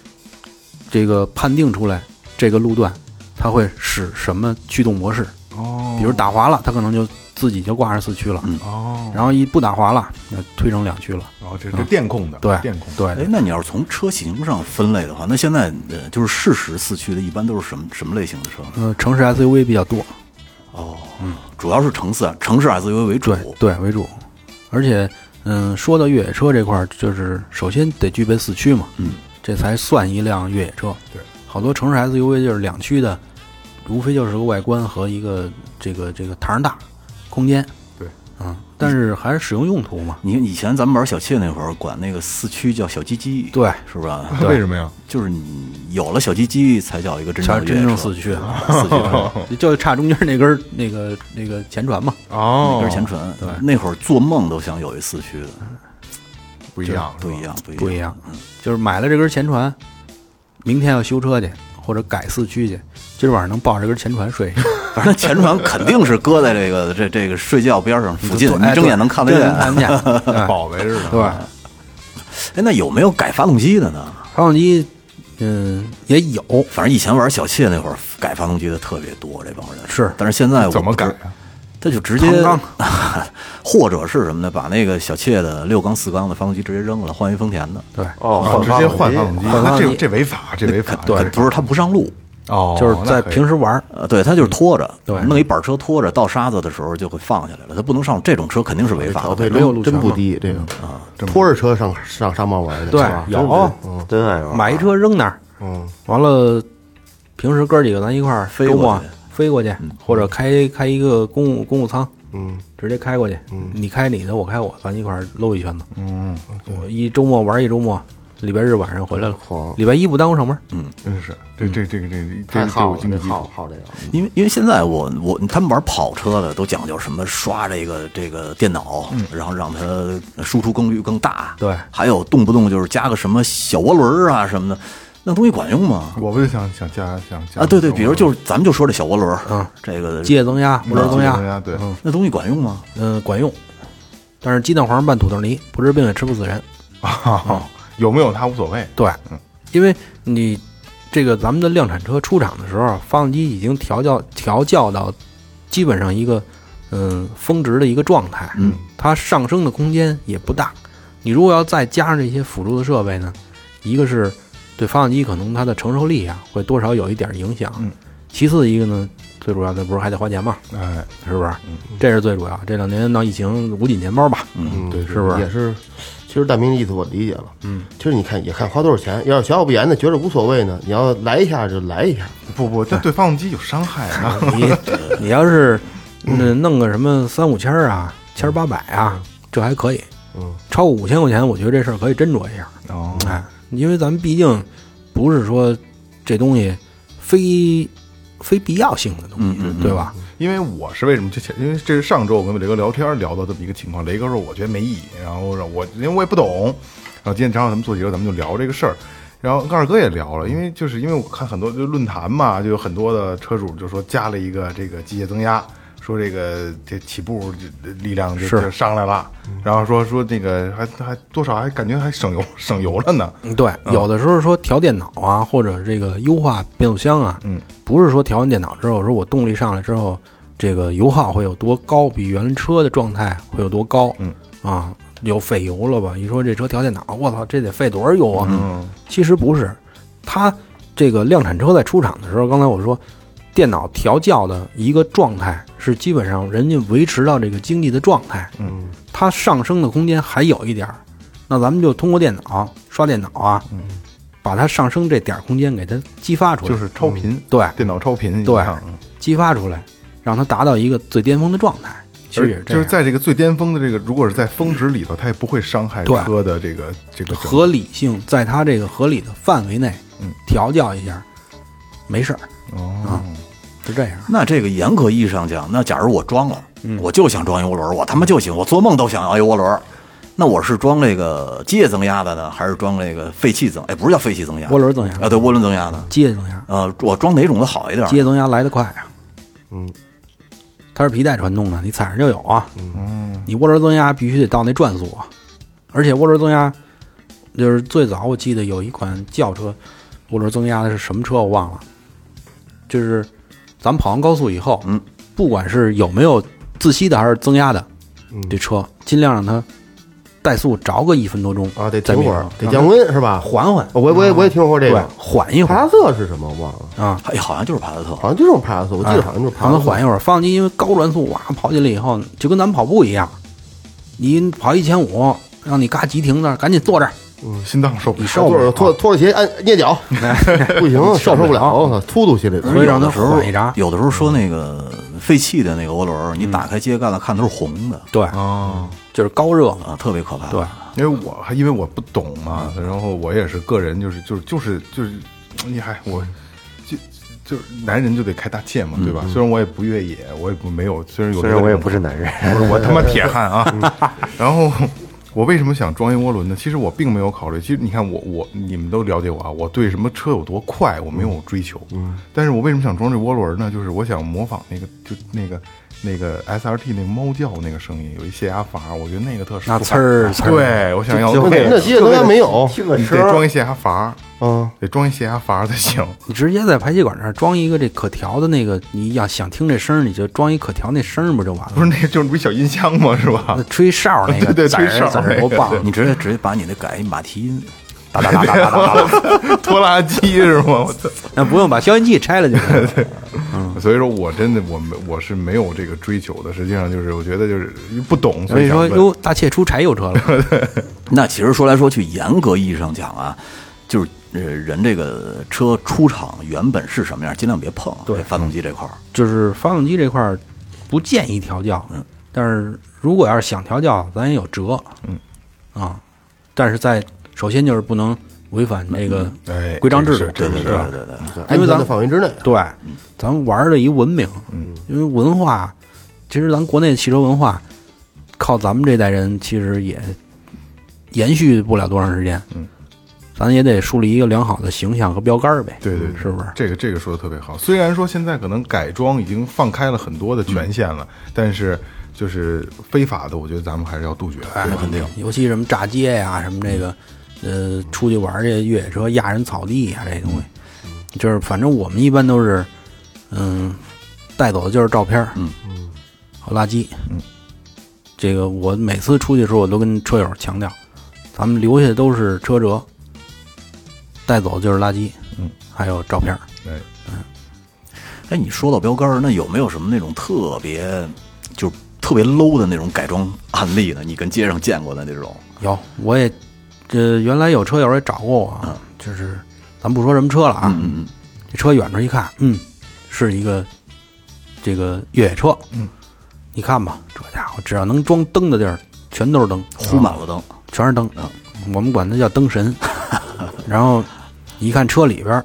[SPEAKER 7] 这个判定出来这个路段它会使什么驱动模式，
[SPEAKER 3] 哦，
[SPEAKER 7] 比如打滑了，它可能就自己就挂上四驱了，
[SPEAKER 3] 哦，
[SPEAKER 7] 然后一不打滑了，那推成两驱了。
[SPEAKER 3] 哦，这这电控的，
[SPEAKER 7] 对，
[SPEAKER 3] 电控，
[SPEAKER 6] 哎
[SPEAKER 7] 对，，
[SPEAKER 6] 那你要是从车型上分类的话，那现在呃就是适时四驱的，一般都是什么什么类型的车呢？
[SPEAKER 7] 呃，城市 SUV 比较多，
[SPEAKER 6] 主要是城市啊城市 SUV 为主
[SPEAKER 7] 对。对为主，而且嗯，说到越野车这块儿，就是首先得具备四驱嘛，
[SPEAKER 6] 嗯，
[SPEAKER 7] 这才算一辆越野车。
[SPEAKER 3] 对，
[SPEAKER 7] 好多城市 SUV 就是两驱的，无非就是个外观和一个这个这个膛大，空间。
[SPEAKER 3] 对，
[SPEAKER 7] 嗯，但是还是使用用途嘛。
[SPEAKER 6] 你看以前咱们玩小妾那会儿，管那个四驱叫小鸡鸡，
[SPEAKER 7] 对
[SPEAKER 6] 是吧？
[SPEAKER 3] 为什么呀？
[SPEAKER 6] 就是你有了小鸡鸡，才叫一个真
[SPEAKER 7] 才
[SPEAKER 6] 正的
[SPEAKER 7] 是
[SPEAKER 6] 越野
[SPEAKER 7] 真正
[SPEAKER 6] 车
[SPEAKER 7] 四驱啊
[SPEAKER 6] 四驱车。
[SPEAKER 7] 就差中间那根儿那个那个前船嘛，
[SPEAKER 3] 哦，
[SPEAKER 6] 那根前唇，那会儿做梦都想有一四驱的，
[SPEAKER 3] 不一样，
[SPEAKER 6] 不一样，不一样，
[SPEAKER 7] 不一样，就是买了这根前船，明天要修车去或者改四驱去，今儿晚上能抱着这根前船睡。
[SPEAKER 6] 反正前船肯定是搁在这个这这个睡觉边上 附近，
[SPEAKER 7] 哎
[SPEAKER 6] 你睁眼能看得
[SPEAKER 7] 对
[SPEAKER 6] 见。
[SPEAKER 7] 能 看得见。
[SPEAKER 3] 是吧，
[SPEAKER 7] 对
[SPEAKER 3] 宝贝似的，
[SPEAKER 7] 对，
[SPEAKER 6] 哎，那有没有改发动机的呢？
[SPEAKER 7] 发动机，嗯，也有，
[SPEAKER 6] 反正以前玩小妾那会儿改发动机的特别多，这帮人
[SPEAKER 7] 是
[SPEAKER 6] 但是现在我
[SPEAKER 3] 怎么
[SPEAKER 6] 不知
[SPEAKER 3] 改啊？
[SPEAKER 6] 他就直接
[SPEAKER 7] 唐缸，
[SPEAKER 6] 或者是什么呢？把那个小妾的六缸四缸的发动机直接扔了，换一丰田的。
[SPEAKER 7] 对，
[SPEAKER 4] 哦，
[SPEAKER 3] 哦，直接换发
[SPEAKER 4] 发
[SPEAKER 3] 动
[SPEAKER 4] 动
[SPEAKER 3] 机，
[SPEAKER 4] 机
[SPEAKER 7] 换发
[SPEAKER 3] 那
[SPEAKER 7] 动
[SPEAKER 3] 这
[SPEAKER 7] 机
[SPEAKER 3] 这违法，这违法，
[SPEAKER 6] 可
[SPEAKER 3] 这
[SPEAKER 6] 不是他不上路，
[SPEAKER 3] 哦，
[SPEAKER 7] 就是在
[SPEAKER 3] 那可以
[SPEAKER 7] 平时玩儿。
[SPEAKER 6] 呃，对，他就是拖着，
[SPEAKER 7] 嗯对
[SPEAKER 6] 弄一板车拖着，到沙子的时候就会放下来了。他不能上这种车，肯定是违法的。
[SPEAKER 5] 这
[SPEAKER 7] 没有路
[SPEAKER 5] 真
[SPEAKER 7] 权
[SPEAKER 5] 不
[SPEAKER 7] 嘛
[SPEAKER 5] 低，
[SPEAKER 3] 嗯
[SPEAKER 5] 这个
[SPEAKER 3] 啊
[SPEAKER 5] 拖着车上上沙漠玩去，
[SPEAKER 7] 对
[SPEAKER 5] 是吧，
[SPEAKER 7] 有
[SPEAKER 4] 真爱啊玩，
[SPEAKER 7] 哦买一车扔那儿，
[SPEAKER 5] 嗯，
[SPEAKER 7] 完了，平时哥几个咱一块儿
[SPEAKER 6] 飞
[SPEAKER 7] 周
[SPEAKER 6] 过
[SPEAKER 7] 末
[SPEAKER 6] 去嗯
[SPEAKER 7] 飞过去，或者开开一个公务公务舱，嗯，直接开过去，你开你的，我开我，咱一块儿搂一圈子，嗯，我一周末玩一周末，礼拜日晚上回来了，礼拜一不耽误上班，
[SPEAKER 6] 嗯
[SPEAKER 3] 真是这这这个这个这
[SPEAKER 5] 嗯太
[SPEAKER 3] 个这
[SPEAKER 5] 耗
[SPEAKER 3] 我
[SPEAKER 5] 了，
[SPEAKER 3] 经济
[SPEAKER 5] 这
[SPEAKER 3] 基
[SPEAKER 5] 耗
[SPEAKER 3] 础，
[SPEAKER 5] 耗这个。
[SPEAKER 6] 因为因为现在我我他们玩跑车的都讲究什么刷这个这个电脑，然后让它输出功率更大，
[SPEAKER 7] 嗯对
[SPEAKER 6] 还有动不动就是加个什么小涡轮儿啊什么的，那东西管用吗？
[SPEAKER 3] 我不就想想加想加
[SPEAKER 6] 啊，对对，
[SPEAKER 3] 我
[SPEAKER 6] 比如就是咱们就说这小涡轮儿，
[SPEAKER 7] 嗯
[SPEAKER 6] 这个
[SPEAKER 7] 机械增压、涡轮
[SPEAKER 3] 嗯
[SPEAKER 7] 增
[SPEAKER 3] 机械增压
[SPEAKER 7] 压，
[SPEAKER 3] 对
[SPEAKER 7] 嗯
[SPEAKER 6] 那东西管用吗？
[SPEAKER 7] 嗯，管用，但是鸡蛋黄拌土豆泥，不治病也吃不死人，嗯
[SPEAKER 3] 啊， 有没有它无所谓，
[SPEAKER 7] 对，因为你这个咱们的量产车出厂的时候，发动机已经调教调教到基本上一个嗯峰值的一个状态，嗯，它上升的空间也不大。你如果要再加上这些辅助的设备呢，一个是对发动机可能它的承受力啊会多少有一点影响，
[SPEAKER 3] 嗯，
[SPEAKER 7] 其次一个呢，最主要的不是还得花钱吗？
[SPEAKER 3] 哎，
[SPEAKER 7] 是不是？这是最主要。这两年闹疫情，捂紧钱包吧。
[SPEAKER 5] 嗯，对，
[SPEAKER 7] 是不是
[SPEAKER 5] 也是？其实大明的意思我理解了。嗯，其实你看也看花多少钱，要是小小不言的，觉着无所谓呢，你要来一下就来一下，
[SPEAKER 3] 不不，这对发动机有伤害啊，
[SPEAKER 7] 你你要是嗯弄个什么三五千儿啊，千儿八百啊，这还可以。
[SPEAKER 5] 嗯，
[SPEAKER 7] 超过五千块钱，我觉得这事儿可以斟酌一下。
[SPEAKER 3] 哦，
[SPEAKER 7] 哎，因为咱们毕竟不是说这东西非非必要性的东西，对吧？
[SPEAKER 3] 因为我是为什么之前，因为这是上周我跟雷哥聊天聊到这么一个情况，雷哥说我觉得没意义，然后让我因为我也不懂，然后今天正好咱们做节目，咱们就聊这个事儿。然后跟二哥也聊了，因为就是因为我看很多就论坛嘛，就有很多的车主就说加了一个这个机械增压，说这个这起步这力量就是就上来了，然后说说那个还还多少还感觉还省油省油了呢，
[SPEAKER 7] 嗯对，有的时候说调电脑啊，或者这个优化变速箱啊，嗯，不是说调完电脑之后，说我动力上来之后，这个油耗会有多高，比原来车的状态会有多高，嗯啊，有费油了吧？一说这车调电脑，我操，这得费多少油啊？嗯，其实不是，它这个量产车在出厂的时候，刚才我说，电脑调教的一个状态是基本上人家维持到这个经济的状态，嗯，它上升的空间还有一点儿，那咱们就通过电脑刷电脑啊，把它上升这点儿空间给它激发出来，
[SPEAKER 3] 就是嗯超频，
[SPEAKER 7] 对
[SPEAKER 3] 电脑超频一
[SPEAKER 7] 对
[SPEAKER 3] 样，嗯
[SPEAKER 7] 激发出来，让它达到一个最巅峰的状态。其实也是
[SPEAKER 3] 而
[SPEAKER 7] 这
[SPEAKER 3] 就
[SPEAKER 7] 样，
[SPEAKER 3] 是在这个最巅峰的这个，如果是在峰值里头，它也不会伤害
[SPEAKER 7] 对
[SPEAKER 3] 车的这个这个整
[SPEAKER 7] 合理性在它这个合理的范围内，
[SPEAKER 3] 嗯
[SPEAKER 7] 调教一下，没事儿，啊
[SPEAKER 3] 哦，
[SPEAKER 7] 是这样。
[SPEAKER 6] 那这个严格意义上讲，那假如我装了，
[SPEAKER 7] 嗯
[SPEAKER 6] 我就想装一涡轮儿，我他妈就行，我做梦都想要一涡轮儿。那我是装这个机械增压的呢，还是装这个废气增？哎，不是叫废气增压，
[SPEAKER 7] 涡轮增压
[SPEAKER 3] 呃
[SPEAKER 6] 啊，对，涡轮增压的。
[SPEAKER 7] 机械增压，
[SPEAKER 6] 呃，我装哪种的好一点儿？
[SPEAKER 7] 机械增压来得快啊，
[SPEAKER 5] 嗯，
[SPEAKER 7] 它是皮带传动的，你踩上就有啊，嗯，你涡轮增压必须得到那转速啊，而且涡轮增压就是最早我记得有一款轿车，涡轮增压的是什么车我忘了，就是咱们跑完高速以后，
[SPEAKER 6] 嗯，
[SPEAKER 7] 不管是有没有自吸的还是增压的，
[SPEAKER 5] 嗯
[SPEAKER 7] 这车尽量让它怠速着个一分多钟
[SPEAKER 5] 啊，得
[SPEAKER 7] 再
[SPEAKER 5] 停会
[SPEAKER 7] 灭
[SPEAKER 5] 儿
[SPEAKER 7] 火，
[SPEAKER 5] 得降
[SPEAKER 3] 嗯
[SPEAKER 5] 温是吧？
[SPEAKER 7] 缓缓，
[SPEAKER 5] 我我也我也听说过这
[SPEAKER 7] 对
[SPEAKER 5] 个，，
[SPEAKER 7] 缓一会
[SPEAKER 5] 帕
[SPEAKER 7] 儿
[SPEAKER 5] 萨特是什么我忘了，
[SPEAKER 7] 啊，
[SPEAKER 6] 哎，好像就是帕萨特。
[SPEAKER 5] 好像就是帕萨特，我记得好像就是
[SPEAKER 7] 让
[SPEAKER 5] 帕萨
[SPEAKER 7] 它
[SPEAKER 5] 特。
[SPEAKER 7] 缓一会儿，发动机因为高转速哇跑起来以后，就跟咱们跑步一样，你跑一千五，让你嘎急停那儿，赶紧坐这儿，
[SPEAKER 3] 嗯心脏受不
[SPEAKER 7] 你
[SPEAKER 3] 了。
[SPEAKER 7] 受不
[SPEAKER 5] 脱
[SPEAKER 7] 了
[SPEAKER 5] 着，脱脱着鞋按捏脚，不行，受受不了，我操，突突起来
[SPEAKER 7] 所
[SPEAKER 5] 了。
[SPEAKER 7] 以让它
[SPEAKER 6] 有的时候
[SPEAKER 7] 缓一嗯闸，
[SPEAKER 6] 有的时候说那个废气的那个涡轮儿，你打开接干了看都是红的
[SPEAKER 7] 对，
[SPEAKER 3] 哦，
[SPEAKER 7] 就是高热嘛，
[SPEAKER 6] 啊，特别可怕。
[SPEAKER 7] 对，
[SPEAKER 3] 因为我还因为我不懂嘛，然后我也是个人，就是就是就是就是，你还我就就是男人就得开大切嘛，
[SPEAKER 7] 嗯
[SPEAKER 3] 对吧？虽然我也不越野，我也不没有，虽然有
[SPEAKER 4] 虽然我也不
[SPEAKER 3] 是
[SPEAKER 4] 是男人，
[SPEAKER 3] 不是我他妈铁汉啊， 然后。我为什么想装一涡轮呢？其实我并没有考虑。其实你看我我你们都了解我啊，我对什么车有多快我没有追求。嗯，但是我为什么想装这涡轮呢？就是我想模仿那个就那个那个 S R T 那个猫叫那个声音，有一泄压阀，我觉得那个特舒服。
[SPEAKER 7] 那呲儿呲儿
[SPEAKER 3] 对，我想要
[SPEAKER 5] 那
[SPEAKER 3] 那
[SPEAKER 5] 那机械增压没有，
[SPEAKER 4] 听个
[SPEAKER 3] 你
[SPEAKER 4] 车
[SPEAKER 3] 得装一泄压阀，
[SPEAKER 5] 嗯，
[SPEAKER 3] 得装一泄压阀才行。
[SPEAKER 7] 你直接在排气管那儿装一个这可调的那个，你要想听这声儿，你就装一可调那声儿不就完了？
[SPEAKER 3] 不是那就是不是小音箱吗？是吧
[SPEAKER 7] 那？吹哨那 个，
[SPEAKER 3] 对对
[SPEAKER 7] 滋儿
[SPEAKER 3] 吹哨
[SPEAKER 7] 滋儿
[SPEAKER 3] 那个
[SPEAKER 7] 多棒！
[SPEAKER 6] 你直接直接把你那改一马蹄音，哒哒哒哒哒 哒哒。
[SPEAKER 3] 拖拉机是吗？我操！
[SPEAKER 7] 那不用
[SPEAKER 3] 哎
[SPEAKER 7] 把消音器拆了就 行了。
[SPEAKER 3] 所以说我真的我没我是没有这个追求的，实际上就是我觉得就是不懂，
[SPEAKER 7] 所以
[SPEAKER 3] 想
[SPEAKER 7] 说，
[SPEAKER 3] 问
[SPEAKER 7] 哟，大切出柴油车了，
[SPEAKER 6] 那其实说来说去，严格意义上讲啊，就是呃，人这个车出厂原本是什么样，尽量别碰啊。
[SPEAKER 7] 对嗯
[SPEAKER 6] 发动机这块儿，
[SPEAKER 7] 就是发动机这块儿不建议调教，但是如果要是想调教，咱也有辙，嗯啊，但是在首先就是不能违反这个
[SPEAKER 3] 哎
[SPEAKER 7] 规章制
[SPEAKER 3] 是
[SPEAKER 7] 度，
[SPEAKER 3] 这个
[SPEAKER 6] 对对
[SPEAKER 3] 是
[SPEAKER 6] 对
[SPEAKER 3] 啊
[SPEAKER 6] 对对对。
[SPEAKER 5] 安全的范围之内。啊
[SPEAKER 7] 对，咱玩的一文明，
[SPEAKER 3] 嗯
[SPEAKER 7] 因为文化，其实咱国内汽车文化，靠咱们这代人其实也延续不了多长时间，
[SPEAKER 3] 嗯，
[SPEAKER 7] 咱也得树立一个良好的形象和标杆儿呗，
[SPEAKER 3] 对对，对
[SPEAKER 7] 是不是？
[SPEAKER 3] 这个这个说的特别好。虽然说现在可能改装已经放开了很多的权限了，
[SPEAKER 7] 嗯
[SPEAKER 3] 但是就是非法的，我觉得咱们还是要杜绝。对吧
[SPEAKER 6] 肯定，
[SPEAKER 7] 哎尤其什么炸街呀、什么这个，呃，出去玩儿这越野车压人草地呀、这些东西，就是反正我们一般都是，嗯，带走的就是照片，嗯和垃圾，嗯，这个我每次出去的时候，我都跟车友强调，咱们留下的都是车辙，带走的就是垃圾，嗯，还有照片儿，
[SPEAKER 3] 哎，
[SPEAKER 6] 哎，你说到标杆儿，那有没有什么那种特别就是特别 low 的那种改装案例呢？你跟街上见过的那种？
[SPEAKER 7] 有，我也这原来有车友也找过我，啊，就是咱不说什么车了啊，
[SPEAKER 6] 嗯嗯
[SPEAKER 7] 这车远处一看，嗯，是一个这个越野车，嗯，你看吧，这家伙只要能装灯的地儿，全都是灯，
[SPEAKER 6] 嗯，糊满了灯，
[SPEAKER 7] 全是灯
[SPEAKER 6] 啊，
[SPEAKER 7] 我们管它叫灯神。 然后一看车里边儿，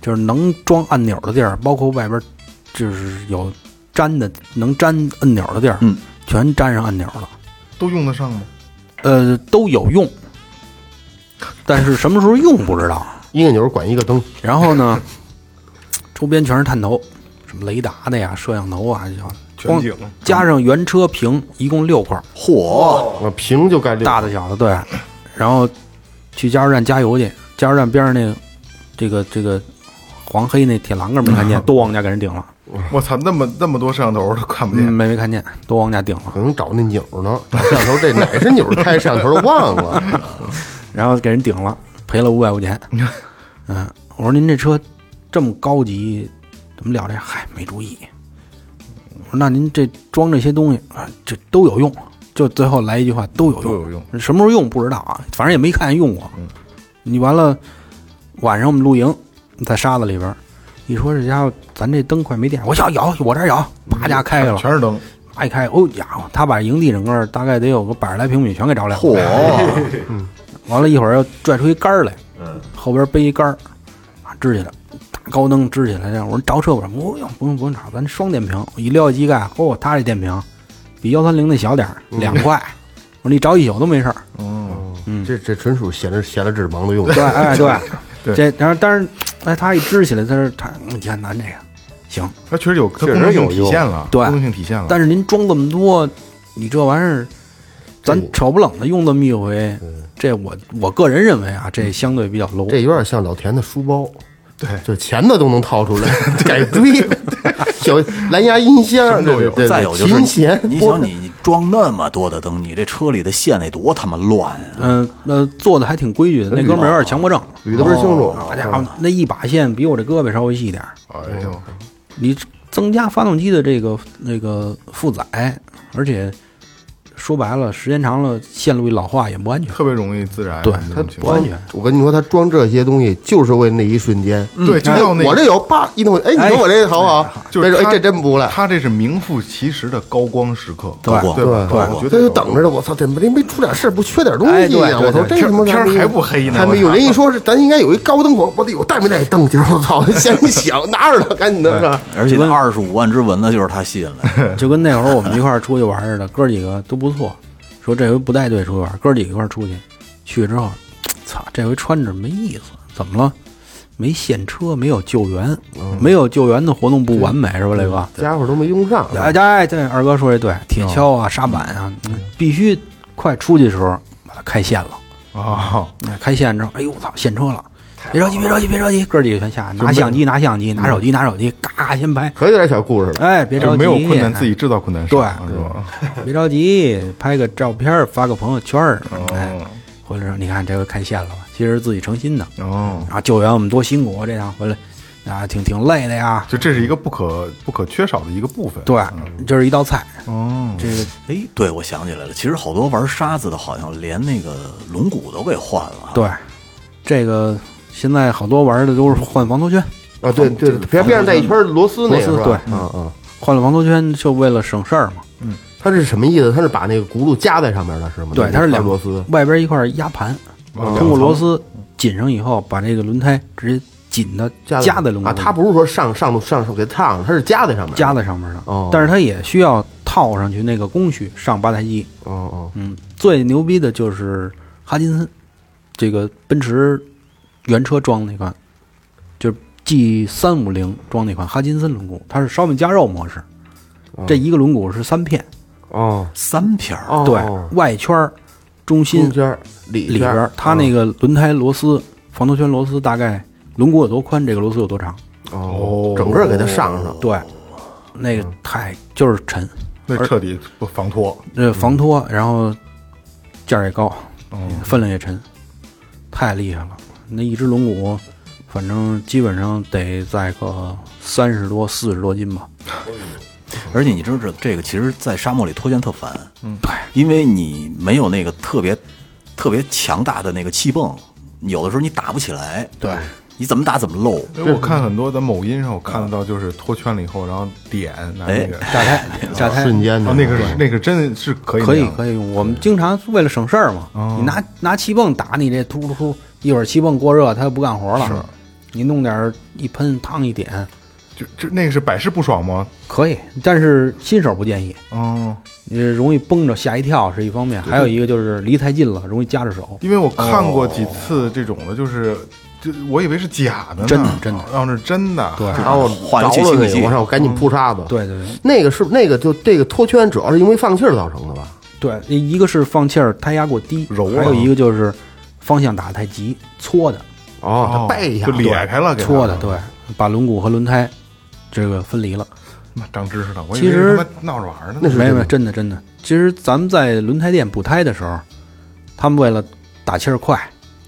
[SPEAKER 7] 就是能装按钮的地儿，包括外边儿就是有粘的能粘按钮的地儿，
[SPEAKER 6] 嗯，
[SPEAKER 7] 全粘上按钮了。
[SPEAKER 3] 都用得上吗？
[SPEAKER 7] 呃，都有用，但是什么时候用不知道。啊
[SPEAKER 5] 一个钮儿管一个灯，
[SPEAKER 7] 然后呢， 周边全是探头，什么雷达的呀、摄像头啊，就
[SPEAKER 3] 全景
[SPEAKER 7] 光加上原车屏，一共六块，
[SPEAKER 6] 嚯，
[SPEAKER 5] 啊，屏就盖六，
[SPEAKER 7] 大的小的对。然后去加油站加油去，加油站边上那个这个这个黄黑那铁栏杆没 看见，都往家给人顶了，
[SPEAKER 3] 我操，那么那么多摄像头都看不
[SPEAKER 7] 嗯，
[SPEAKER 3] 见，
[SPEAKER 7] 没没看见，都往家顶了。
[SPEAKER 5] 可能找那钮儿呢。摄像头这哪是钮儿开摄像头都忘了，
[SPEAKER 7] 然后给人顶了，赔了五百块钱。嗯，我说您这车这么高级，怎么了这？嗨，没注意。我说那您这装这些东西啊，这都有用。就最后来一句话，都有用，
[SPEAKER 3] 都有用。
[SPEAKER 7] 什么时候用不知道啊，反正也没看见用过。你完了，晚上我们露营，在沙子里边儿，一说这家伙咱这灯快没电，我要有，我这儿有，啪家开开了，
[SPEAKER 3] 全是灯，
[SPEAKER 7] 啪一开，哦家伙，他把营地整个大概得有个百十来平米全给着亮了。
[SPEAKER 6] 嚯，
[SPEAKER 7] 完了，一会儿又拽出一杆儿来，嗯，后边背一杆儿，啊，支起来，大高灯支起来，这样我说着车吧，不用不用不用找，咱双电瓶，我一撩机盖，哦，他这电瓶比幺三零那小点儿，两块，我说你着一宿都没事儿，
[SPEAKER 5] 这这纯属闲着闲着置忙的用。
[SPEAKER 7] 对，哎
[SPEAKER 3] 对
[SPEAKER 7] 对，这然后但是哎，他一支起来，他是他你看咱这个行，
[SPEAKER 3] 它确实有，
[SPEAKER 4] 确
[SPEAKER 3] 它
[SPEAKER 4] 实
[SPEAKER 3] 功能性
[SPEAKER 4] 有
[SPEAKER 3] 体
[SPEAKER 4] 用
[SPEAKER 3] 现了，
[SPEAKER 7] 对
[SPEAKER 3] 功能性体现了。
[SPEAKER 7] 但是您装这么多，你这玩意儿。咱扯不冷的用这么一回，这我我个人认为啊，这相对比较 low。
[SPEAKER 5] 这有点像老田的书包，
[SPEAKER 3] 对
[SPEAKER 5] 就是钱的都能掏出来，改堆，小蓝牙音箱，
[SPEAKER 3] 都有
[SPEAKER 5] 对对对
[SPEAKER 6] 再有就
[SPEAKER 5] 琴
[SPEAKER 6] 是
[SPEAKER 5] 弦，
[SPEAKER 6] 你
[SPEAKER 5] 拨
[SPEAKER 6] 想你你装那么多的灯，你这车里的线得多他妈乱啊！
[SPEAKER 7] 嗯，那做的还挺规矩的。那哥们儿有点强迫症，
[SPEAKER 5] 捋的倍儿清楚。
[SPEAKER 7] 好家伙，那一把线比我这胳膊稍微细一点儿。
[SPEAKER 3] 哎呦，
[SPEAKER 7] 你增加发动机的这个那个负载，而且说白了，时间长了线路一老化也 不安全。
[SPEAKER 3] 特别容易自燃，
[SPEAKER 7] 对
[SPEAKER 3] 这
[SPEAKER 7] 它
[SPEAKER 3] 种情
[SPEAKER 7] 不安
[SPEAKER 3] 况。
[SPEAKER 7] 全。
[SPEAKER 5] 哦我跟你说，他装这些东西就是为那一瞬间。
[SPEAKER 3] 对，就
[SPEAKER 5] 哎
[SPEAKER 3] 像那
[SPEAKER 5] 我
[SPEAKER 3] 个
[SPEAKER 5] 这有叭一弄，哎，你
[SPEAKER 7] 哎
[SPEAKER 5] 瞅我这好不好？
[SPEAKER 3] 就是
[SPEAKER 5] 哎，
[SPEAKER 3] 他
[SPEAKER 5] 这真不赖。
[SPEAKER 3] 他这是名副其实的高光时刻，
[SPEAKER 7] 对
[SPEAKER 6] 高光
[SPEAKER 3] 对吧？
[SPEAKER 5] 对，
[SPEAKER 3] 我觉
[SPEAKER 5] 他
[SPEAKER 3] 得
[SPEAKER 5] 就等着呢。我操，怎么这没出点事儿？不缺点东
[SPEAKER 7] 哎
[SPEAKER 5] 西
[SPEAKER 7] 对
[SPEAKER 5] 呀？
[SPEAKER 7] 对
[SPEAKER 5] 我操，
[SPEAKER 7] 对
[SPEAKER 5] 这他妈
[SPEAKER 3] 天
[SPEAKER 5] 让
[SPEAKER 3] 儿
[SPEAKER 5] 人
[SPEAKER 3] 还不黑呢
[SPEAKER 5] 还
[SPEAKER 3] 我
[SPEAKER 5] 没
[SPEAKER 3] 操
[SPEAKER 5] 有人一说是，咱应该有一高灯火，我得有带没带灯今儿？我操， 先一想，拿着它，赶紧的是吧？
[SPEAKER 6] 而且那二十五万只蚊子就是他吸引来的，
[SPEAKER 7] 就跟那会儿我们一块儿出去玩儿似的，哥几个都不错。说这回不带队出去玩儿，哥几个一块儿出去，去之后，操，这回穿着没意思，怎么了？没现车，没有救援，没有救援的活动不完美是吧，雷哥？
[SPEAKER 5] 家伙都没用上，
[SPEAKER 7] 哎哎，对，二哥说的对，铁锹啊、沙板啊，嗯必须快出去的时候把它开线了。
[SPEAKER 3] 啊，
[SPEAKER 7] 哎开线之后，哎呦我操，现车了！嗯别着急，别着急，别着急，哥几个全下，拿相机，拿相机，拿手机，拿手机，嘎先拍。
[SPEAKER 5] 可有点小故事了。
[SPEAKER 7] 哎，别
[SPEAKER 3] 就
[SPEAKER 7] 着急，
[SPEAKER 3] 没有困难自己制造困难少，是吧？
[SPEAKER 7] 哎，别着急，拍个照片儿，发个朋友圈儿。哎
[SPEAKER 3] 哦，
[SPEAKER 7] 回来说，你看这回开线了吧？其实是自己成心的
[SPEAKER 3] 哦，
[SPEAKER 7] 啊。救援我们多辛苦啊，这趟回来啊，挺挺累的呀。
[SPEAKER 3] 就这是一个不可不可缺少的一个部分。
[SPEAKER 7] 对，就是一道菜，
[SPEAKER 3] 哦，
[SPEAKER 7] 这个
[SPEAKER 6] 哎，对，我想起来了，其实好多玩沙子的，好像连那个龙骨都给换了啊。
[SPEAKER 7] 对，这个现在好多玩的都是换防头圈，
[SPEAKER 5] 啊，对对，别边上带一圈螺丝那个是
[SPEAKER 7] 螺丝
[SPEAKER 5] 吧？
[SPEAKER 7] 对
[SPEAKER 5] 嗯嗯，
[SPEAKER 7] 换了防头圈就为了省事儿嘛。
[SPEAKER 5] 它是什么意思？它是把那个轱辘夹在上面的是吗？
[SPEAKER 7] 对，它是
[SPEAKER 5] 两
[SPEAKER 7] 两
[SPEAKER 5] 螺丝，
[SPEAKER 7] 外边一块压盘，嗯通过螺丝紧上以后，把这个轮胎直接紧的
[SPEAKER 5] 夹
[SPEAKER 7] 夹在
[SPEAKER 5] 在
[SPEAKER 7] 轮
[SPEAKER 5] 啊，
[SPEAKER 7] 毂
[SPEAKER 5] 它
[SPEAKER 7] 上，
[SPEAKER 5] 不是说上上上上给烫，它是夹在上面。
[SPEAKER 7] 夹在上面的。
[SPEAKER 5] 哦
[SPEAKER 7] 但是它也需要套上去那个工序上八台机。
[SPEAKER 5] 哦哦，
[SPEAKER 7] 嗯，最牛逼的就是哈金森，这个奔驰原车装那款，就是 G 三五零装那款哈金森轮毂，它是烧饼夹肉模式，这一个轮毂是三片，
[SPEAKER 5] 哦
[SPEAKER 6] 三片儿，
[SPEAKER 5] 哦，
[SPEAKER 7] 对，外圈儿、中心
[SPEAKER 5] 中间儿里
[SPEAKER 7] 里
[SPEAKER 5] 边
[SPEAKER 7] 边
[SPEAKER 5] 儿
[SPEAKER 7] 儿，它那个轮胎螺丝、防脱圈螺丝大概轮毂有多宽，这个螺丝有多长，
[SPEAKER 5] 哦，整个给它上上。
[SPEAKER 7] 对，那个太就是沉，
[SPEAKER 3] 那彻底不防脱。
[SPEAKER 7] 这防脱，
[SPEAKER 5] 嗯
[SPEAKER 7] 然后价儿也高，
[SPEAKER 3] 嗯
[SPEAKER 7] 分量也沉，太厉害了。那一只龙骨，反正基本上得在个三十多、四十多斤吧。
[SPEAKER 6] 而且你知道这这个，其实，在沙漠里拖圈特烦，嗯，对，因为你没有那个特别特别强大的那个气泵，有的时候你打不起来，对，你怎么打怎么漏，
[SPEAKER 3] 因为我看很多在某音上，我看得到就是脱圈了以后，然后点拿
[SPEAKER 5] 哎
[SPEAKER 3] 那个，
[SPEAKER 7] 炸 胎，炸胎
[SPEAKER 5] 瞬间的
[SPEAKER 3] 哦，那个是那个真的是可以啊哦那
[SPEAKER 7] 可以
[SPEAKER 3] 样的
[SPEAKER 7] 可以用。我们经常为了省事儿嘛，你拿拿气泵打你这突突突，一会儿气泵过热，它就不干活了。你弄点儿一喷，烫一点
[SPEAKER 3] 就就那个是百试不爽吗？
[SPEAKER 7] 可以，但是新手不建议。
[SPEAKER 3] 哦，
[SPEAKER 7] 你容易崩着吓一跳是一方面，还有一个就是离太近了容易夹着手。
[SPEAKER 3] 因为我看过几次这种的，就是就我以为是假的呢，
[SPEAKER 7] 真的真的
[SPEAKER 3] 然后是真的，对
[SPEAKER 5] 然后
[SPEAKER 6] 化
[SPEAKER 5] 着了
[SPEAKER 6] 油器清
[SPEAKER 5] 那
[SPEAKER 6] 洗机
[SPEAKER 5] 个，我让我赶紧扑沙子。，
[SPEAKER 7] 嗯对对对
[SPEAKER 5] 那个是那个就这个脱圈，主要是因为放气儿造成的吧？
[SPEAKER 7] 对，一个是放气儿胎压过低，
[SPEAKER 3] 柔啊
[SPEAKER 7] 还有一个就是方向打得太急，搓的
[SPEAKER 5] 哦，它掰一下
[SPEAKER 3] 就裂开了，给它啊
[SPEAKER 7] 搓的，，对，把轮毂和轮胎这个分离了。
[SPEAKER 3] 妈长知识了，我以
[SPEAKER 7] 其
[SPEAKER 3] 为
[SPEAKER 7] 实
[SPEAKER 3] 他妈闹着玩呢。
[SPEAKER 5] 那是
[SPEAKER 7] 没有没有，
[SPEAKER 5] 真
[SPEAKER 7] 真的真的。其实咱们在轮胎店补胎的时候，他们为了打气儿快，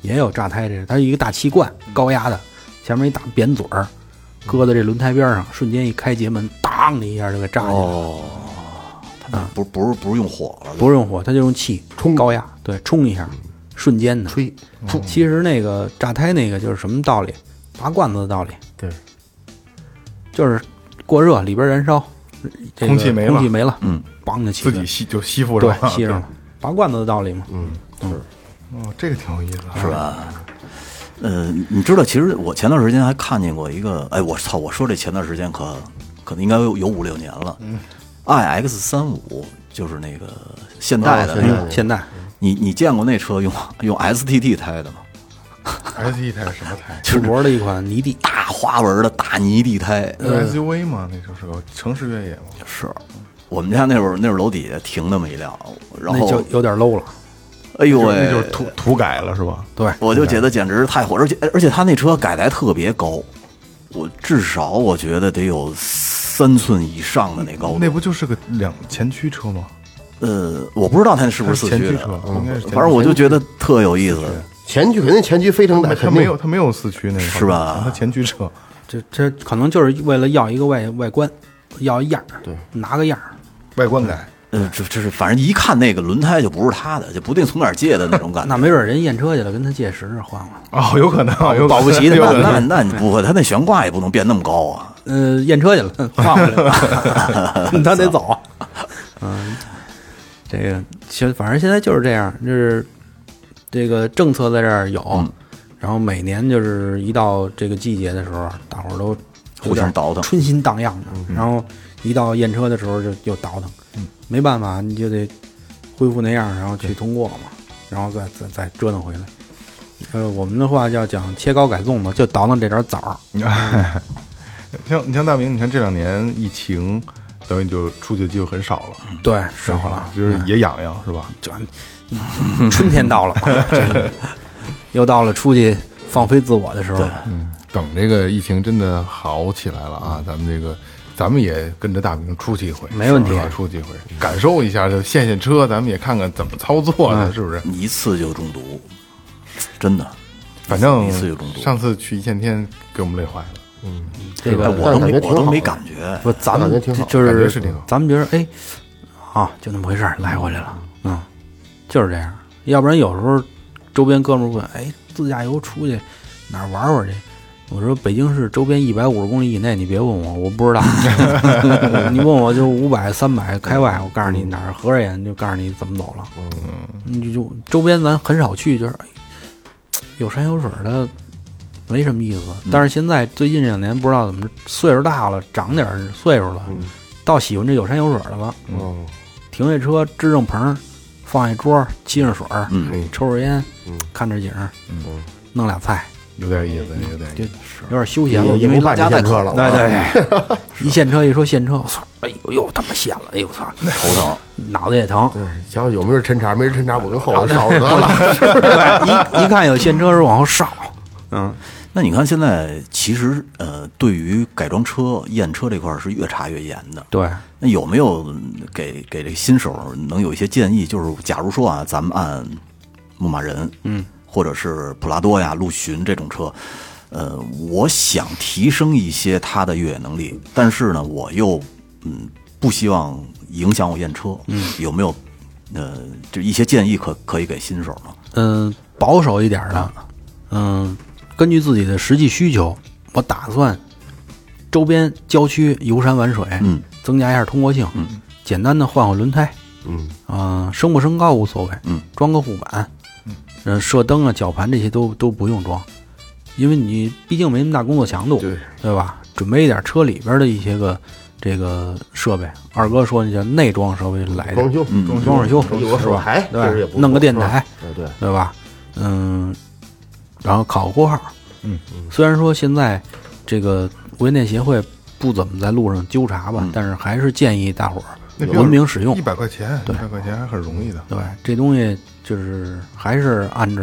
[SPEAKER 7] 也有炸胎这个，它是一个大气罐，高压的，前面一大扁嘴儿，搁在这轮胎边上，瞬间一开节门，当的一下就给炸进来了。
[SPEAKER 3] 哦
[SPEAKER 6] 它不不是不是用火了，
[SPEAKER 7] 不是用火，它就用气冲高压，对，冲一下，瞬间的吹。其实那个炸胎那个就是什么道理？拔罐子的道理，
[SPEAKER 5] 对，
[SPEAKER 7] 就是过热里边燃烧，这个
[SPEAKER 3] 空气没了
[SPEAKER 7] 空气没了，
[SPEAKER 6] 嗯，
[SPEAKER 7] 梆就起
[SPEAKER 3] 自
[SPEAKER 7] 来
[SPEAKER 3] 己吸就吸附上
[SPEAKER 7] 对
[SPEAKER 3] 了，
[SPEAKER 7] 吸上了， 嗯拔罐子的道理嘛。
[SPEAKER 3] 对哦，这个挺有意思，
[SPEAKER 6] 是？吧？呃，你知道，其实我前段时间还看见过一个，哎，我操！我说这前段时间可可能应该有有五六年了。i x 三五就是那个现代
[SPEAKER 3] 啊
[SPEAKER 6] 的那个，
[SPEAKER 7] 嗯，现在
[SPEAKER 6] 你你见过那车用用 STT 胎的吗？
[SPEAKER 3] S E 胎是什么胎？
[SPEAKER 7] 土博的一款泥地，
[SPEAKER 6] 大花纹的大泥地胎，
[SPEAKER 3] S U V 吗？那就是个城市越野吗？
[SPEAKER 6] 是我们家那会儿那会儿楼底下停那么一辆， 然
[SPEAKER 7] 那就
[SPEAKER 6] 后
[SPEAKER 7] 有点 low 了。
[SPEAKER 6] 哎呦
[SPEAKER 3] 就是那就
[SPEAKER 6] 喂
[SPEAKER 3] 是，土土改了是吧？
[SPEAKER 7] 对，
[SPEAKER 6] 我就觉得简直是太火，而且而且他那车改的还特别高，我至少我觉得得有三寸以上的那高
[SPEAKER 3] 那
[SPEAKER 6] 度。
[SPEAKER 3] 不就是个两前驱车吗？
[SPEAKER 6] 呃，我不知道他是不是四
[SPEAKER 3] 前
[SPEAKER 6] 驱
[SPEAKER 3] 驱
[SPEAKER 6] 的
[SPEAKER 3] 车，
[SPEAKER 6] 嗯
[SPEAKER 3] 应该是前驱
[SPEAKER 6] 反正我就觉得特有意思。
[SPEAKER 5] 前驱肯定前驱非常大，
[SPEAKER 3] 它
[SPEAKER 5] 肯
[SPEAKER 3] 没
[SPEAKER 5] 定
[SPEAKER 3] 有它没有四驱那个
[SPEAKER 6] 是吧
[SPEAKER 3] 它前驱车，
[SPEAKER 7] 这这可能就是为了要一个外外观，要一样，对，拿个样儿。
[SPEAKER 3] 外观改。
[SPEAKER 6] 呃，这这是反正一看那个轮胎就不是他的，就不定从哪儿借的那种感觉
[SPEAKER 7] 那。没准人验车去了，跟他借时换换。
[SPEAKER 3] 哦，有可能，有可能
[SPEAKER 7] 保不齐
[SPEAKER 3] 有可
[SPEAKER 7] 呢
[SPEAKER 3] 能
[SPEAKER 6] 那那你不会，他那悬挂也不能变那么高啊。
[SPEAKER 7] 呃，验车去了， 换回 来了， 他得走。嗯，这个其实反正现在就是这样，就是这个政策在这儿有，
[SPEAKER 6] 嗯
[SPEAKER 7] 然后每年就是一到这个季节的时候，大伙儿都
[SPEAKER 6] 互相倒腾
[SPEAKER 7] 春心荡漾的。然后一到验车的时候就又倒腾，没办法，你就得恢复那样，然后去通过嘛，然后再再再折腾回来。呃，我们的话叫讲切糕改粽子，就倒腾这点儿枣儿。
[SPEAKER 3] 像你像大明，你看这两年疫情，等于就出去的机会很少了，
[SPEAKER 7] 对，是
[SPEAKER 3] 然后
[SPEAKER 7] 了。
[SPEAKER 3] 啊就是也痒痒是吧？
[SPEAKER 7] 就春天到了，这又到了出去放飞自我的时候了。
[SPEAKER 3] 嗯等这个疫情真的好起来了啊，咱们这个。咱们也跟着大明出去一回，
[SPEAKER 7] 没问题
[SPEAKER 3] 是吧出去一回，感受一下，就现现车，咱们也看看怎么操作的，是不是？
[SPEAKER 6] 一次就中毒，真的。
[SPEAKER 3] 反正
[SPEAKER 6] 一次就中毒
[SPEAKER 3] 上次去一线天给我们累坏了。
[SPEAKER 7] 这
[SPEAKER 6] 哎
[SPEAKER 7] 个
[SPEAKER 6] 我都
[SPEAKER 5] 但是感
[SPEAKER 6] 没
[SPEAKER 5] 觉挺
[SPEAKER 6] 我都
[SPEAKER 5] 好
[SPEAKER 6] 没
[SPEAKER 5] 的
[SPEAKER 6] 感觉，
[SPEAKER 7] 不，咱们
[SPEAKER 5] 感觉挺好
[SPEAKER 7] 就
[SPEAKER 3] 感觉
[SPEAKER 7] 是
[SPEAKER 3] 是挺好
[SPEAKER 7] 咱们觉得哎，啊，就那么回事儿，来回来了，嗯，就是这样。要不然有时候周边哥们儿问，哎，自驾游出去哪儿玩玩去？我说北京市周边一百五十公里以内，你别问我，我不 知道。你问我就五百、三百开外，我告诉你哪儿合着眼，就告诉你怎么走了。嗯，你就周边咱很少去，就是哎有山有水的，没什么意思。
[SPEAKER 3] 嗯
[SPEAKER 7] 但是现在最近这两年不知道怎么着，岁数大了，长点儿岁数
[SPEAKER 3] 嗯
[SPEAKER 7] 了，倒喜欢这有山有水的了。
[SPEAKER 5] 嗯，
[SPEAKER 7] 停下车，支上棚，放一桌，沏上水儿，
[SPEAKER 6] 嗯
[SPEAKER 7] 抽着烟，看着景儿，
[SPEAKER 5] 嗯
[SPEAKER 7] 弄俩菜，
[SPEAKER 3] 有点意思，有点意
[SPEAKER 7] 就
[SPEAKER 3] 思。
[SPEAKER 7] 有点休闲了。
[SPEAKER 5] 也也
[SPEAKER 7] 因
[SPEAKER 5] 不
[SPEAKER 7] 为
[SPEAKER 5] 办
[SPEAKER 6] 拉
[SPEAKER 5] 这现
[SPEAKER 6] 家带
[SPEAKER 5] 车
[SPEAKER 6] 口
[SPEAKER 5] 了，啊
[SPEAKER 6] 对对，
[SPEAKER 7] 一现车一说现车，我操，哎呦呦，他妈现了，哎呦我操，
[SPEAKER 6] 头疼。
[SPEAKER 7] 脑袋也疼。
[SPEAKER 5] 嗯瞧有没有人抻茬，没人抻茬，我跟后头烧得了。
[SPEAKER 7] 一一看有现车是往后稍，
[SPEAKER 6] 嗯，那你看现在其实呃，对于改装车、验车这块儿是越查越严的。
[SPEAKER 7] 对，
[SPEAKER 6] 那有没有嗯给给这新手能有一些建议？就是假如说啊，咱们按牧马人，嗯，或者是普拉多呀、陆巡这种车，呃，我想提升一些它的越野能力，但是呢，我又嗯不希望影响我验车，嗯，有没有呃就一些建议可可以给新手呢？
[SPEAKER 7] 嗯，保守一点儿的，嗯，根据自己的实际需求，我打算周边郊区游山玩水，
[SPEAKER 6] 嗯，
[SPEAKER 7] 增加一下通过性，嗯，简单的换换轮胎，
[SPEAKER 5] 嗯
[SPEAKER 7] 啊、升不升高无所谓，
[SPEAKER 6] 嗯，
[SPEAKER 7] 装个护板，嗯，射灯啊、绞盘这些都都不用装，因为你毕竟没那么大工作强度，对吧？准备一点车里边的一些个这个设备，二哥说那叫内装设备 来
[SPEAKER 5] 装
[SPEAKER 7] 点，
[SPEAKER 5] 修，
[SPEAKER 6] 嗯，
[SPEAKER 7] 装饰修，
[SPEAKER 5] 有个
[SPEAKER 7] 是
[SPEAKER 5] 手
[SPEAKER 7] 吧？
[SPEAKER 5] 台，其实也
[SPEAKER 7] 对
[SPEAKER 5] 不，错
[SPEAKER 7] 弄个电台，，
[SPEAKER 5] 是吧哎对，
[SPEAKER 7] 对吧？嗯，然后考个过号。
[SPEAKER 3] 嗯，
[SPEAKER 7] 虽然说现在这个无线电协会不怎么在路上纠察吧，但是还是建议大伙
[SPEAKER 3] 嗯那
[SPEAKER 7] 儿
[SPEAKER 3] 标准
[SPEAKER 7] 文明使用
[SPEAKER 3] 一。百块钱，一
[SPEAKER 7] 对
[SPEAKER 3] 百块钱还很容易的。
[SPEAKER 7] 对，这东西就是还是按照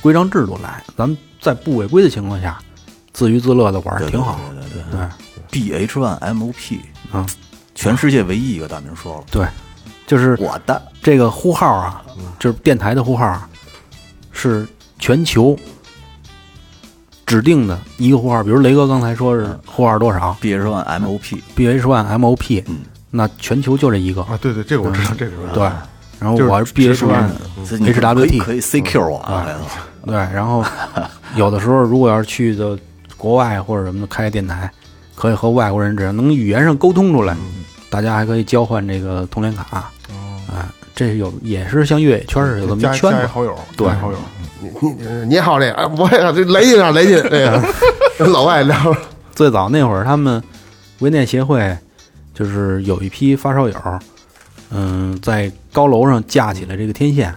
[SPEAKER 7] 规章制度来，咱们在不违规的情况下，自娱自乐的玩儿
[SPEAKER 6] 对
[SPEAKER 7] 挺好。
[SPEAKER 6] 对对对
[SPEAKER 7] 对
[SPEAKER 6] B H One M O P
[SPEAKER 7] 啊，
[SPEAKER 6] 全世界唯一一个大明说了，
[SPEAKER 7] 对，就是
[SPEAKER 6] 我的
[SPEAKER 7] 这个呼号啊，就是电台的呼号啊，是全球指定的一个呼号。比如雷哥刚才说是呼号多少
[SPEAKER 6] B H One M O P，
[SPEAKER 7] ，BH One MOP，
[SPEAKER 6] 嗯，
[SPEAKER 7] 那全球就这一个，
[SPEAKER 3] 啊，对对，这个我知道，这个我知
[SPEAKER 7] 对
[SPEAKER 3] 道。。
[SPEAKER 7] 然后
[SPEAKER 3] 就是
[SPEAKER 7] 我是 BH
[SPEAKER 3] 直属于
[SPEAKER 7] One，
[SPEAKER 6] 这你
[SPEAKER 7] HWT
[SPEAKER 6] 可以 C Q 我啊，
[SPEAKER 7] 对。然后有的时候如果要是去的国外或者什么的开电台，可以和外国人只要能语言上沟通出来，大家还可以交换这个通联卡，啊，这是有也是像越野圈似的有这么
[SPEAKER 3] 加
[SPEAKER 7] 一圈
[SPEAKER 3] 加一
[SPEAKER 7] 子。
[SPEAKER 3] 好友，加一好友，
[SPEAKER 5] 你你好这，哎我也这雷进啊雷进，这个 跟老外聊，
[SPEAKER 7] 最早那会儿，他们维电协会就是有一批发烧友，嗯，在高楼上架起了这个天线，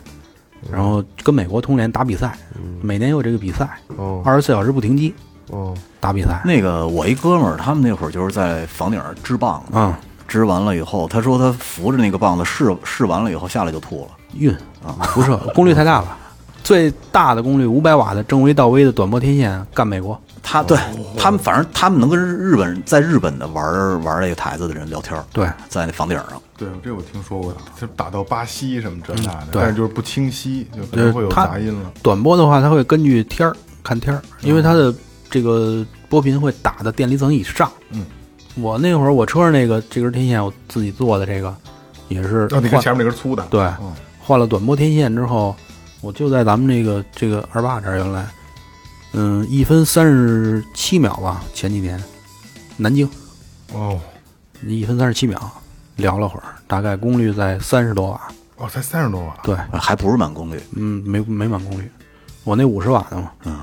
[SPEAKER 7] 然后跟美国通联打比赛，每年有这个比赛，
[SPEAKER 5] 哦
[SPEAKER 7] 二十四小时不停机
[SPEAKER 3] 嗯
[SPEAKER 5] 哦，
[SPEAKER 7] 打比赛。
[SPEAKER 6] 那个我一哥们儿，他们那会儿就是在房顶上支棒子，
[SPEAKER 7] 嗯，
[SPEAKER 6] 支完了以后，他说他扶着那个棒子试试完了以后下来就吐了，
[SPEAKER 7] 晕啊，辐射功率太大了，最大的功率五百瓦的正微到微的短波天线干美国，
[SPEAKER 6] 他对他们反正他们能跟日本人在日本的玩儿玩儿这个台子的人聊天儿，
[SPEAKER 7] 对
[SPEAKER 6] 在那房顶上，
[SPEAKER 3] 对，这我听说过，就打到巴西什么这那的，
[SPEAKER 7] 对
[SPEAKER 3] 但是就是不清晰，就可
[SPEAKER 7] 就是
[SPEAKER 3] 能会有
[SPEAKER 7] 它
[SPEAKER 3] 杂音了。
[SPEAKER 7] 短波的话，它会根据天儿看天儿，因为它的这个波频会打到电离层以上。
[SPEAKER 3] 嗯，
[SPEAKER 7] 我那会儿我车上那个这根天线，我自己做的这个也是
[SPEAKER 3] 哦，你看
[SPEAKER 7] 换
[SPEAKER 3] 前面那根粗的，
[SPEAKER 7] 对
[SPEAKER 3] 嗯，
[SPEAKER 7] 换了短波天线之后，我就在咱们这个这个二八这儿原来，嗯，一分三十七秒吧，前几年南京
[SPEAKER 3] 哦
[SPEAKER 7] 一分三十七秒聊了会儿，大概功率在三十多瓦，
[SPEAKER 3] 哦，才三十多瓦，
[SPEAKER 7] 对，
[SPEAKER 6] 还不是满功率，
[SPEAKER 7] 嗯，没没满功率，我那五十瓦的嘛，嗯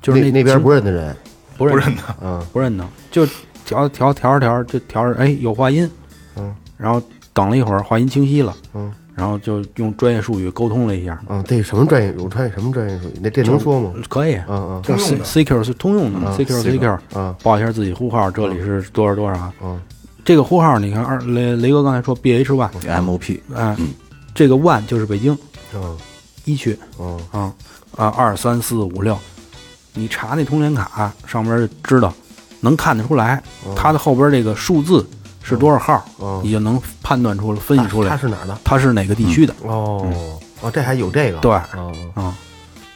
[SPEAKER 7] 就是
[SPEAKER 5] 那
[SPEAKER 7] 那
[SPEAKER 5] 那边不认嗯得人，
[SPEAKER 7] 不认
[SPEAKER 3] 不认得，
[SPEAKER 7] 不认得，就调调调着调着就调着，哎，有话音，
[SPEAKER 5] 嗯，
[SPEAKER 7] 然后等了一会儿，话音清晰了，
[SPEAKER 5] 嗯，
[SPEAKER 7] 然后就用专业术语沟通了一下，
[SPEAKER 5] 嗯，这什么专业？我专业什么专业术语？那这能说吗？
[SPEAKER 7] 可以，
[SPEAKER 5] 嗯
[SPEAKER 7] 就 C C Q 是通用的
[SPEAKER 5] 嗯
[SPEAKER 7] ，C Q C Q，
[SPEAKER 5] 嗯
[SPEAKER 7] 报一下自己呼号，这里是多少多少，啊
[SPEAKER 5] 嗯，
[SPEAKER 7] 这个呼号你看二雷雷哥刚才说 B H one，
[SPEAKER 6] M O P
[SPEAKER 7] 哎，这个 one 就是北京
[SPEAKER 5] 嗯
[SPEAKER 7] 一区，
[SPEAKER 5] 嗯
[SPEAKER 7] 啊啊，二三四五六，你查那通联卡上面就知道，能看得出来，
[SPEAKER 5] 哦
[SPEAKER 7] 它的后边这个数字是多少号，
[SPEAKER 5] 嗯
[SPEAKER 7] 你就能判断出来、分析出
[SPEAKER 5] 他
[SPEAKER 7] 来
[SPEAKER 5] 是哪儿的？
[SPEAKER 7] 它是哪个地区的。
[SPEAKER 5] 嗯哦哦，这还有这个
[SPEAKER 7] 对
[SPEAKER 5] 哦
[SPEAKER 7] 啊，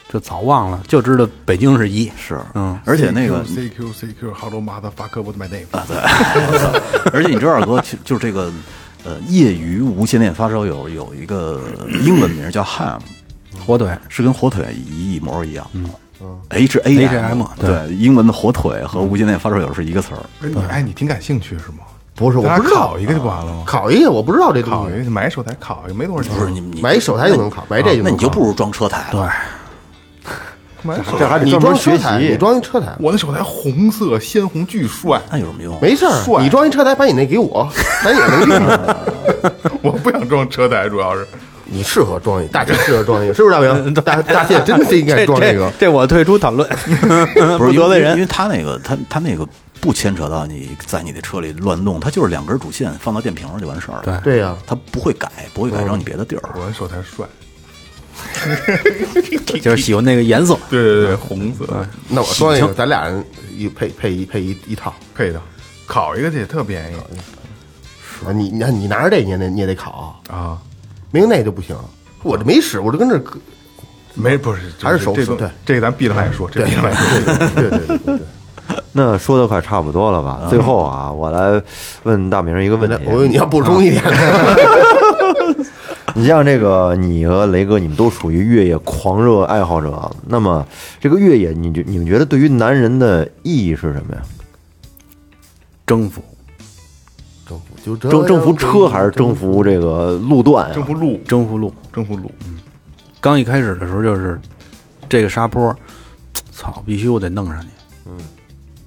[SPEAKER 7] 这早忘了，就知道北京是一，
[SPEAKER 6] 是，
[SPEAKER 7] 嗯，
[SPEAKER 6] 而且那个
[SPEAKER 3] CQ CQ Hello motherfucker with my name，
[SPEAKER 6] 而且你知道，二哥就就是这个，呃，业余无线电发烧友有一个英文名叫 ham，
[SPEAKER 5] 嗯
[SPEAKER 7] 火腿
[SPEAKER 6] 是跟火腿一一模一样。嗯 H
[SPEAKER 5] 嗯
[SPEAKER 6] A 啊
[SPEAKER 7] H&M
[SPEAKER 6] 对，英文的火腿和无线电发烧友是一个词儿。
[SPEAKER 3] 不是你哎，你挺感兴趣是吗？
[SPEAKER 5] 不是，我
[SPEAKER 3] 咱
[SPEAKER 5] 不
[SPEAKER 3] 俩
[SPEAKER 5] 知道啊
[SPEAKER 3] 烤，一个就不完了吗？
[SPEAKER 5] 烤一个我不知道这
[SPEAKER 3] 烤
[SPEAKER 5] 东
[SPEAKER 3] 一
[SPEAKER 5] 西，
[SPEAKER 3] 个，买一手台烤一个，没多少钱。
[SPEAKER 6] 不是你你啊
[SPEAKER 5] 买一手台就能烤，买这就能烤。
[SPEAKER 6] 那你就不如装车台了。
[SPEAKER 3] 买一手
[SPEAKER 4] 这
[SPEAKER 3] 台，
[SPEAKER 4] 还得
[SPEAKER 5] 你
[SPEAKER 4] 专
[SPEAKER 5] 装
[SPEAKER 4] 门
[SPEAKER 5] 车
[SPEAKER 4] 学
[SPEAKER 5] 台，
[SPEAKER 4] 习
[SPEAKER 5] 你。装一车台，
[SPEAKER 3] 我的手台红色鲜红，巨帅。
[SPEAKER 6] 那有什么用？啊
[SPEAKER 5] 没事
[SPEAKER 3] 帅
[SPEAKER 5] 儿，你装一车台，把你那给我， 咱也能用。
[SPEAKER 3] 我不想装车台，主要是
[SPEAKER 5] 你适合装一个，大姐适合装一个，是不是大 明？大大姐真的应该装这个。
[SPEAKER 7] 这我退 出讨论，
[SPEAKER 6] 不
[SPEAKER 7] 不
[SPEAKER 6] 是因为
[SPEAKER 7] 得罪
[SPEAKER 6] 因
[SPEAKER 7] 人。
[SPEAKER 6] 为他那个他他那个不牵扯到你在你的车里乱动，它就是两根主线放到电瓶上就完事儿了。
[SPEAKER 7] 对
[SPEAKER 5] 对嗯呀，
[SPEAKER 6] 它不会改，不会改成你别的地儿。
[SPEAKER 3] 我的手台帅。
[SPEAKER 7] 就是喜欢那个颜色，
[SPEAKER 3] 对对对，红色
[SPEAKER 5] 那我装一个，咱俩人一配配一配一一套。
[SPEAKER 3] 配的，烤一个这也特便宜
[SPEAKER 5] 啊你你你拿着这你也得你也得烤，
[SPEAKER 3] 啊。
[SPEAKER 5] 没有那就不行。我这没使，我这跟这搁
[SPEAKER 3] 没不是，这
[SPEAKER 5] 还是手
[SPEAKER 3] 这个
[SPEAKER 5] 对
[SPEAKER 3] 这个咱闭着麦说，这闭着麦说。
[SPEAKER 5] 对对对对对。
[SPEAKER 4] 那说的快差不多了吧？最后啊，我来问大明一个问
[SPEAKER 5] 来
[SPEAKER 4] 题，
[SPEAKER 5] 我以为你要补充一点，
[SPEAKER 4] 你像这个，你和雷哥，你们都属于越野狂热爱好者。那么，这个越野，你觉你们觉得对于男人的意义是什么呀？
[SPEAKER 7] 征服
[SPEAKER 5] 政府就这
[SPEAKER 4] 征
[SPEAKER 5] 样
[SPEAKER 4] 征服车还是征服这个路段啊
[SPEAKER 3] 征
[SPEAKER 4] 呀？
[SPEAKER 3] 服路，
[SPEAKER 7] 征服路。
[SPEAKER 3] 征服路，
[SPEAKER 5] 嗯
[SPEAKER 7] 刚一开始的时候就是这个沙坡，操，必须我得弄上去。嗯，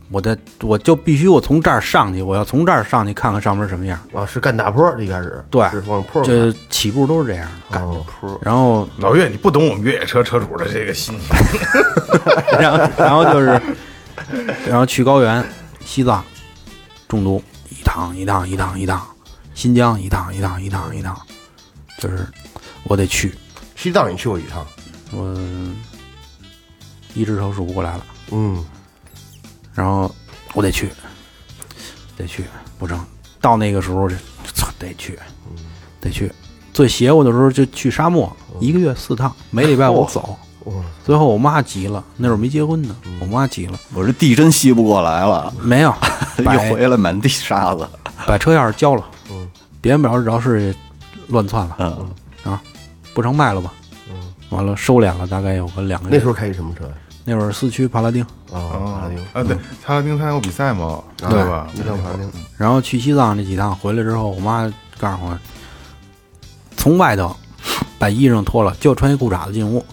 [SPEAKER 7] 我得我就必须我从这儿上去，我要从这儿上去看看上面什么样。
[SPEAKER 5] 啊？是干大坡儿一开始，
[SPEAKER 7] 对
[SPEAKER 5] 是往坡儿
[SPEAKER 7] 这起步都是这样的，
[SPEAKER 5] 干坡。
[SPEAKER 7] 然后
[SPEAKER 3] 老岳，你不懂我们越野车车主的这个心情。
[SPEAKER 7] 然后然后就是，然后去高原、西藏中毒，一趟一趟一趟一趟，新疆一趟一趟一趟一趟，就是我得去，
[SPEAKER 5] 西藏你去过一趟，
[SPEAKER 7] 我一只手数不过来了，
[SPEAKER 5] 嗯，
[SPEAKER 7] 然后我得去，得去，不成，到那个时候就操得去，得去。最邪乎的时候就去沙漠，
[SPEAKER 5] 嗯
[SPEAKER 7] 一个月四趟，每礼拜五走。最后我妈急了，那会儿没结婚呢，
[SPEAKER 5] 嗯
[SPEAKER 7] 我妈急了，
[SPEAKER 6] 我这地真吸不过来了，
[SPEAKER 7] 没有，
[SPEAKER 6] 一
[SPEAKER 7] 把
[SPEAKER 6] 回来满地沙子。
[SPEAKER 7] 把车钥匙交了，
[SPEAKER 5] 嗯
[SPEAKER 7] 别人表示饶是乱窜了
[SPEAKER 6] 嗯，
[SPEAKER 7] 啊，不成卖了吧？完了收敛了，大概有个两个
[SPEAKER 5] 嗯
[SPEAKER 7] 月。
[SPEAKER 5] 那时候开一什么车呀？
[SPEAKER 7] 那会儿四驱帕拉丁，
[SPEAKER 5] 啊，
[SPEAKER 3] 啊
[SPEAKER 5] 帕拉丁，
[SPEAKER 3] 啊，对，查拉丁参加过比赛嘛，对吧？
[SPEAKER 5] 一趟帕拉丁，
[SPEAKER 7] 然后去西藏那几趟回来之后，我妈告诉我，从外头把衣裳脱了，就穿一裤衩子进屋，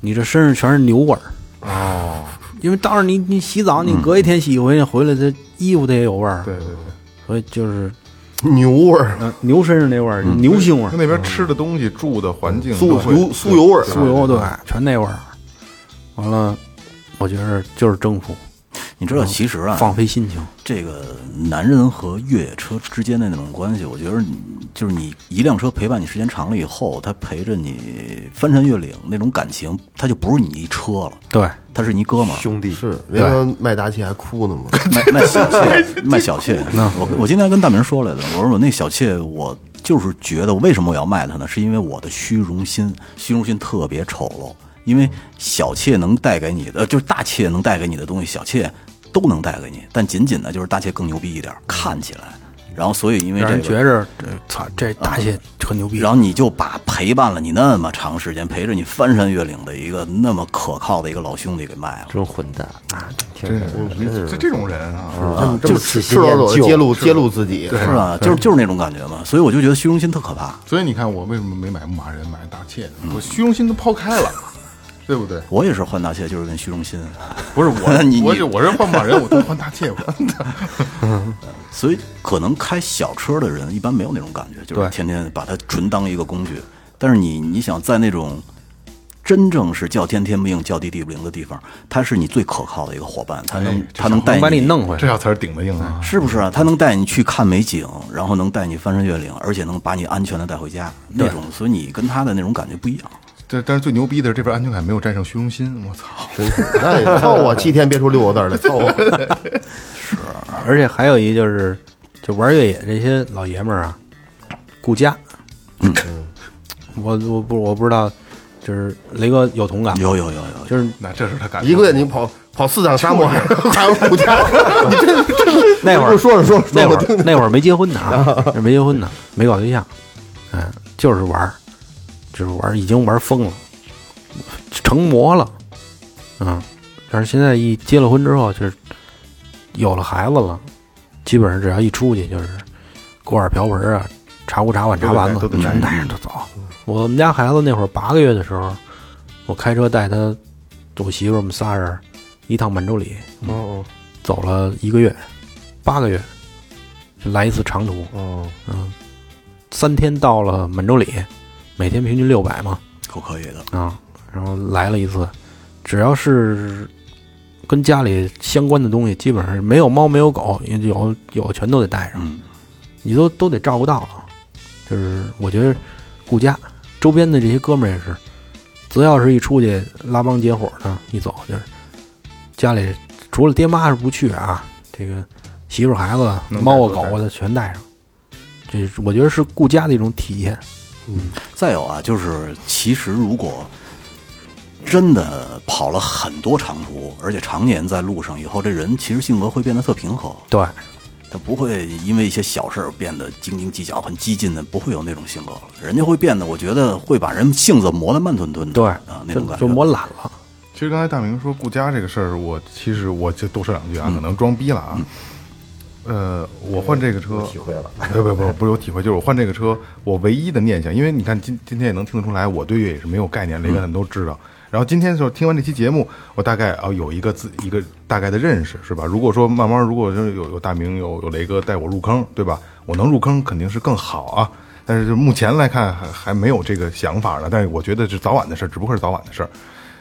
[SPEAKER 7] 你这身上全是牛味儿。
[SPEAKER 3] 嗯哦，
[SPEAKER 7] 因为当时你你洗澡，你隔一天洗一回，回来这衣服它也有味儿，
[SPEAKER 3] 嗯对对对，
[SPEAKER 7] 所以就是
[SPEAKER 5] 牛味儿，
[SPEAKER 7] 呃牛身上那味儿，
[SPEAKER 3] 嗯
[SPEAKER 7] 牛腥味儿
[SPEAKER 3] 他，那边吃的东西、住的环境都
[SPEAKER 5] 啊酥
[SPEAKER 3] 会，
[SPEAKER 5] 油酥油味儿，
[SPEAKER 7] 酥油对，全那味儿。完了，我觉得就是征服，
[SPEAKER 6] 你知道，其实啊，
[SPEAKER 7] 放飞心情。
[SPEAKER 6] 这个男人和越野车之间的那种关系，我觉得你就是你一辆车陪伴你时间长了以后，它陪着你翻山越岭那种感情，它就不是你一车了，
[SPEAKER 7] 对，
[SPEAKER 6] 它是你哥们儿。
[SPEAKER 4] 兄弟，
[SPEAKER 5] 是，人家卖大气还哭呢嘛，
[SPEAKER 6] 卖卖小妾，卖小妾。我我今天跟大明说来的，我说我那小妾，我就是觉得为什么我要卖它呢？是因为我的虚荣心，虚荣心特别丑陋。因为小妾能带给你的，呃就是大妾能带给你的东西，小妾都能带给你，但仅仅呢，就是大妾更牛逼一点，看起来。然后，所以因为
[SPEAKER 7] 让
[SPEAKER 6] 这个嗯
[SPEAKER 7] 人觉，着这操这大姐特牛逼。
[SPEAKER 6] 然后你就把陪伴了你那么长时间，陪着你翻山越岭的一个那么可靠的一个老兄弟给卖了。
[SPEAKER 4] 真混蛋！
[SPEAKER 3] 真是这这种人啊，
[SPEAKER 5] 这么这么赤裸裸的揭露揭露自己，
[SPEAKER 6] 是吧？就是就是那种感觉嘛，所以我就觉得虚荣心特可怕。
[SPEAKER 3] 所以你看我为什么没买牧马人，买大切呢？我虚荣心都抛开了，对不对？
[SPEAKER 6] 我也是换大切，就是跟虚荣心，
[SPEAKER 3] 不是我，
[SPEAKER 6] 啊你
[SPEAKER 3] 我
[SPEAKER 6] 你
[SPEAKER 3] 是我是换牧马人，我都换大切，我
[SPEAKER 6] 所以可能开小车的人一般没有那种感觉，就是天天把它纯当一个工具。但是你你想在那种真正是叫天天不应、叫地地不灵的地方，他是你最可靠的一个伙伴，他能他能带
[SPEAKER 7] 能把你弄回
[SPEAKER 3] 这
[SPEAKER 7] 来，
[SPEAKER 3] 小词儿顶得硬
[SPEAKER 5] 嗯
[SPEAKER 3] 啊！
[SPEAKER 6] 是不是啊？他能带你去看美景，然后能带你翻山越岭，而且能把你安全的带回家，那种，所以你跟他的那种感觉不一样。
[SPEAKER 3] 这但是最牛逼的是这边安全感没有战胜虚荣心，我操！
[SPEAKER 5] 真是，那你凑我七天憋出六个字儿来凑我，
[SPEAKER 7] 而且还有一就是，就玩越野这些老嗯爷们儿啊，顾家。嗯，我我不我不知道，就是雷哥有同感吗，
[SPEAKER 6] 有有有有，
[SPEAKER 7] 就是
[SPEAKER 3] 那这是他感觉
[SPEAKER 5] 一个月你跑跑四趟沙漠，还不家，你这
[SPEAKER 7] 那会儿
[SPEAKER 5] 说着说着说
[SPEAKER 7] 那
[SPEAKER 5] 着
[SPEAKER 7] 会儿那会儿没结婚呢啊，没结婚呢，没搞对象，嗯，就是玩儿，就是玩儿，已经玩儿疯了，成魔了，嗯，但是现在一结了婚之后，就是有了孩子了，基本上只要一出去就是锅碗瓢盆啊、茶壶茶碗茶盘子
[SPEAKER 3] 都得带
[SPEAKER 7] 全带
[SPEAKER 5] 嗯
[SPEAKER 7] 着走。我们家孩子那会儿八个月的时候，我开车带他，我媳妇儿我们仨人儿一趟满洲里，
[SPEAKER 5] 哦
[SPEAKER 7] 走了一个月，八个月，来一次长途，
[SPEAKER 5] 哦，
[SPEAKER 7] 嗯，三天到了满洲里，每天平均六百嘛，
[SPEAKER 6] 够可以的。
[SPEAKER 7] 啊，然后来了一次，只要是跟家里相关的东西，基本上没有猫没有狗，有有全都得带上，
[SPEAKER 6] 嗯，
[SPEAKER 7] 你都都得照顾到了。就是我觉得顾家周边的这些哥们儿也是，只要是一出去拉帮结伙的，一走就是家里除了爹妈是不去啊，这个媳妇儿孩子、
[SPEAKER 3] 能带
[SPEAKER 7] 猫啊
[SPEAKER 3] 都带
[SPEAKER 7] 狗啊的全带上。这是我觉得是顾家的一种体验，
[SPEAKER 6] 再有啊，就是其实如果真的跑了很多长途，而且常年在路上以后，这人其实性格会变得特平和，
[SPEAKER 7] 对，
[SPEAKER 6] 他不会因为一些小事儿变得斤斤计较、很激进的，不会有那种性格了。人家会变得，我觉得会把人性子磨得慢吞吞的，
[SPEAKER 7] 对
[SPEAKER 6] 啊，那种感觉
[SPEAKER 7] 就磨懒了。
[SPEAKER 3] 其实刚才大明说顾家这个事儿，我其实我就多说两句啊，可能装逼了啊。呃，我换这个车，体会了，不不不，不是有体会，就是我换这个车，我唯一的念想，因为你看今今天也能听得出来，我对越野是没有概念，雷哥他们都知道。然后今天的时候听完这期节目，我大概啊、有一个自一个大概的认识，是吧？如果说慢慢，如果是有有大明有有雷哥带我入坑，对吧？我能入坑肯定是更好啊。但是就目前来看还还没有这个想法呢，但是我觉得是早晚的事儿，只不过是早晚的事儿。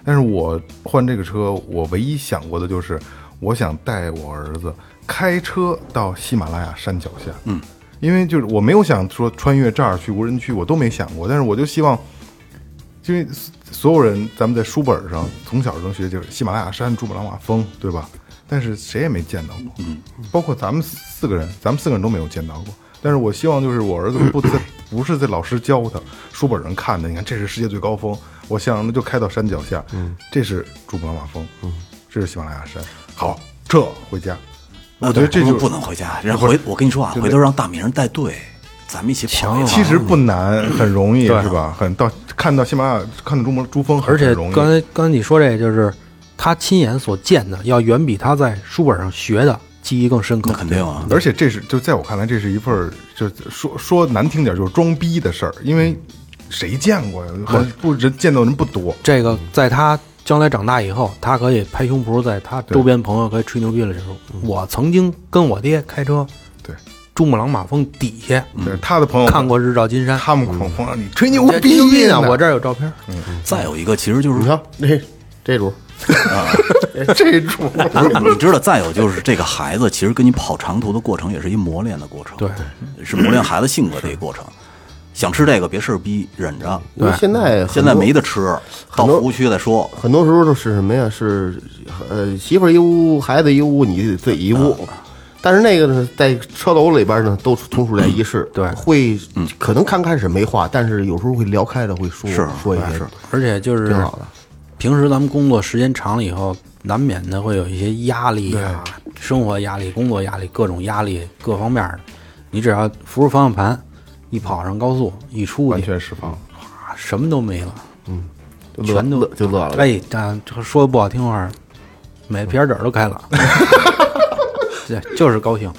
[SPEAKER 3] 但是我换这个车，我唯一想过的就是，我想带我儿子开车到喜马拉雅山脚下。嗯，因为就是我没有想说穿越这儿去无人区，我都没想过。但是我就希望，因为所有人咱们在书本上从小能学就是喜马拉雅山、珠穆朗玛峰，对吧？但是谁也没见到过，嗯，包括咱们四个人，咱们四个人都没有见到过。但是我希望就是我儿子不在，不是在老师教他，书本上看的。你看，这是世界最高峰，我想那就开到山脚下，嗯，这是珠穆朗玛峰，嗯，这是喜马拉雅山。好，撤回家。
[SPEAKER 6] 啊，
[SPEAKER 3] 我觉
[SPEAKER 6] 对，
[SPEAKER 3] 得这
[SPEAKER 6] 不
[SPEAKER 3] 就是
[SPEAKER 6] 不能回家。然后回，我跟你说啊，
[SPEAKER 3] 对
[SPEAKER 6] 回头让大明带队，咱们一起跑一跑。
[SPEAKER 3] 其实不难，很容易，
[SPEAKER 7] 哦对
[SPEAKER 3] 是吧？很到看到喜马拉雅，看到珠穆珠峰，很
[SPEAKER 7] 而且
[SPEAKER 3] 很容易
[SPEAKER 7] 刚才刚才你说这就是他亲眼所见的，要远比他在书本上学的记忆更深刻。
[SPEAKER 6] 那肯定啊，
[SPEAKER 3] 而且这是就在我看来，这是一份儿就是说说难听点儿就是装逼的事儿，因
[SPEAKER 7] 嗯
[SPEAKER 3] 为谁见过呀？很不人见到人不多。
[SPEAKER 7] 这个在他将来长大以后，他可以拍胸脯，在他周边朋友可以吹牛逼了。时候，我曾经跟我爹开车，
[SPEAKER 3] 嗯对，
[SPEAKER 7] 珠穆朗玛峰底下
[SPEAKER 3] 对他的朋友
[SPEAKER 7] 嗯看，过嗯日照金山，
[SPEAKER 3] 他们恐慌让你吹牛
[SPEAKER 7] 这
[SPEAKER 3] 逼啊
[SPEAKER 7] 逼
[SPEAKER 3] 呢，
[SPEAKER 7] 我这儿有照片。
[SPEAKER 6] 再有一个，其实就是
[SPEAKER 3] 嗯
[SPEAKER 5] 你瞧这这主，
[SPEAKER 3] 这主
[SPEAKER 6] 不是，你知道，再有就是这个孩子，其实跟你跑长途的过程也是一磨练的过程，
[SPEAKER 7] 对，
[SPEAKER 6] 是磨练孩子性格的一个过程。想吃这个别事儿逼，忍着。
[SPEAKER 5] 因为现在很
[SPEAKER 6] 现在
[SPEAKER 5] 多
[SPEAKER 6] 没得吃，到服务区再说。
[SPEAKER 5] 很多时候是什么呀？是呃，媳妇儿一屋，孩子一屋，你自己一屋。但是那个呢，在车楼里边呢，都同处在一室，
[SPEAKER 7] 对
[SPEAKER 5] 会可能刚开始没话，但是有时候会聊开了，会说
[SPEAKER 6] 是
[SPEAKER 5] 说一些，
[SPEAKER 7] 而且就是
[SPEAKER 5] 挺好的。
[SPEAKER 7] 平时咱们工作时间长了以后，难免的会有一些压力啊，生活压力、工作压力、各种压力，各方面的。你只要扶着方向盘，一跑上高速，一出
[SPEAKER 3] 完
[SPEAKER 7] 去，
[SPEAKER 3] 全释放。
[SPEAKER 7] 啊什么都没了，
[SPEAKER 5] 就乐
[SPEAKER 7] 全都
[SPEAKER 5] 乐就乐了。
[SPEAKER 7] 哎，但这说的不好听话儿，每皮儿褶儿 都开了，对，就是高兴。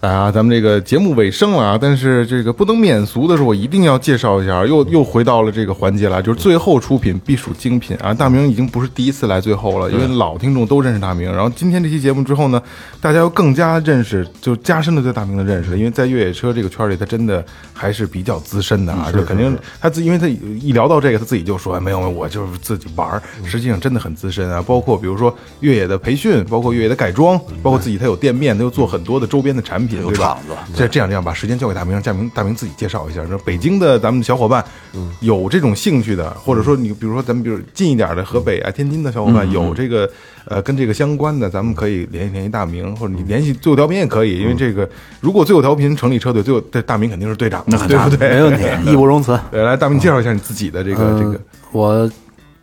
[SPEAKER 3] 啊，咱们这个节目尾声了啊，但是这个不能免俗的是，我一定要介绍一下，又又回到了这个环节了，就是最后出品必属精品啊！大明已经不是第一次来最后了，因
[SPEAKER 7] 嗯
[SPEAKER 3] 为老听众都认识大明。然后今天这期节目之后呢，大家又更加认识，就加深了对大明的认识，因为在越野车这个圈儿里，他真的还是比较资深的
[SPEAKER 6] 嗯
[SPEAKER 3] 啊，就肯定他自，因为他一聊到这个，他自己就说，哎，没有，我就是自己玩儿，
[SPEAKER 6] 嗯
[SPEAKER 3] 实际上真的很资深啊。包括比如说越野的培训，包括越野的改装，包括自己他有店面，他又做很多的周边的产品。
[SPEAKER 6] 嗯有
[SPEAKER 3] 对吧
[SPEAKER 6] 场子
[SPEAKER 3] 这这样这样，把时间交给大明，让大明大明自己介绍一下。说北京的咱们小伙伴
[SPEAKER 7] 嗯
[SPEAKER 3] 有这种兴趣的，或者说你比如说咱们比如近一点的
[SPEAKER 7] 嗯
[SPEAKER 3] 河北啊、天津的小伙伴有这个呃跟这个相关的，咱们可以联系联系大明，或者你
[SPEAKER 7] 嗯
[SPEAKER 3] 联系最后调频也可以，因为这个如果最后调频成立车队，最后这大明肯
[SPEAKER 7] 啊
[SPEAKER 3] 定是队长，对不对？
[SPEAKER 7] 没问题，义不容辞。
[SPEAKER 3] 对，来大明介绍一下你自己的这个这
[SPEAKER 7] 嗯
[SPEAKER 3] 个
[SPEAKER 7] 我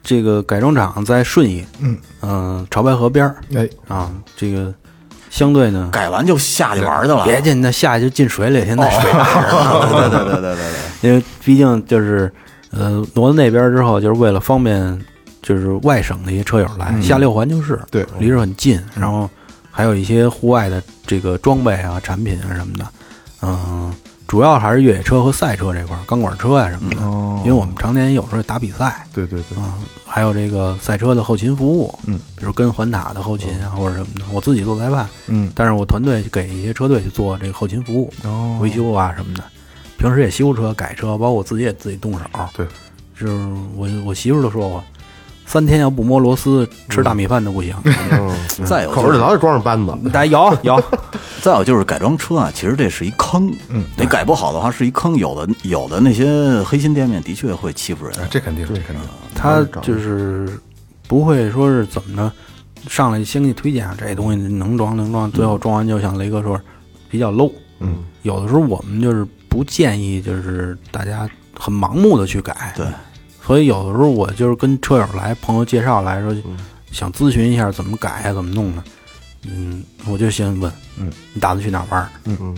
[SPEAKER 7] 这个改装厂在顺义，
[SPEAKER 3] 嗯
[SPEAKER 7] 嗯，潮白河边儿
[SPEAKER 3] 哎，
[SPEAKER 7] 啊，这个相对呢，
[SPEAKER 6] 改完就下去玩去了。
[SPEAKER 7] 别进那下去就进水里，现在
[SPEAKER 3] 哦
[SPEAKER 7] 水大着呢
[SPEAKER 6] 对对对对对对，
[SPEAKER 7] 因为毕竟就是呃挪到那边之后，就是为了方便就是外省的一些车友来，下六环就是
[SPEAKER 3] 嗯对嗯
[SPEAKER 7] 离这很近，然后还有一些户外的这个装备啊、产品啊什么的，嗯，主要还是越野车和赛车这块儿，钢管车啊呀、什么的，
[SPEAKER 3] 哦
[SPEAKER 7] 因为我们常年有时候也打比赛。
[SPEAKER 3] 对对对，
[SPEAKER 7] 啊，还有这个赛车的后勤服务，
[SPEAKER 3] 嗯，
[SPEAKER 7] 比如跟环塔的后勤啊，或者什么的，我自己做裁判，
[SPEAKER 3] 嗯，
[SPEAKER 7] 但是我团队给一些车队去做这个后勤服务，
[SPEAKER 3] 哦
[SPEAKER 7] 维修啊什么的。平时也修车、改车，包括我自己也自己动手。
[SPEAKER 3] 对，啊
[SPEAKER 7] 就是我我媳妇儿都说我，三天要不摸螺丝，吃大米饭都不行。
[SPEAKER 6] 再有
[SPEAKER 5] 口
[SPEAKER 6] 就
[SPEAKER 5] 里
[SPEAKER 6] 是
[SPEAKER 5] 老得装着扳子，
[SPEAKER 6] 嗯
[SPEAKER 7] 大家摇啊摇，
[SPEAKER 6] 再有就是改装车啊，其实这是一坑，嗯，你改不好的话是一坑。有的有的那些黑心店面的确会欺负人，
[SPEAKER 7] 哎
[SPEAKER 3] 啊这肯定，这肯定，嗯
[SPEAKER 7] 他就是不会说是怎么着，上来先给你推荐啊这东西能装能装，最后装完就像雷哥说，比较 low。嗯，有的时候我们就是不建议，就是大家很盲目的去改。
[SPEAKER 6] 对，
[SPEAKER 7] 所以有的时候我就是跟车友来、朋友介绍来说，想咨询一下怎么改啊呀、怎么弄呢？嗯，我就先问，嗯，你打算去哪儿玩儿？嗯嗯，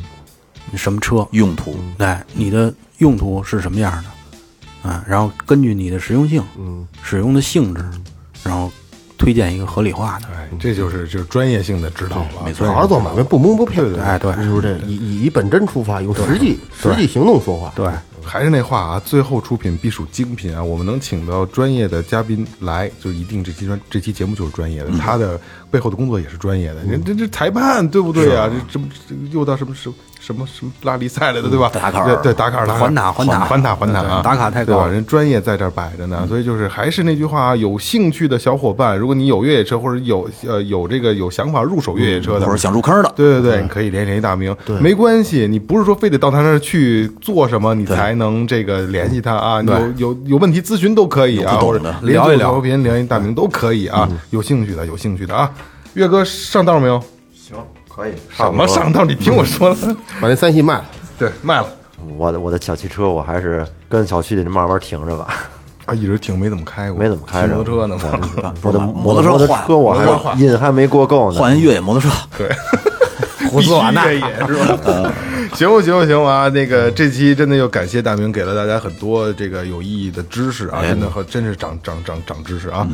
[SPEAKER 7] 你什么车？
[SPEAKER 6] 用途
[SPEAKER 7] 对，你的用途是什么样的？啊，然后根据你的实用性，
[SPEAKER 5] 嗯，
[SPEAKER 7] 使用的性质，然后推荐一个合理化的。
[SPEAKER 3] 哎，这就是就是专业性的指导了，
[SPEAKER 6] 没错
[SPEAKER 5] 好好做买卖，不蒙不骗。
[SPEAKER 7] 哎对
[SPEAKER 5] 是不是这以以以本真出发，用实际实际行动说话。
[SPEAKER 7] 对，
[SPEAKER 3] 还是那话啊，最后出品必属精品啊！我们能请到专业的嘉宾来，就是一定这期专这期节目就是专业的，他的背后的工作也是专业的。
[SPEAKER 7] 嗯
[SPEAKER 3] 人这这裁判对不对呀、
[SPEAKER 7] 啊
[SPEAKER 3] 这这这又到什么什么什么什么拉力赛来的对 吧？
[SPEAKER 6] 达喀尔
[SPEAKER 3] 对对达喀尔，达喀尔
[SPEAKER 7] 环塔环塔
[SPEAKER 3] 环塔环塔
[SPEAKER 7] 对
[SPEAKER 3] 啊！
[SPEAKER 7] 达卡太高嗯
[SPEAKER 3] 对吧？人专业在这儿摆着呢，所以就是还是那句话啊，有兴趣的小伙伴，如果你有越野车或者有呃有这个有想法入手越野车
[SPEAKER 6] 或
[SPEAKER 3] 的，
[SPEAKER 7] 嗯
[SPEAKER 6] 者想入坑的，
[SPEAKER 3] 对对对，你可以联系联系大明，没关系，你不是说非得到他那儿去做什么，你才能这个联系他啊？有有有问题咨询都可以啊，
[SPEAKER 6] 有不
[SPEAKER 3] 或
[SPEAKER 6] 懂
[SPEAKER 3] 者
[SPEAKER 6] 的
[SPEAKER 3] 聊一聊，调频联系大明都可以啊，有兴趣的有兴趣的啊。岳哥上道没有？
[SPEAKER 4] 可以
[SPEAKER 3] 什么上道？你听我说了，
[SPEAKER 5] 把那三系卖了，
[SPEAKER 3] 对，卖了
[SPEAKER 4] 我的我的小汽车，我还是跟小区里慢慢停着吧，
[SPEAKER 3] 啊，一直停没怎么开过，
[SPEAKER 4] 没怎么开着。
[SPEAKER 3] 骑摩托车呢嘛。
[SPEAKER 6] 啊是吧
[SPEAKER 4] 我的
[SPEAKER 6] 摩
[SPEAKER 4] 我的
[SPEAKER 6] 托
[SPEAKER 4] 我的
[SPEAKER 6] 车换
[SPEAKER 4] 车我还瘾还没过够呢。
[SPEAKER 6] 换一越野摩托车，
[SPEAKER 3] 胡斯瓦纳也是 吧？嗯行不行不行啊！那个这期真的又感谢大明给了大家很多这个有意义的知识啊，真的和真是长长长长知识啊。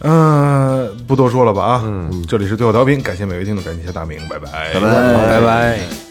[SPEAKER 3] 嗯，不多说了吧啊，这里是最后调频，感谢每位听众，感谢大明，拜拜，拜拜。
[SPEAKER 7] 拜拜。